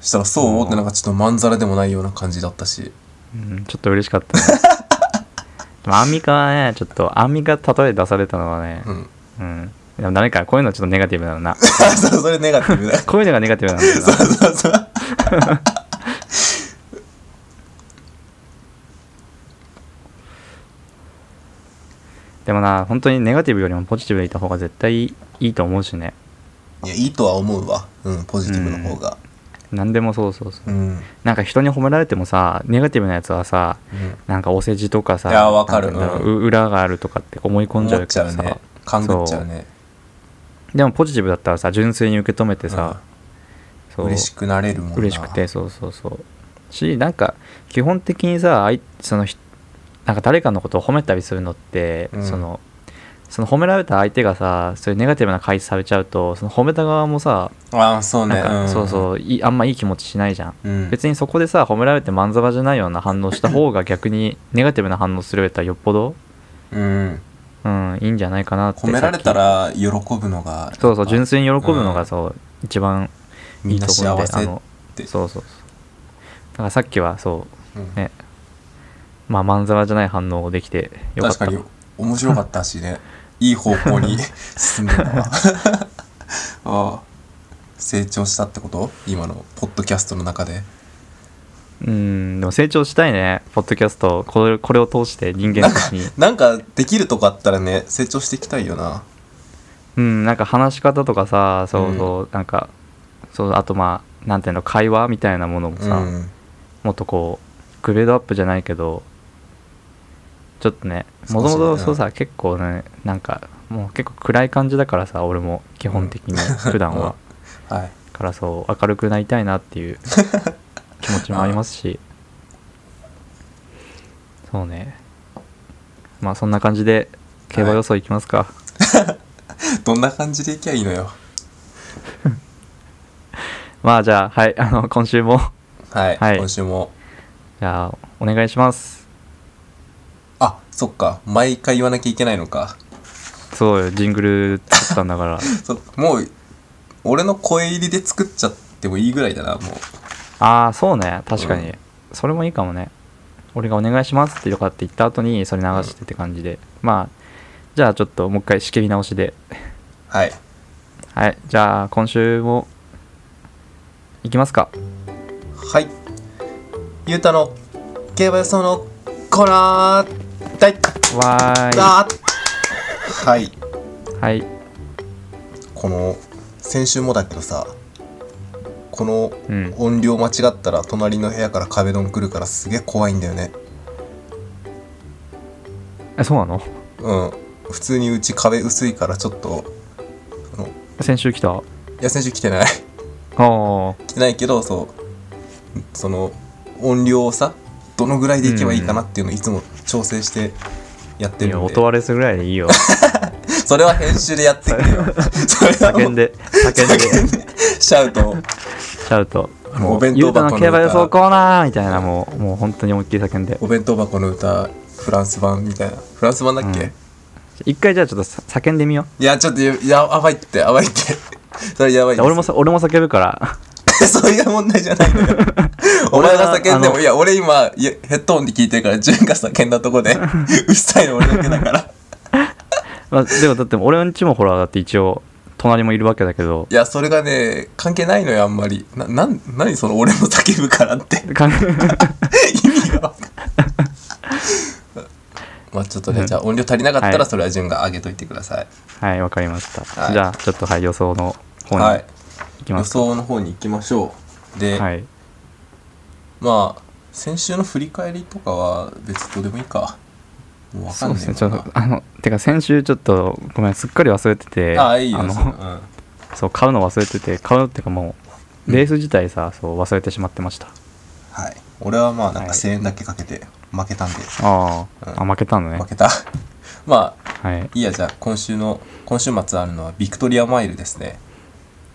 S2: したらそうってなんかちょっとまんざらでもないような感じだったし
S1: うんちょっと嬉しかったね *laughs* でもアンミカはねちょっとアンミカ例え出されたのはね
S2: うん *laughs*
S1: うんでもダメかこういうのはちょっとネガティブなのな
S2: そうそれネガティブだ
S1: こういうのがネガティブなんだよな
S2: *laughs* そうそうそう
S1: でもな本当にネガティブよりもポジティブでいた方が絶対いいと思うしね
S2: *laughs* いやいいとは思うわうんポジティブの方が
S1: 何でもそうそうそう
S2: うん、うん
S1: なんか人に褒められてもさネガティブなやつはさなんかお世辞とかさ
S2: いやわかる
S1: なんて言うんだろ
S2: う
S1: うう裏があるとかって思い込んじゃ
S2: 思っ
S1: う
S2: ち
S1: け
S2: ゃ
S1: ど
S2: う
S1: さ、
S2: ね勘ぐっちゃうね
S1: でもポジティブだったらさ純粋に受け止めてさ、そう
S2: 嬉しくなれるもんな
S1: 嬉しくてそうそうそうしなんか基本的にさあいそのひなんか誰かのことを褒めたりするのって、
S2: うん
S1: そのその褒められた相手がさそういうネガティブな回避されちゃうとその褒めた側もさ
S2: ああそうね
S1: なんか、
S2: ん、
S1: そうそういいあんまいい気持ちしないじゃん
S2: う、ん、
S1: 別にそこでさ褒められてまんざらじゃないような反応した方が逆にネガティブな反応するよりはよっぽど、
S2: うん、
S1: うん、いいんじゃないかなって
S2: 褒められたら喜ぶのが
S1: さっきそうそう純粋に喜ぶの
S2: う
S1: が
S2: ん
S1: そう、一番い
S2: み
S1: い
S2: んな
S1: と思うん
S2: 幸
S1: であ
S2: せ
S1: の
S2: て
S1: そうそうそうだからさっきはそう
S2: うん
S1: ねまあまんざらじゃない反応をできてよかっ
S2: 確
S1: た
S2: かに面白かった
S1: *laughs*
S2: しねいい方向に進んでたわああ成長したってこと今のポッドキャストの中で
S1: うんでも成長したいねポッドキャストこれこれを通して人間
S2: なん
S1: た
S2: か
S1: ちに
S2: なんかできるとこあったらね成長していきたいよな
S1: *laughs* うんなんか話し方とかさそうそう、なんかそうあとまあなんていうの会話みたいなものもさ、
S2: うん
S1: もっとこうグレードアップじゃないけどちょっとね
S2: 少し
S1: も
S2: ね
S1: ともとそうさ結構ねなんかもう結構暗い感じだからさ俺も基本的に普段
S2: *laughs*
S1: は、
S2: はい
S1: からそう明るくなりたいなっていう気持ちもありますしそうねまあそんな感じで競馬予想いきますか、
S2: どんな感じでいきゃいいのよ
S1: まあじゃあはいあの今週も
S2: はい、
S1: はい
S2: 今週も
S1: じゃあお願いします
S2: あそっか毎回言わなきゃいけないのか
S1: そうよジングル作ったんだから
S2: そうもう俺の声入りで作っちゃってもいいぐらいだなも
S1: ああそうね確かに、
S2: う
S1: それもいいかもね俺が「お願いします」ってとかって言った後にそれ流してって感じで、まあじゃあちょっともう一回仕切り直しで
S2: うはい
S1: はいじゃあ今週もいきますか
S2: はいゆうたの競馬予想のコーナーだい
S1: わーい
S2: だはい
S1: はい。
S2: この先週もだけどさこの
S1: うん。
S2: 音量間違ったら隣の部屋から壁ドン来るからすげえ怖いんだよね
S1: え、そうなの
S2: うん普通にうち壁薄いからちょっと
S1: 先週来たあ
S2: いや先週来てない
S1: あ。
S2: 来てないけどそうその音量をさどのぐらいでいけばいいかなっていうのをいつも調整してやって
S1: い
S2: る
S1: や、
S2: んで
S1: 音割れするぐらいで
S2: *laughs*
S1: いいよ。
S2: それは編集で
S1: *laughs*
S2: やってくれよそれはも
S1: 叫
S2: うん
S1: で、叫んで、
S2: シャウトを
S1: シャウト。
S2: あのお弁
S1: ゆ
S2: 当
S1: うた
S2: 箱
S1: の
S2: の
S1: 競馬予想
S2: 歌
S1: コーナーみたいなもうもう本当に思いっきり叫んで
S2: お弁当箱の歌フランス版みたいなフランス版だっけ、
S1: うん一回じゃあちょっとさ叫んでみよ
S2: いやちょっとややばいって *laughs* やばいってそれやばいうです
S1: 俺もさ俺も叫ぶから *laughs*
S2: *laughs* そういう問題じゃないのよお前が叫んで
S1: あ
S2: も
S1: の
S2: いや俺今いやヘッドホンで聞いてるから潤が叫んだと
S1: *laughs*
S2: こでうっさいの俺だけだから
S1: まあでもだって俺んちもほらだって一応隣もいるわけだけど
S2: いやそれがね関係ないのよあんまりななん何その俺も叫ぶからって *laughs*
S1: かん
S2: 意味がわかん *laughs* まあちょっとね、
S1: うん
S2: じゃあ音量足りなかった
S1: は
S2: ら
S1: い
S2: それは潤が上げといてください
S1: *laughs* はいわかりました、
S2: はい
S1: じゃあちょっとはい予想の方に
S2: はい
S1: 行き
S2: 予
S1: ます
S2: 想の方に行きましょうで、
S1: はい
S2: まあ先週の振り返りとかは別にどうでもいいかもうわか
S1: そ
S2: ん
S1: うで
S2: ない
S1: すねち
S2: か
S1: ょ
S2: な
S1: っとあのてか先週ちょっとごめんすっかり忘れてて
S2: ああいいよ、
S1: の
S2: それうん、
S1: そう買うの忘れてて買うっていうかもうレース自体さ、そう忘れてしまってました
S2: はい。俺はまあなん
S1: はい
S2: か1000円だけかけて負けたんで、
S1: あー、
S2: う
S1: あ負けたのね
S2: 負けた。 *laughs* まあ
S1: はい
S2: いいや、じゃあ今週の、今週末あるのはビクトリアマイルですね。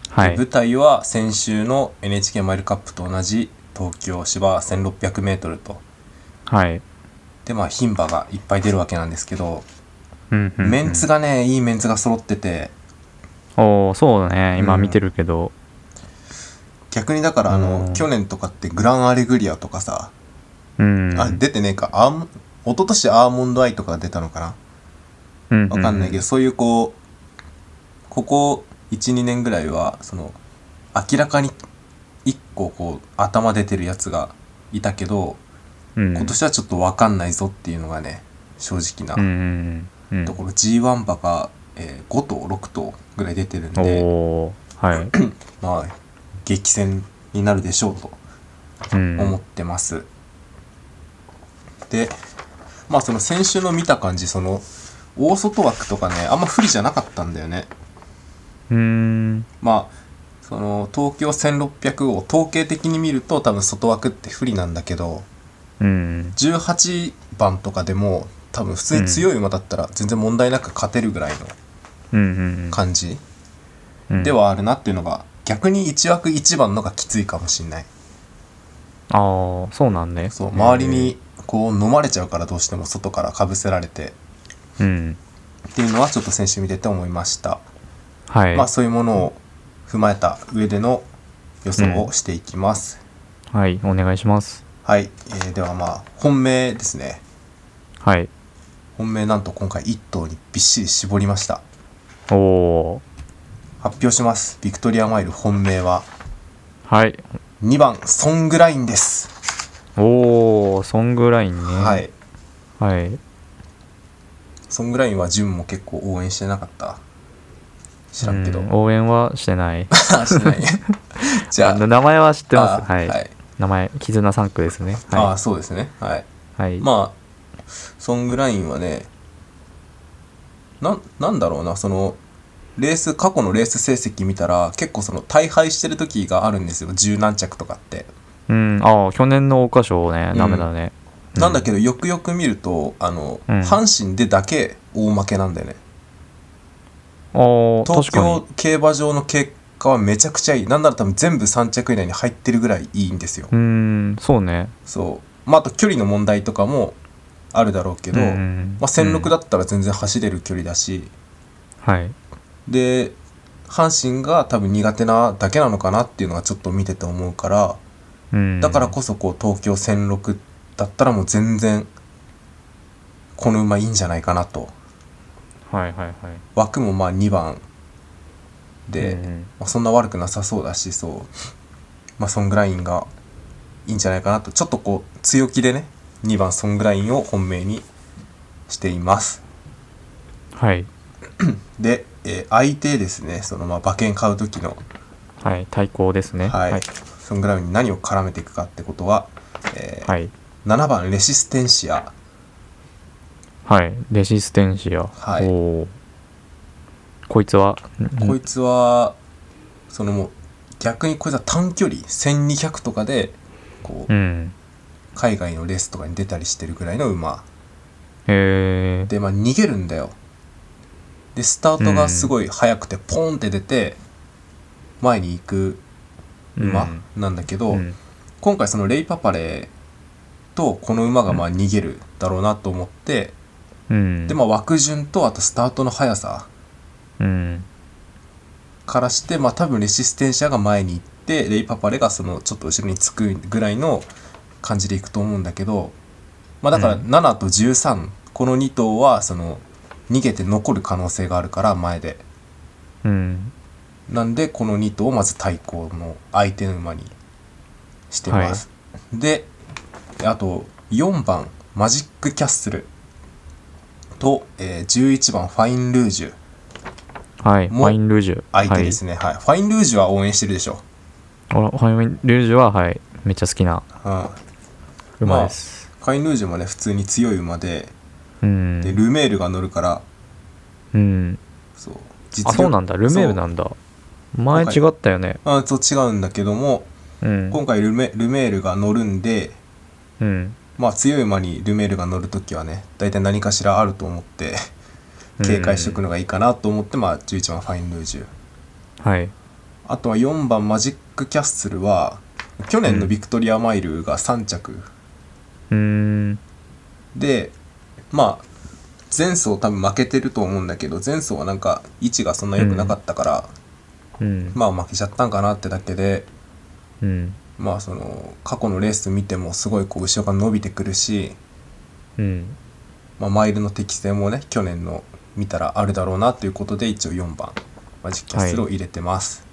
S1: は
S2: で
S1: い
S2: 舞台は先週の NHK マイルカップと同じ東京芝1600メートルと。
S1: はい
S2: で、まあ牝馬がいっぱい出るわけなんですけど、
S1: うんうんうん
S2: メンツがね、いいメンツが揃ってて、
S1: おおそうだね今
S2: うん
S1: 見てるけど、
S2: 逆にだからあの、
S1: うん
S2: 去年とかってグランアレグリアとかさ、
S1: うん
S2: あ、出てねえか、アーモン一昨年アーモンドアイとかが出たのかな
S1: うん
S2: わかんないけど、
S1: ど
S2: そういうこう、ここ1、2年ぐらいは、その、明らかに1個こう、頭出てるやつがいたけど、
S1: 今
S2: 今年はちょっとわかんないぞっていうのがね、正直
S1: うん
S2: な
S1: うんうん
S2: ところ、G1 馬が、えー5頭、6頭ぐらい出てるん
S1: うん
S2: で、
S1: おおはい、
S2: まあ、激戦になるでしょうと
S1: うん、
S2: 思ってます。で、まあその先週の見た感じ、その、大外枠とかね、あんま不利じゃなかったんだよね。
S1: うーん
S2: まあその東京1600を統計的に見ると多分外枠って不利なんだけど
S1: うん
S2: 18番とかでも多分普通に強い馬だったら全然問題なく勝てるぐらいの
S1: うんうん
S2: 感じ
S1: うん
S2: ではあるなっていうのが逆に1枠1番のがきついかもしんない
S1: ああそうなんね
S2: そう周りにこう飲まれちゃうからどうしても外からかぶせられて
S1: うん
S2: っていうのはちょっと先週見てて思いました
S1: はい、
S2: まあそういうものを踏まえた上での予想をしていきます、
S1: はいお願いします
S2: はい、えーではまあ本命ですね
S1: はい
S2: 本命なんと今回1頭にびっしり絞りました
S1: おお
S2: 発表しますビクトリアマイル本命は
S1: はい
S2: 2番ソングラインです、
S1: おおソングラインね
S2: は、い
S1: はい、
S2: ソングラインはジュンも結構応援してなかった知らんけど、
S1: うん
S2: *laughs* あ
S1: 応援はしてない
S2: し
S1: *laughs*
S2: てないじゃ
S1: あ
S2: *laughs* あ
S1: の名前は知ってます
S2: あ
S1: はい、名前絆3区ですね
S2: あ
S1: は
S2: あそうですねはい
S1: い、はい、
S2: まあソングラインはねなんなんだろうなそのレース過去のレース成績見たら結構その大敗してる時があるんですよ十何着とかって
S1: うんああ去年の桜花賞ね
S2: うん
S1: ダメだね、う
S2: なんだけどよくよく見るとあの、
S1: うん
S2: 阪神でだけ大負けなんだよね
S1: おー
S2: 東
S1: 確かに
S2: 京競馬場の結果はめちゃくちゃいいなんなら多分全部3着以内に入ってるぐらいいいんですよ、
S1: うーんそうね
S2: そうまああと距離の問題とかもあるだろうけど、
S1: うん
S2: まあ、1006だ
S1: うん
S2: ったら全然走れる距離だし、
S1: はい
S2: で阪神が多分苦手なだけなのかなっていうのがちょっと見てて思うから
S1: うん
S2: だからこそこう東京1006だったらもう全然この馬いいんじゃないかなと
S1: はいはいはい
S2: 枠もまあ2番で、
S1: うん
S2: まあ、そんな悪くなさそうだしそう、まあ、ソングラインがいいんじゃないかなとちょっとこう強気でね2番ソングラインを本命にしています
S1: はい
S2: で、えー相手ですねそのまあ馬券買う時の、
S1: はい対抗ですね
S2: はい
S1: はい、
S2: ソングラインに何を絡めていくかってことは、えー
S1: はい
S2: 7番レシステンシア
S1: はいレシステンシア、
S2: はい
S1: おーこいつは
S2: こいつはそのもう逆にこいつは短距離1200とかでこ
S1: う
S2: う
S1: ん
S2: 海外のレースとかに出たりしてるぐらいの馬
S1: へえ
S2: で、まあ、逃げるんだよでスタートがすごい速くてポーンって出て前に行く馬
S1: うん
S2: なんだけど、
S1: うん
S2: 今回そのレイ・パパレとこの馬がまあ逃げるだろうなと思って、
S1: うん
S2: でまあ枠順とあとスタートの速さ
S1: うん
S2: からして、まあ、多分レシステンシアが前に行ってレイ・パパレがそのちょっと後ろにつくぐらいの感じでいくと思うんだけど、まあ、だから
S1: うん
S2: 7と13、この2頭はその逃げて残る可能性があるから前で。
S1: うん
S2: なんでこの2頭をまず対抗の相手の馬にしてます、であと4番マジックキャッスルと、えー11番ファインルージュ
S1: はいフ
S2: もう
S1: ァインルージュ
S2: 相手ですね、はいファインルージュは応援してるでしょ、
S1: はいあファインルージュははいめっちゃ好きな
S2: うん、
S1: 馬です、
S2: ファインルージュもね普通に強い馬で
S1: う
S2: で
S1: ん
S2: ルメールが乗るから
S1: うん
S2: そう
S1: あそうなんだルメールな
S2: だ
S1: んだ前違ったよね
S2: あそう違うんだけども
S1: うん
S2: 今回ルメルメールが乗るんで
S1: うん
S2: まあ強い馬にルメールが乗るときはね大体何かしらあると思って警戒しておくのがいいかなと思って、まあ、11番ファインルージュ
S1: はい
S2: あとは4番マジックキャッスルは去年のビクトリアマイルが3着、
S1: うーん
S2: でまあ前走多分負けてると思うんだけど前走はなんか位置がそんな良くなかったから、
S1: うん
S2: まあ負けちゃったんかなってだけで
S1: うん
S2: まあその過去のレース見てもすごいこう後ろが伸びてくるし、
S1: うん
S2: まあ、マイルの適性もね去年の見たらあるだろうなということで一応4番マジックキャッスルを入れてます、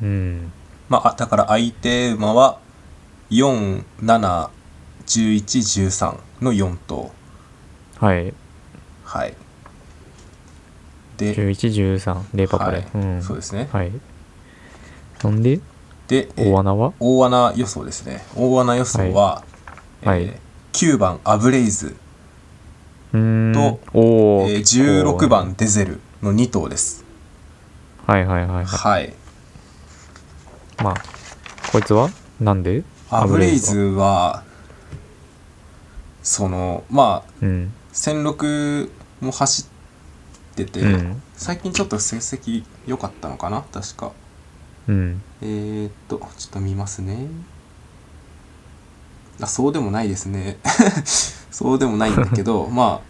S1: うん
S2: まあ、だから相手馬は471113の4頭
S1: はい
S2: はいで、
S1: 1113レイパパレ、
S2: はい
S1: うん
S2: そうですね、
S1: はいなんで
S2: で、えー
S1: 大穴は
S2: 大穴予想ですね大穴予想は、
S1: はい
S2: えー9番アブレイズ、
S1: うーん
S2: とえ
S1: おー
S2: ー16番デゼルの2頭です
S1: はいはいはいは
S2: はい
S1: いまあこいつはなんで
S2: アブレイズはそのまあ
S1: うん
S2: 戦六も走ってて、
S1: うん
S2: 最近ちょっと成績良かったのかな確か
S1: うん
S2: えー、っとちょっと見ますねあそうでもないですね *laughs* そうでもないんだけどま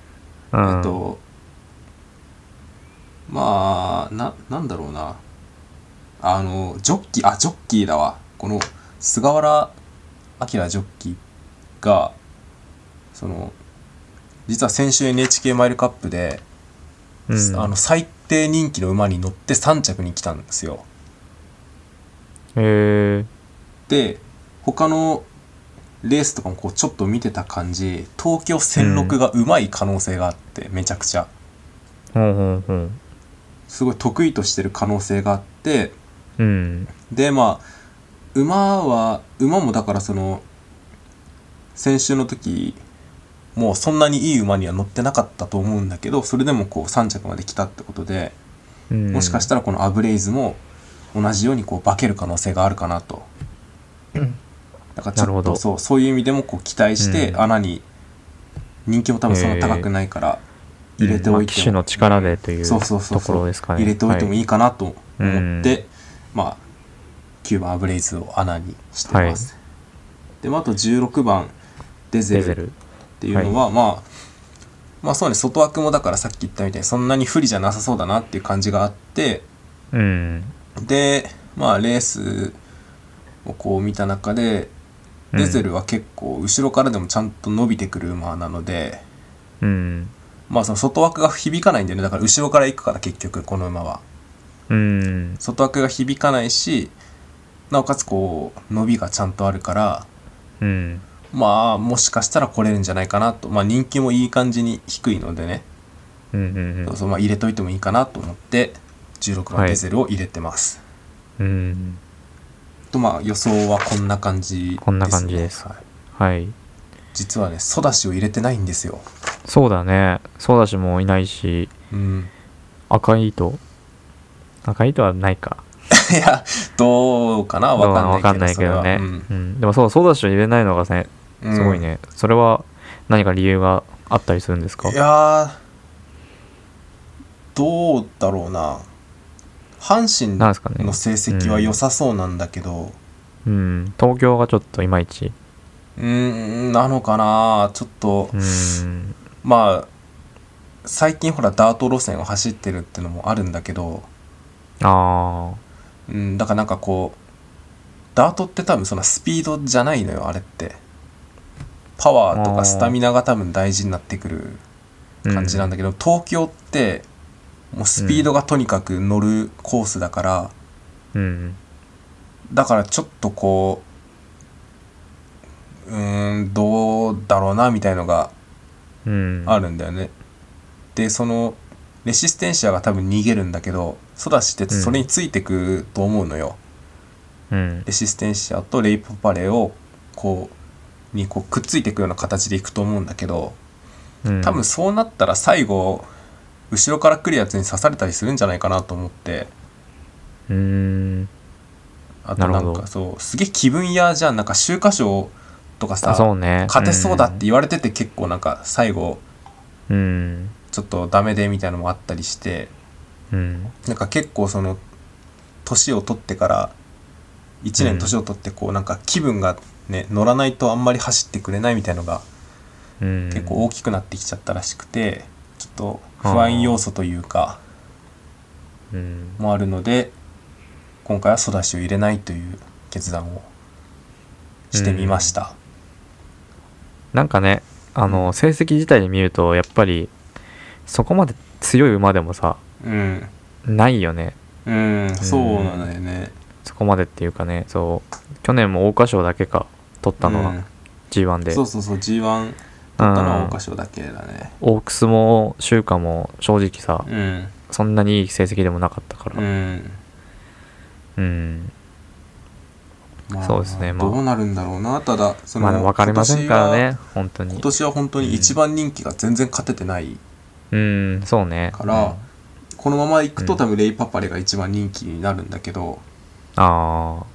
S1: う
S2: あ
S1: ん
S2: えっとまあななんだろうなあのジョッキーあジョッキーだわこの菅原明ジョッキーがその実は先週 NHK マイルカップで、
S1: うん
S2: あの最低人気の馬に乗って3着に来たんですよ
S1: え
S2: で他のレースとかもこうちょっと見てた感じ東京戦六がうまい可能性があって、めちゃくちゃ
S1: ー、ほんほんほん
S2: すごい得意としてる可能性があって
S1: うん
S2: でまあ馬は馬もだからその先週の時もうそんなにいい馬には乗ってなかったと思うんだけどそれでもこう3着まで来たってことで
S1: うん
S2: もしかしたらこのアブレイズも同じようにこう化ける可能性があるかなと。だからち
S1: なる
S2: ょ
S1: ほ
S2: っと
S1: ど
S2: そうそういう意味でもこう期待して
S1: うん
S2: 穴に人気も多分そんな高くないから入れておい
S1: まあ、
S2: て
S1: 機種
S2: も
S1: の力でという
S2: そうそうそうそう
S1: ところですかね
S2: 入れておいても
S1: い、
S2: いいかなと思っ
S1: は
S2: てまあ9番アブレイズを穴にしてます。でまああと16番デ
S1: デ
S2: ゼル
S1: ゼ
S2: っ
S1: ル
S2: ていうのはまあまあそうね外枠もだからさっき言ったみたいにそんなに不利じゃなさそうだなっていう感じがあって。
S1: うん
S2: でまあレースをこう見た中でデゼルは結構後ろからでもちゃんと伸びてくる馬なので、
S1: うん
S2: まあその外枠が響かないんだよねだから後ろから行くから結局この馬は
S1: うん
S2: 外枠が響かないしなおかつこう伸びがちゃんとあるから
S1: うん
S2: まあもしかしたら来れるんじゃないかなとまあ人気もいい感じに低いのでね、
S1: うんうん
S2: そうそうまあ入れといてもいいかなと思って16番
S1: はい
S2: デゼルを入れてます、
S1: うんうん
S2: とまあ予想はこんな感じです、ね、
S1: こんな感じです
S2: はい
S1: はい
S2: 実はねソダシを入れてないんですよ
S1: そうだねそうだしもういないし
S2: うん
S1: 赤い糸赤い糸はないか
S2: いやどうかな
S1: どうなの
S2: わ
S1: わ
S2: か
S1: か
S2: ん
S1: ん
S2: な
S1: ないい
S2: け
S1: け
S2: ど
S1: どね、
S2: それは
S1: うんでもそうそうだしを入れないのがね
S2: うん
S1: すごいね、それは何か理由があったりするんですか
S2: いやーどうだろうな阪神
S1: なんですかね
S2: の成績は良さそうなんだけど
S1: うん、東京がちょっといまいち、
S2: うーんなのかなちょっと、
S1: うん、
S2: まあ最近ほらダート路線を走ってるってのもあるんだけど、
S1: あ
S2: うん、だからなんかこうダートって多分そのスピードじゃないのよあれってパワーと
S1: あー
S2: かスタミナが多分大事になってくる
S1: あ
S2: 感じなん
S1: だ
S2: だけど、東京ってもうスピードがとにかく乗るコースだから、
S1: うん
S2: だからちょっとこううーんどうだろうなみたいのが
S1: うん
S2: あるんだよね、でそのレシステンシアが多分逃げるんだけどソダシってそれについてくと思うのよ、
S1: うん
S2: レシステンシアとレイプパレをこうにこうくっついていくような形でいくと思うんだけど
S1: うん
S2: 多分そうなったら最後後ろから来るやつに刺されたりするんじゃないかなと思って
S1: うん
S2: あとな
S1: なる
S2: ん
S1: ほ
S2: か
S1: ど
S2: そうすげえ気分屋じゃんなんか秋華賞とかさ
S1: あそうね
S2: 勝てそうだって言われてて結構なんか最後
S1: うん
S2: ちょっとダメでみたいなのもあったりして
S1: うん
S2: なんか結構その年を取ってから1
S1: う
S2: 年
S1: ん
S2: 年を取ってこうなんか気分がね乗らないとあんまり走ってくれないみたいのが
S1: うん
S2: 結構大きくなってきちゃったらしくてちょっと不安要素というか
S1: うん
S2: もあるので今回はソダシを入れないという決断をしてみました。
S1: なんかねあの成績自体で見るとやっぱりそこまで強い馬でもさ
S2: うん、
S1: ないよね
S2: うん、そうなんだよね。
S1: そこまでっていうかねそう去年も桜花賞だけか取ったの
S2: う
S1: は
S2: ん
S1: G1 で、
S2: そうそうそう G1 取ったのは桜花賞だけだね
S1: オークスも週間も正直さ、
S2: うん
S1: そんなにいい成績でもなかったから、
S2: うん、
S1: うん
S2: ま
S1: そうですねまあ
S2: どうなるんだろうなただその
S1: まだ分かりませんからね本当
S2: 今
S1: に
S2: 年は今年は本当に一番人気が全然勝ててない
S1: うんそうね
S2: から、
S1: うん
S2: このままいくと
S1: うん
S2: 多分レイ・パパレが一番人気になるんだけど
S1: ああ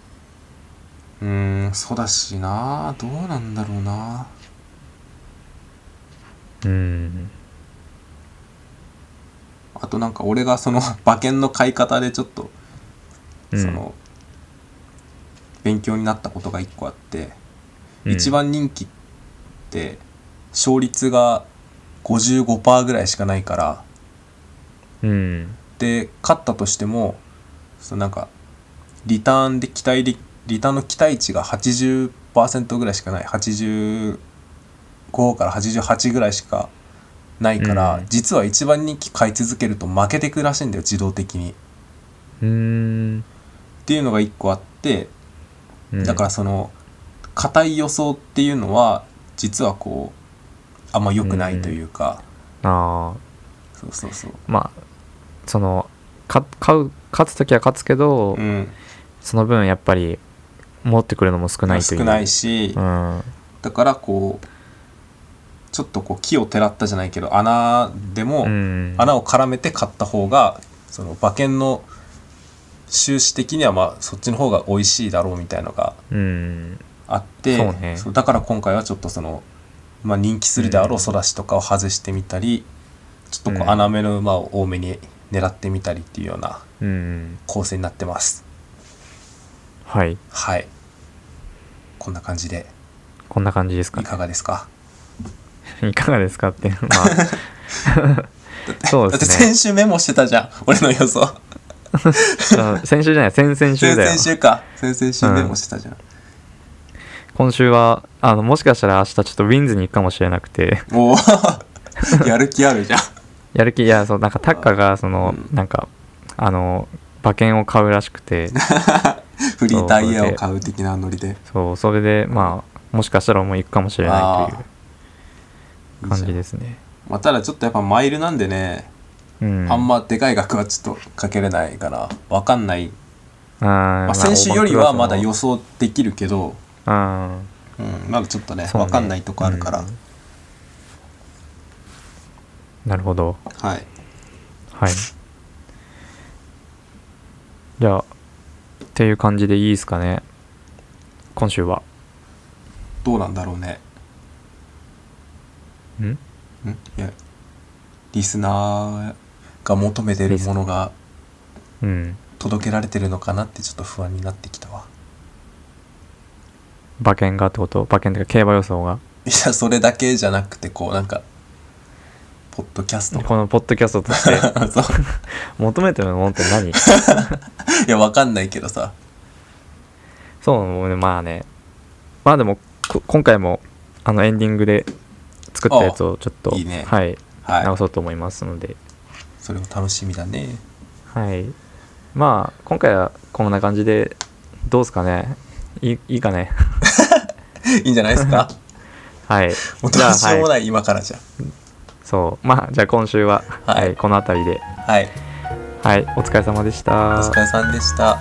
S2: うーんそうだしなどうなんだろうな
S1: うん
S2: あとなんか俺がその *laughs* 馬券の買い方でちょっと、
S1: うん
S2: その勉強になったことが一個あって、
S1: うん
S2: 一番人気って勝率が55%ぐらいしかないから
S1: うん
S2: で勝ったとしてもそのなんかリターンで期待でリターンの期待値が80%ぐらいしかない85から88ぐらいしかないから、
S1: うん
S2: 実は一番人気買い続けると負けてくらしいんだよ自動的に。
S1: うん
S2: っていうのが1個あって
S1: うん
S2: だからその硬い予想っていうのは実はこうあんま良くないというか、
S1: ああ
S2: そうそうそう
S1: まあそのか勝う勝つ時は勝つけど、
S2: うん
S1: その分やっぱり持ってくるのも少ないという
S2: 少ないし、
S1: うん
S2: だからこうちょっとこう木をてらったじゃないけど穴でも、
S1: うん
S2: 穴を絡めて買った方がその馬券の収支的にはまあそっちの方が美味しいだろうみたいのが
S1: うん
S2: あって
S1: そうね
S2: そうだから今回はちょっとその、まあ、人気するであろ
S1: う
S2: うんソラシとかを外してみたり、ちょっとこ
S1: う
S2: うん穴目の馬を多めに狙ってみたりっていうような
S1: うん
S2: 構成になってます
S1: はい
S2: はいこんな感じで
S1: こんな感じですか
S2: い
S1: ね
S2: かがですか
S1: *laughs* いかがですかって、ま
S2: *laughs*
S1: あ、 *laughs* そう
S2: だ
S1: で
S2: って
S1: すね
S2: 先週メモしてたじゃん俺の予想
S1: あ先週じゃない先々週
S2: 先
S1: だよ
S2: 々週か先々週メモしてたじゃん、
S1: 今週はあのもしかしたら明日ちょっとウィンズに行くかもしれなくて
S2: おお *laughs* やる気
S1: *laughs*
S2: あるじゃん
S1: やる気いやそうなんかタッカがその、
S2: うん
S1: なんかあの馬券を買うらしく
S2: *laughs*
S1: て
S2: フリータイヤを買う的なノリで
S1: そうそれでまあもしかしたらもう行くかもしれないという感じ
S2: いいじゃん
S1: ですね
S2: まあ、ただちょっとやっぱマイルなんでね、
S1: うん
S2: あんまでかい額はちょっとかけれないからわかんない、
S1: うん
S2: ま
S1: ま
S2: あ、
S1: あ
S2: 先週よりはまだ
S1: オー
S2: 予想できるけど、
S1: バークラスの
S2: うん、まだちょっとね
S1: そうね
S2: わかんないとこあるから、
S1: うんうんなるほど
S2: はい
S1: はい *laughs* じゃあっていう感じでいいですかね今週は
S2: どうなんだろうね
S1: ん
S2: んいやリスナーが求めてるものが
S1: うん
S2: 届けられてるのかなってちょっと不安になってきたわ
S1: 馬券がってこと馬券っていうか競馬予想が
S2: いやそれだけじゃなくてこうなんかポッドキャスト
S1: *laughs* このポッドキャストとして *laughs*
S2: *laughs* そう
S1: 求めてるものって何
S2: いやわかんないけどさ
S1: *laughs* そうもうねまあねまあでもこ今回もあのエンディングで作ったやつをちょっと
S2: あいいね
S1: はい、
S2: は
S1: 直
S2: い
S1: そうと思いますので
S2: それも楽しみだね
S1: はいまあ今回はこんな感じでどうですかねいいいいか *laughs* ね
S2: いい *laughs* んじゃないですか
S1: はい
S2: もうどうしようも
S1: はい
S2: ない今からじゃ
S1: そうまあじゃあ今週は、
S2: はい
S1: はい、この辺りで
S2: はい
S1: はいお疲れ様でした
S2: お疲れさんでした